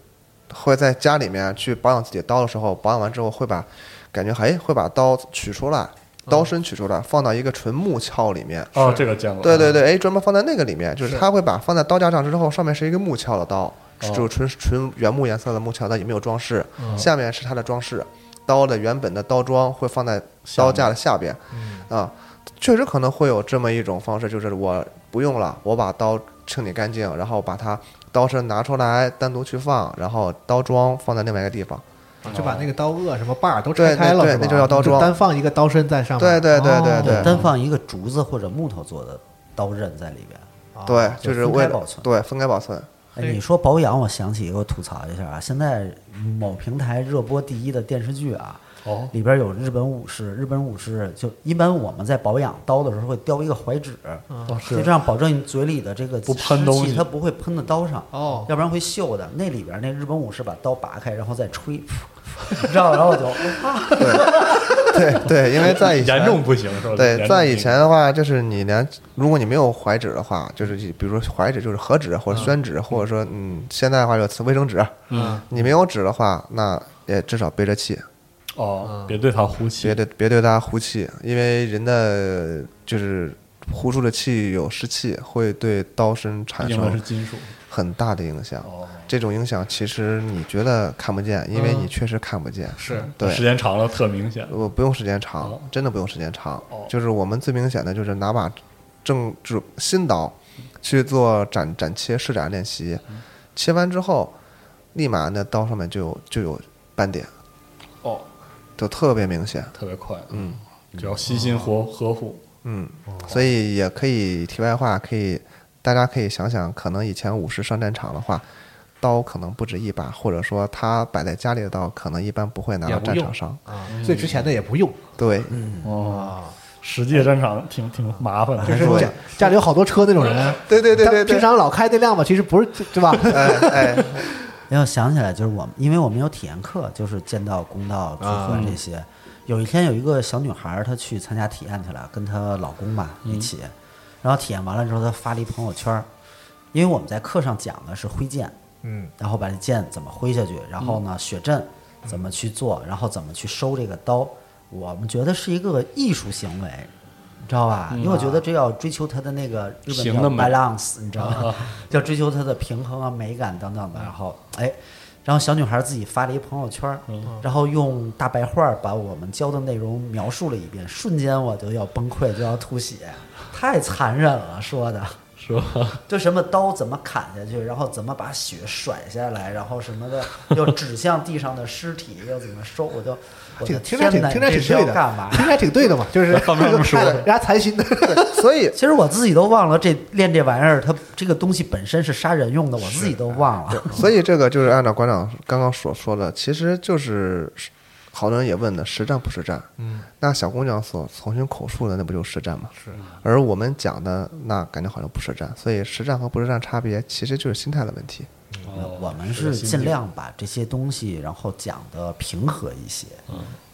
[SPEAKER 4] 会在家里面去保养自己刀的时候，保养完之后会把感觉哎会把刀取出
[SPEAKER 3] 嗯
[SPEAKER 4] 来，刀身取出来，放到一个纯木鞘里面。
[SPEAKER 2] 哦，这个见过。
[SPEAKER 3] 嗯
[SPEAKER 4] 对对对，哎，专门放在那个里面，就是
[SPEAKER 1] 是
[SPEAKER 4] 他会把放在刀架上之后，上面是一个木鞘的刀，
[SPEAKER 3] 哦
[SPEAKER 4] 就是纯纯原木颜色的木鞘，它也没有装饰，
[SPEAKER 3] 嗯
[SPEAKER 4] 下面是它的装饰，刀的原本的刀装会放在刀架的下边，
[SPEAKER 3] 嗯
[SPEAKER 4] 啊，确实可能会有这么一种方式，就是我不用了，我把刀清理干净，然后把它刀身拿出来单独去放，然后刀装放在另外一个地方，
[SPEAKER 1] 就把那个刀颚什么把儿都拆
[SPEAKER 4] 对
[SPEAKER 1] 开了，
[SPEAKER 4] 对
[SPEAKER 1] 是吧
[SPEAKER 4] 那就叫刀
[SPEAKER 1] 就
[SPEAKER 4] 桩
[SPEAKER 1] 单放一个刀身在上面。哦
[SPEAKER 4] 对对对对对
[SPEAKER 3] 单放一个竹子或者木头做的刀刃在里边。
[SPEAKER 1] 哦
[SPEAKER 4] 对，
[SPEAKER 3] 啊就是分开
[SPEAKER 4] 为了
[SPEAKER 3] 保存
[SPEAKER 4] 对分开保存，
[SPEAKER 3] 哎，
[SPEAKER 1] 对
[SPEAKER 3] 你说保养，我想起一个吐槽一下啊，现在某平台热播第一的电视剧啊，
[SPEAKER 2] 哦，
[SPEAKER 3] 里边有日本武士，日本武士就一般我们在保养刀的时候会雕一个怀纸，
[SPEAKER 2] 哦
[SPEAKER 3] 就这
[SPEAKER 2] 是
[SPEAKER 3] 样保证你嘴里的这个
[SPEAKER 2] 不
[SPEAKER 3] 湿
[SPEAKER 2] 喷东
[SPEAKER 3] 气
[SPEAKER 2] 西
[SPEAKER 3] 它不会喷到刀上，
[SPEAKER 1] 哦
[SPEAKER 3] 要不然会锈的。那里边那日本武士把刀拔开，然后 再吹，噗然后然后我就啊，
[SPEAKER 4] 对对，因为在以前
[SPEAKER 2] 严重不行是吧？
[SPEAKER 4] 对，
[SPEAKER 2] 严重
[SPEAKER 4] 在
[SPEAKER 2] 不
[SPEAKER 4] 以
[SPEAKER 2] 行
[SPEAKER 4] 前的话，就是你连如果你没有怀纸的话，就是以比如说怀纸就是和纸或者宣纸，或者说嗯现在的话有卫生纸，
[SPEAKER 1] 嗯，
[SPEAKER 4] 你没有纸的话，那也至少憋着气，
[SPEAKER 2] 哦，别对它呼
[SPEAKER 4] 别
[SPEAKER 2] 气，
[SPEAKER 4] 对别对它呼气，因为人的就是呼出的气有湿气，会对刀身
[SPEAKER 2] 毕
[SPEAKER 4] 产
[SPEAKER 2] 竟它是
[SPEAKER 4] 生
[SPEAKER 2] 金属。
[SPEAKER 4] 很大的影响。
[SPEAKER 2] 哦，
[SPEAKER 4] 这种影响其实你觉得看不见，因为
[SPEAKER 1] 嗯
[SPEAKER 4] 你确实看不见。
[SPEAKER 1] 是
[SPEAKER 4] 对，
[SPEAKER 2] 时间长了特明显。
[SPEAKER 4] 我呃不用时间长
[SPEAKER 2] 哦，
[SPEAKER 4] 真的不用时间长
[SPEAKER 2] 哦。
[SPEAKER 4] 就是我们最明显的就是拿把正准新刀去做斩斩切试斩练习，切完之后，立马那刀上面就有就有斑点，
[SPEAKER 2] 哦，
[SPEAKER 4] 就特别明显。
[SPEAKER 2] 特别快。嗯，只要细心活呵护。
[SPEAKER 4] 嗯，所以也可以题外话，可以大家可以想想，可能以前武士上战场的话。刀可能不止一把，或者说他摆在家里的刀，可能一般不会拿
[SPEAKER 1] 也
[SPEAKER 4] 到
[SPEAKER 1] 不
[SPEAKER 4] 战
[SPEAKER 1] 用
[SPEAKER 4] 场上。嗯
[SPEAKER 1] 啊，最值钱的也不用
[SPEAKER 4] 对，
[SPEAKER 2] 哦，
[SPEAKER 1] 啊，
[SPEAKER 2] 实际的战场挺挺麻烦的，
[SPEAKER 1] 就是
[SPEAKER 4] 嗯对
[SPEAKER 1] 家家里有好多车那种人，
[SPEAKER 4] 对对对
[SPEAKER 1] 他
[SPEAKER 4] 对对
[SPEAKER 1] 平常老开那辆吧，其实不是对吧？
[SPEAKER 4] 哎哎，
[SPEAKER 3] 哎，我想起来就是我们，因为我们有体验课，就是剑道、弓道、自
[SPEAKER 1] 啊
[SPEAKER 3] 刎这些。有一天有一个小女孩儿，她去参加体验去了，跟她老公吧
[SPEAKER 1] 嗯
[SPEAKER 3] 一起，然后体验完了之后，她发了一朋友圈儿，因为我们在课上讲的是挥剑，
[SPEAKER 1] 嗯，
[SPEAKER 3] 然后把这剑怎么挥下去，然后呢血阵怎么去做，然后怎么去收这个刀，我们觉得是一个艺术行为，你知道吧？
[SPEAKER 1] 嗯
[SPEAKER 3] 因为
[SPEAKER 1] 啊
[SPEAKER 3] 我觉得这要追求它的那个日本
[SPEAKER 2] 平
[SPEAKER 3] 叫
[SPEAKER 2] 的美
[SPEAKER 3] balance，你知道
[SPEAKER 2] 哦
[SPEAKER 3] 吧？要追求它的平衡啊、美感等等的。然后哎，然后小女孩自己发了一朋友圈儿，
[SPEAKER 2] 嗯
[SPEAKER 3] 然后用大白话儿把我们教的内容描述了一遍，瞬间我就要崩溃，就要吐血，太残忍了，说的。
[SPEAKER 2] 是吧？
[SPEAKER 3] 就什么刀怎么砍下去，然后怎么把血甩下来，然后什么的，又指向地上的尸体，又怎么收，我就我
[SPEAKER 1] 这
[SPEAKER 3] 的
[SPEAKER 1] 个听着挺
[SPEAKER 3] 天哪
[SPEAKER 1] 听着
[SPEAKER 3] 你
[SPEAKER 1] 挺
[SPEAKER 3] 这是
[SPEAKER 1] 对
[SPEAKER 3] 要
[SPEAKER 1] 的，
[SPEAKER 3] 干嘛
[SPEAKER 1] 听？着挺对的嘛，就是
[SPEAKER 2] 放这么 说
[SPEAKER 1] 人家残心的，
[SPEAKER 4] 所以
[SPEAKER 3] 其实我自己都忘了这练这玩意儿，它这个东西本身是杀人用的，我自己都忘 了。
[SPEAKER 4] 所以这个就是按照馆长刚刚所说的，其实就是好多人也问的，实战不实战？嗯，那小姑娘所重新口述的，那不就是实战吗？是。而我们讲的，那感觉好像不实战，所以实战和不实战差别其实就是心态的问题。
[SPEAKER 2] 哦
[SPEAKER 3] 我们是尽量把这些东西，然后讲的平和一些，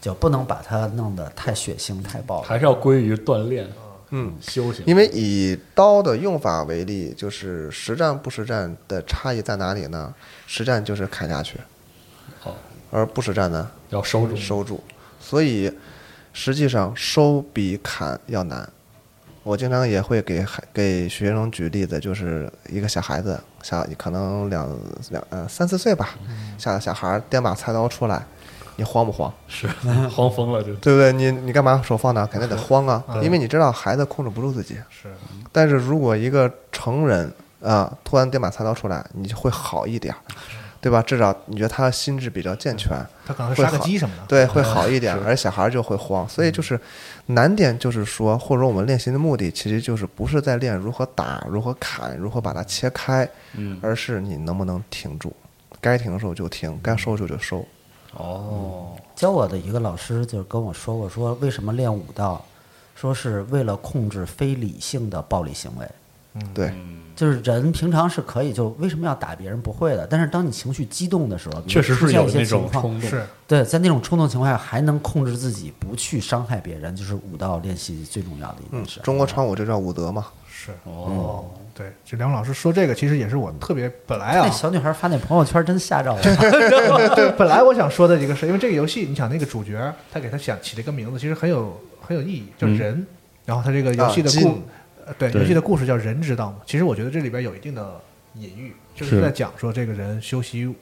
[SPEAKER 3] 就不能把它弄得太血腥、太暴力。
[SPEAKER 2] 嗯还是要归于锻炼，
[SPEAKER 4] 嗯，
[SPEAKER 2] 修行。
[SPEAKER 4] 因为以刀的用法为例，就是实战不实战的差异在哪里呢？实战就是砍下去，
[SPEAKER 2] 哦，
[SPEAKER 4] 而不实战呢，
[SPEAKER 2] 要收住，
[SPEAKER 4] 收住。所以实际上收比砍要难。我经常也会给孩给学生举例子，就是一个小孩子，小可能两两呃三四岁吧，
[SPEAKER 2] 嗯
[SPEAKER 4] 小小孩儿掂把菜刀出来，你慌不慌？
[SPEAKER 2] 是 慌疯了就。
[SPEAKER 4] 对不对？你你干嘛手放那儿？肯定得慌啊，
[SPEAKER 1] 嗯
[SPEAKER 4] 因为你知道孩子控制不住自己。是，但是如果一个成人啊、突然掂把菜刀出来，你就会好一点儿，对吧？至少你觉得他心智比较健全。
[SPEAKER 1] 嗯他可能是杀个
[SPEAKER 4] 会好
[SPEAKER 1] 鸡什么的。嗯
[SPEAKER 4] 对，会好一点，而小孩儿就会慌，所以就是难点就是说，或者说我们练习的目的其实就是不是在练如何打、如何砍、如何把它切开，
[SPEAKER 2] 嗯
[SPEAKER 4] 而是你能不能停住，该停的时候就停，该收就就收。
[SPEAKER 2] 哦，
[SPEAKER 3] 教我的一个老师就是跟我说过，说为什么练武道，说是为了控制非理性的暴力行为。
[SPEAKER 1] 嗯
[SPEAKER 4] 对，
[SPEAKER 3] 就是人平常是可以，就为什么要打别人不会的，但是当你情绪激动的时候，比如
[SPEAKER 2] 确实
[SPEAKER 3] 出
[SPEAKER 2] 是
[SPEAKER 3] 现
[SPEAKER 2] 有
[SPEAKER 3] 一
[SPEAKER 2] 那
[SPEAKER 3] 些情
[SPEAKER 2] 种
[SPEAKER 3] 况，
[SPEAKER 2] 冲动，
[SPEAKER 1] 是
[SPEAKER 3] 对，在那种冲动情况下还能控制自己不去伤害别人，就是武道练习最重要的一
[SPEAKER 4] 嗯
[SPEAKER 3] 件事。，
[SPEAKER 4] 中国传武就叫武德嘛，
[SPEAKER 1] 是
[SPEAKER 2] 哦，
[SPEAKER 1] 对，这梁老师说这个，其实也是我特别本来啊
[SPEAKER 3] 那，小女孩发那朋友圈真吓着我了。
[SPEAKER 1] 对， 本来我想说的一个是，因为这个游戏，你想那个主角，他给他想起了一个名字，其实很有很有意义，叫人。然后他这个游戏的
[SPEAKER 4] 啊
[SPEAKER 1] 故
[SPEAKER 4] 进，
[SPEAKER 1] 呃对
[SPEAKER 2] 嗯对
[SPEAKER 1] 游戏的故事叫人知道吗？其实我觉得这里边有一定的隐喻，就是
[SPEAKER 2] 是
[SPEAKER 1] 在讲说这个人修习武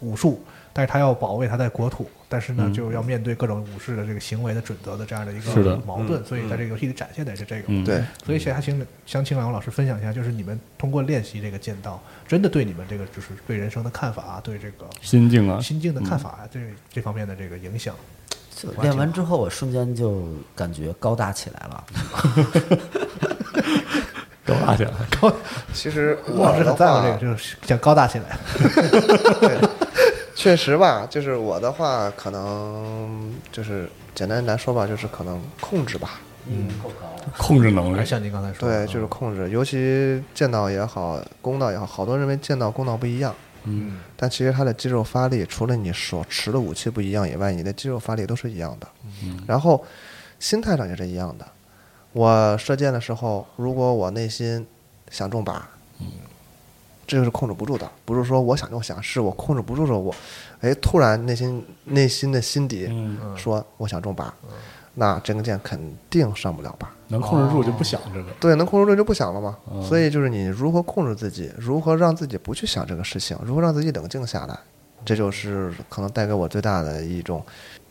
[SPEAKER 1] 武术，但是他要保卫他的国土，但是呢，
[SPEAKER 2] 嗯
[SPEAKER 1] 就要面对各种武士的这个行为的准则的这样的一
[SPEAKER 2] 是
[SPEAKER 1] 个
[SPEAKER 2] 的
[SPEAKER 1] 矛盾，
[SPEAKER 4] 嗯
[SPEAKER 1] 所以在这个游戏里展现的也是这个。
[SPEAKER 2] 嗯，
[SPEAKER 4] 对，
[SPEAKER 1] 所以想还请想请两位老师分享一下，就是你们通过练习这个剑道，真的对你们这个就是对人生的看法啊，对这个
[SPEAKER 2] 心境啊，
[SPEAKER 1] 心境的看法啊，这这方面的这个影响。
[SPEAKER 3] 就练完之后，我瞬间就感觉高大起来了。
[SPEAKER 2] 高大起来，
[SPEAKER 4] 其实
[SPEAKER 1] 吴
[SPEAKER 4] 我
[SPEAKER 1] 老师
[SPEAKER 4] 的
[SPEAKER 1] 很在乎这
[SPEAKER 4] 话
[SPEAKER 1] 个，，就是想高大起来。
[SPEAKER 4] 确实吧，就是我的话，可能就是简单来说吧，就是可能控制吧，
[SPEAKER 2] 控制能
[SPEAKER 1] 还
[SPEAKER 2] 力
[SPEAKER 1] 是，像您刚才说的，啊
[SPEAKER 4] 对，就是控制。尤其剑道也好，弓道也好，好多人认为剑道、弓道不一样，
[SPEAKER 2] 嗯，
[SPEAKER 4] 但其实它的肌肉发力，除了你手持的武器不一样以外，你的肌肉发力都是一样的。然后心态上也是一样的。我射箭的时候，如果我内心想中靶，这个是控制不住的，不是说我想就想，是我控制不住的我，哎，突然内心内心的心底
[SPEAKER 2] 嗯，
[SPEAKER 4] 说我想中靶，那这根箭肯定上不了靶。
[SPEAKER 2] 能控制住就不想这个，
[SPEAKER 4] 对，能控制住就不想了嘛。
[SPEAKER 2] 嗯
[SPEAKER 4] 所以就是你如何控制自己，如何让自己不去想这个事情，如何让自己冷静下来，这就是可能带给我最大的一种，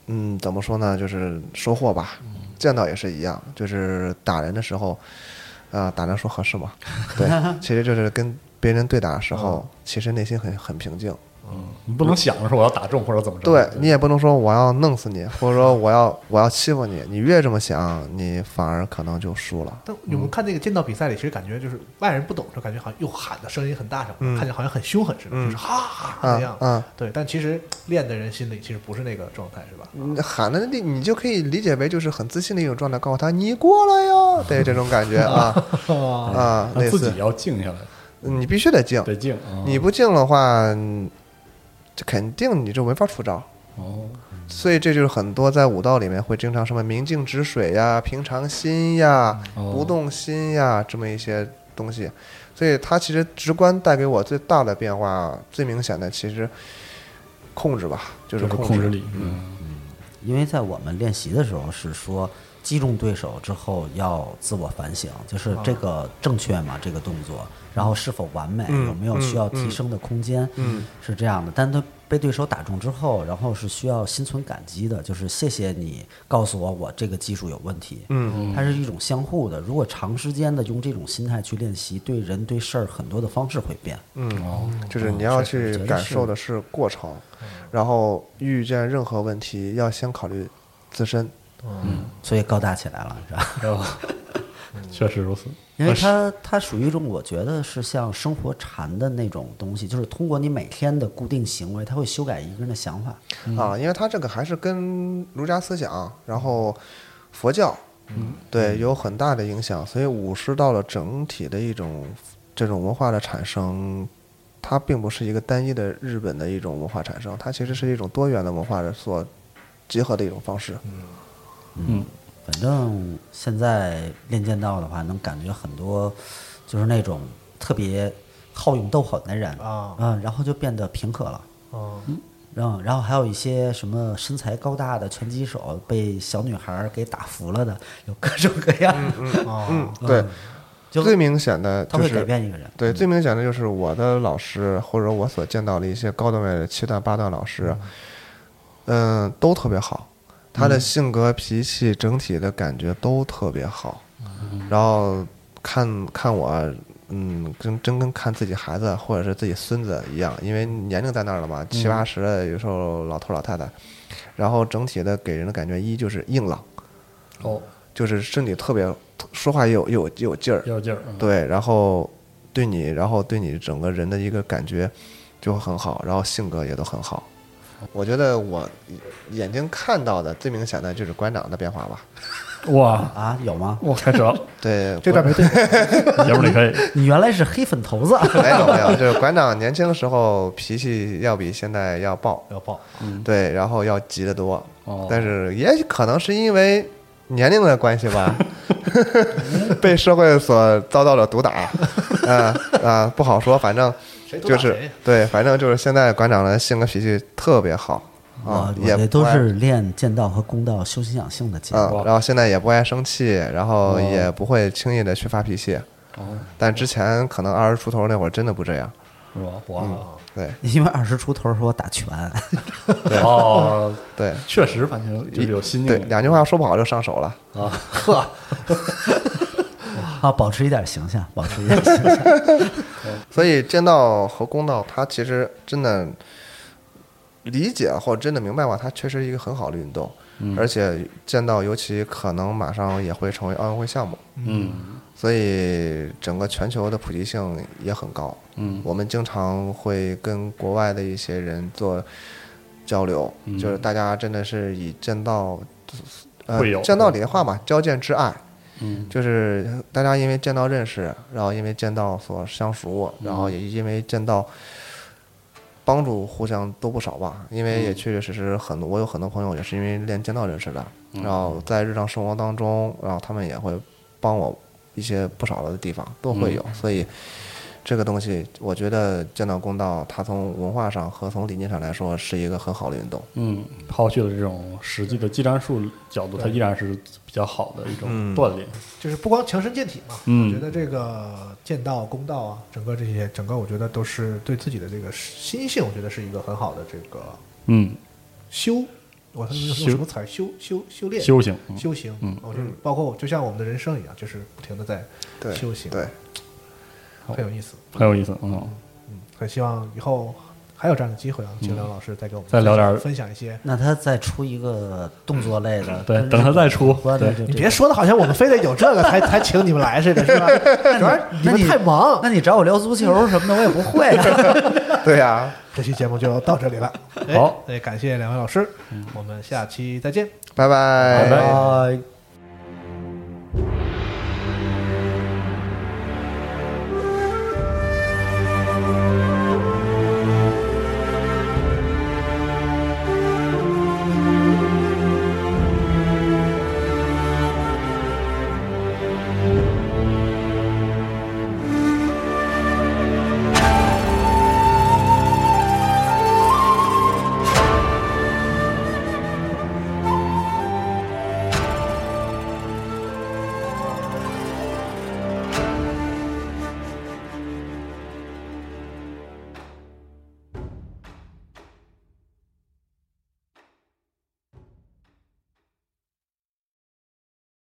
[SPEAKER 4] 嗯，怎么说呢，就是收获吧。见到也是一样，就是打人的时候，啊、打人说合适吗？ 对，其实就是跟别人对打的时候，其实内心很很平静。
[SPEAKER 2] 你不能想着说我要打中或者怎么着，
[SPEAKER 4] 对你也不能说我要弄死你，或者说我要我要欺负你，你越这么想，你反而可能就输了。
[SPEAKER 1] 但
[SPEAKER 2] 嗯
[SPEAKER 1] 我们看那个剑道比赛里，其实感觉就是外人不懂，就感觉好像又喊的声音很大声，
[SPEAKER 4] 嗯
[SPEAKER 1] 看起来好像很凶狠似的，就是哈哈那样
[SPEAKER 4] 啊。啊！
[SPEAKER 1] 对，但其实练的人心里其实不是那个状态，是吧？
[SPEAKER 4] 你喊的那，你就可以理解为就是很自信的一种状态，告诉他你过来哟，对这种感 觉啊啊，
[SPEAKER 2] 那
[SPEAKER 4] 类
[SPEAKER 2] 自
[SPEAKER 4] 似
[SPEAKER 2] 己要静下来，
[SPEAKER 4] 你必须得静，
[SPEAKER 2] 得静啊，
[SPEAKER 4] 你不静的话，嗯这肯定你就没法出招。
[SPEAKER 2] 哦，
[SPEAKER 4] 所以这就是很多在武道里面会经常什么明镜止水呀、平常心呀、
[SPEAKER 2] 哦
[SPEAKER 4] 不动心呀这么一些东西。所以它其实直观带给我最大的变化，最明显的其实控制吧，就
[SPEAKER 2] 就是是
[SPEAKER 4] 控
[SPEAKER 2] 控制力，嗯，
[SPEAKER 3] 因为在我们练习的时候是说击中对手之后要自我反省，就是
[SPEAKER 4] 啊
[SPEAKER 3] 这个正确吗？这个动作，然后是否完美，
[SPEAKER 4] 嗯
[SPEAKER 3] 有没有需要提升的空间？
[SPEAKER 4] 嗯，
[SPEAKER 3] 是这样的。但他被对手打中之后，然后是需要心存感激的，就是谢谢你告诉我我这个技术有问题。
[SPEAKER 4] 嗯，
[SPEAKER 3] 它是一种相互的。如果长时间的用这种心态去练习，对人对事儿很多的方式会变。
[SPEAKER 4] 嗯
[SPEAKER 2] 哦，
[SPEAKER 4] 就是你要
[SPEAKER 3] 嗯确
[SPEAKER 4] 去
[SPEAKER 3] 实嗯
[SPEAKER 4] 感受的是过程，然后遇见任何问题要先考虑自身。
[SPEAKER 3] 所以高大起来了，你知道吧？
[SPEAKER 2] 然后 确实如此，
[SPEAKER 3] 因为它它属于一种，我觉得是像生活禅的那种东西，就是通过你每天的固定行为，它会修改一个人的想法。
[SPEAKER 4] 啊，因为它这个还是跟儒家思想，然后佛教，
[SPEAKER 3] 嗯
[SPEAKER 4] 对，有很大的影响，所以武士到了整体的一种这种文化的产生，它并不是一个单一的日本的一种文化产生，它其实是一种多元的文化的所结合的一种方式。
[SPEAKER 2] 嗯，
[SPEAKER 3] 反正现在练剑道的话，能感觉很多，就是那种特别好勇斗狠的人
[SPEAKER 1] 啊
[SPEAKER 3] 嗯，然后就变得平和了。
[SPEAKER 1] 嗯，
[SPEAKER 3] 嗯，然后还有一些什么身材高大的拳击手被小女孩儿给打服了的，有各种各样的，
[SPEAKER 1] 哦，
[SPEAKER 4] 对，
[SPEAKER 3] 嗯就
[SPEAKER 4] 嗯最明显的
[SPEAKER 3] 他
[SPEAKER 4] 就
[SPEAKER 3] 会
[SPEAKER 4] 是
[SPEAKER 3] 改变一个人。
[SPEAKER 4] 对，最明显的就是我的老师，或者我所见到的一些高段位的七段、八段老师，嗯，都特别好，他的性格、脾气、整体的感觉都特别好。然后看看我，嗯，跟真跟看自己孩子或者是自己孙子一样，因为年龄在那儿了嘛，七八十了，有时候老头老太太，然后整体的给人的感觉一就是硬朗，
[SPEAKER 2] 哦，
[SPEAKER 4] 就是身体特别，说话也有也有也有劲儿，
[SPEAKER 2] 要劲儿，嗯，
[SPEAKER 4] 对，然后对你，然后对你整个人的一个感觉就会很好，然后性格也都很好。我觉得我眼睛看到的最明显的就是馆长的变化吧。
[SPEAKER 2] 哇，
[SPEAKER 3] 啊，有吗？
[SPEAKER 2] 我开始了，
[SPEAKER 4] 对，
[SPEAKER 1] 这段没对，
[SPEAKER 2] 爷们儿你可以，
[SPEAKER 3] 你原来是黑粉头子，
[SPEAKER 4] 没有没有，就是馆长年轻的时候脾气要比现在要暴，
[SPEAKER 1] 要爆，
[SPEAKER 4] 对，然后要急得多。
[SPEAKER 2] 哦
[SPEAKER 4] 但是也可能是因为年龄的关系吧，被社会所遭到了毒打，啊、啊、不好说，反正
[SPEAKER 1] 谁毒打
[SPEAKER 4] 就是
[SPEAKER 1] 谁
[SPEAKER 4] 对，反正就是现在馆长的性格脾气特别好啊
[SPEAKER 3] 我，我
[SPEAKER 4] 也
[SPEAKER 3] 这都
[SPEAKER 4] 不爱
[SPEAKER 3] 是练剑道和弓道修心养性的结
[SPEAKER 4] 啊
[SPEAKER 3] 果。，
[SPEAKER 4] 然后现在也不爱生气，然后也不会轻易的去发脾气，
[SPEAKER 2] 哦，
[SPEAKER 4] 但之前可能二十出头那会儿真的不这样，
[SPEAKER 2] 是吧？哇，
[SPEAKER 4] 对
[SPEAKER 3] 因为二十出头的时候我打拳，
[SPEAKER 1] 啊
[SPEAKER 2] 哦，
[SPEAKER 4] 对
[SPEAKER 2] 确实，反正就是有新
[SPEAKER 4] 对，
[SPEAKER 2] 颖
[SPEAKER 4] 两句话说不好就上手了。
[SPEAKER 2] 啊。
[SPEAKER 3] 啊，保持一点形象，保持一点形象。
[SPEAKER 4] 所以剑道和弓道，它其实真的理解或者真的明白吧，它确实是一个很好的运动，而且剑道尤其可能马上也会成为奥运会项目，
[SPEAKER 2] 嗯
[SPEAKER 4] 所以整个全球的普及性也很高。
[SPEAKER 2] 嗯
[SPEAKER 4] 我们经常会跟国外的一些人做交流，
[SPEAKER 2] 嗯
[SPEAKER 4] 就是大家真的是以剑道，呃
[SPEAKER 2] 会友，
[SPEAKER 4] 剑道里的话嘛，交剑之爱，
[SPEAKER 2] 嗯
[SPEAKER 4] 就是大家因为剑道认识，然后因为剑道所相熟，
[SPEAKER 2] 嗯
[SPEAKER 4] 然后也因为剑道帮助互相都不少吧。因为
[SPEAKER 2] 嗯
[SPEAKER 4] 也确确实实很多，我有很多朋友也是因为练剑道认识的。
[SPEAKER 2] 嗯
[SPEAKER 4] 然后在日常生活当中，然后他们也会帮我一些不少的地方都会
[SPEAKER 2] 嗯
[SPEAKER 4] 有，所以这个东西我觉得剑道公道，它从文化上和从理念上来说是一个很好的运动。
[SPEAKER 2] 嗯，抛去了这种实际的技战术角度，它依然是比较好的一种
[SPEAKER 4] 嗯
[SPEAKER 2] 锻炼。
[SPEAKER 1] 就是不光强身健体嘛，我
[SPEAKER 2] 嗯
[SPEAKER 1] 觉得这个剑道、弓道啊，整个这些，整个我觉得都是对自己的这个心性，我觉得是一个很好的这个
[SPEAKER 2] 嗯，
[SPEAKER 1] 修，我他们用
[SPEAKER 2] 修
[SPEAKER 1] 什么词儿？修修修炼、
[SPEAKER 2] 修行，嗯
[SPEAKER 1] 修行。
[SPEAKER 2] 嗯
[SPEAKER 1] 我觉得包括就像我们的人生一样，就是不停的在
[SPEAKER 4] 对，
[SPEAKER 1] 修行，
[SPEAKER 4] 对，
[SPEAKER 1] 很有意思。
[SPEAKER 2] 很有意思。嗯，
[SPEAKER 1] 嗯，很希望以后还有这样的机会啊，请梁老师再给我们
[SPEAKER 2] 再聊点儿
[SPEAKER 1] 分享一些。
[SPEAKER 3] 那他再出一个动作类的，
[SPEAKER 2] 对
[SPEAKER 3] 跟
[SPEAKER 2] 等他再出
[SPEAKER 3] 有关的
[SPEAKER 2] 对
[SPEAKER 3] 这
[SPEAKER 1] 你别说的好像我们非得有这个才才请你们来似的，是吧？主要是你
[SPEAKER 3] 那
[SPEAKER 1] 们
[SPEAKER 3] 你
[SPEAKER 1] 太忙
[SPEAKER 3] 那。你找我聊足球什么的，我也不会、 啊。
[SPEAKER 4] 对呀、
[SPEAKER 1] 这期节目就到这里了。嗯哎
[SPEAKER 2] 好，
[SPEAKER 1] 哎，感谢两位老师，我们下期再见。
[SPEAKER 4] 拜
[SPEAKER 2] 拜
[SPEAKER 4] 拜
[SPEAKER 2] 拜
[SPEAKER 3] 哎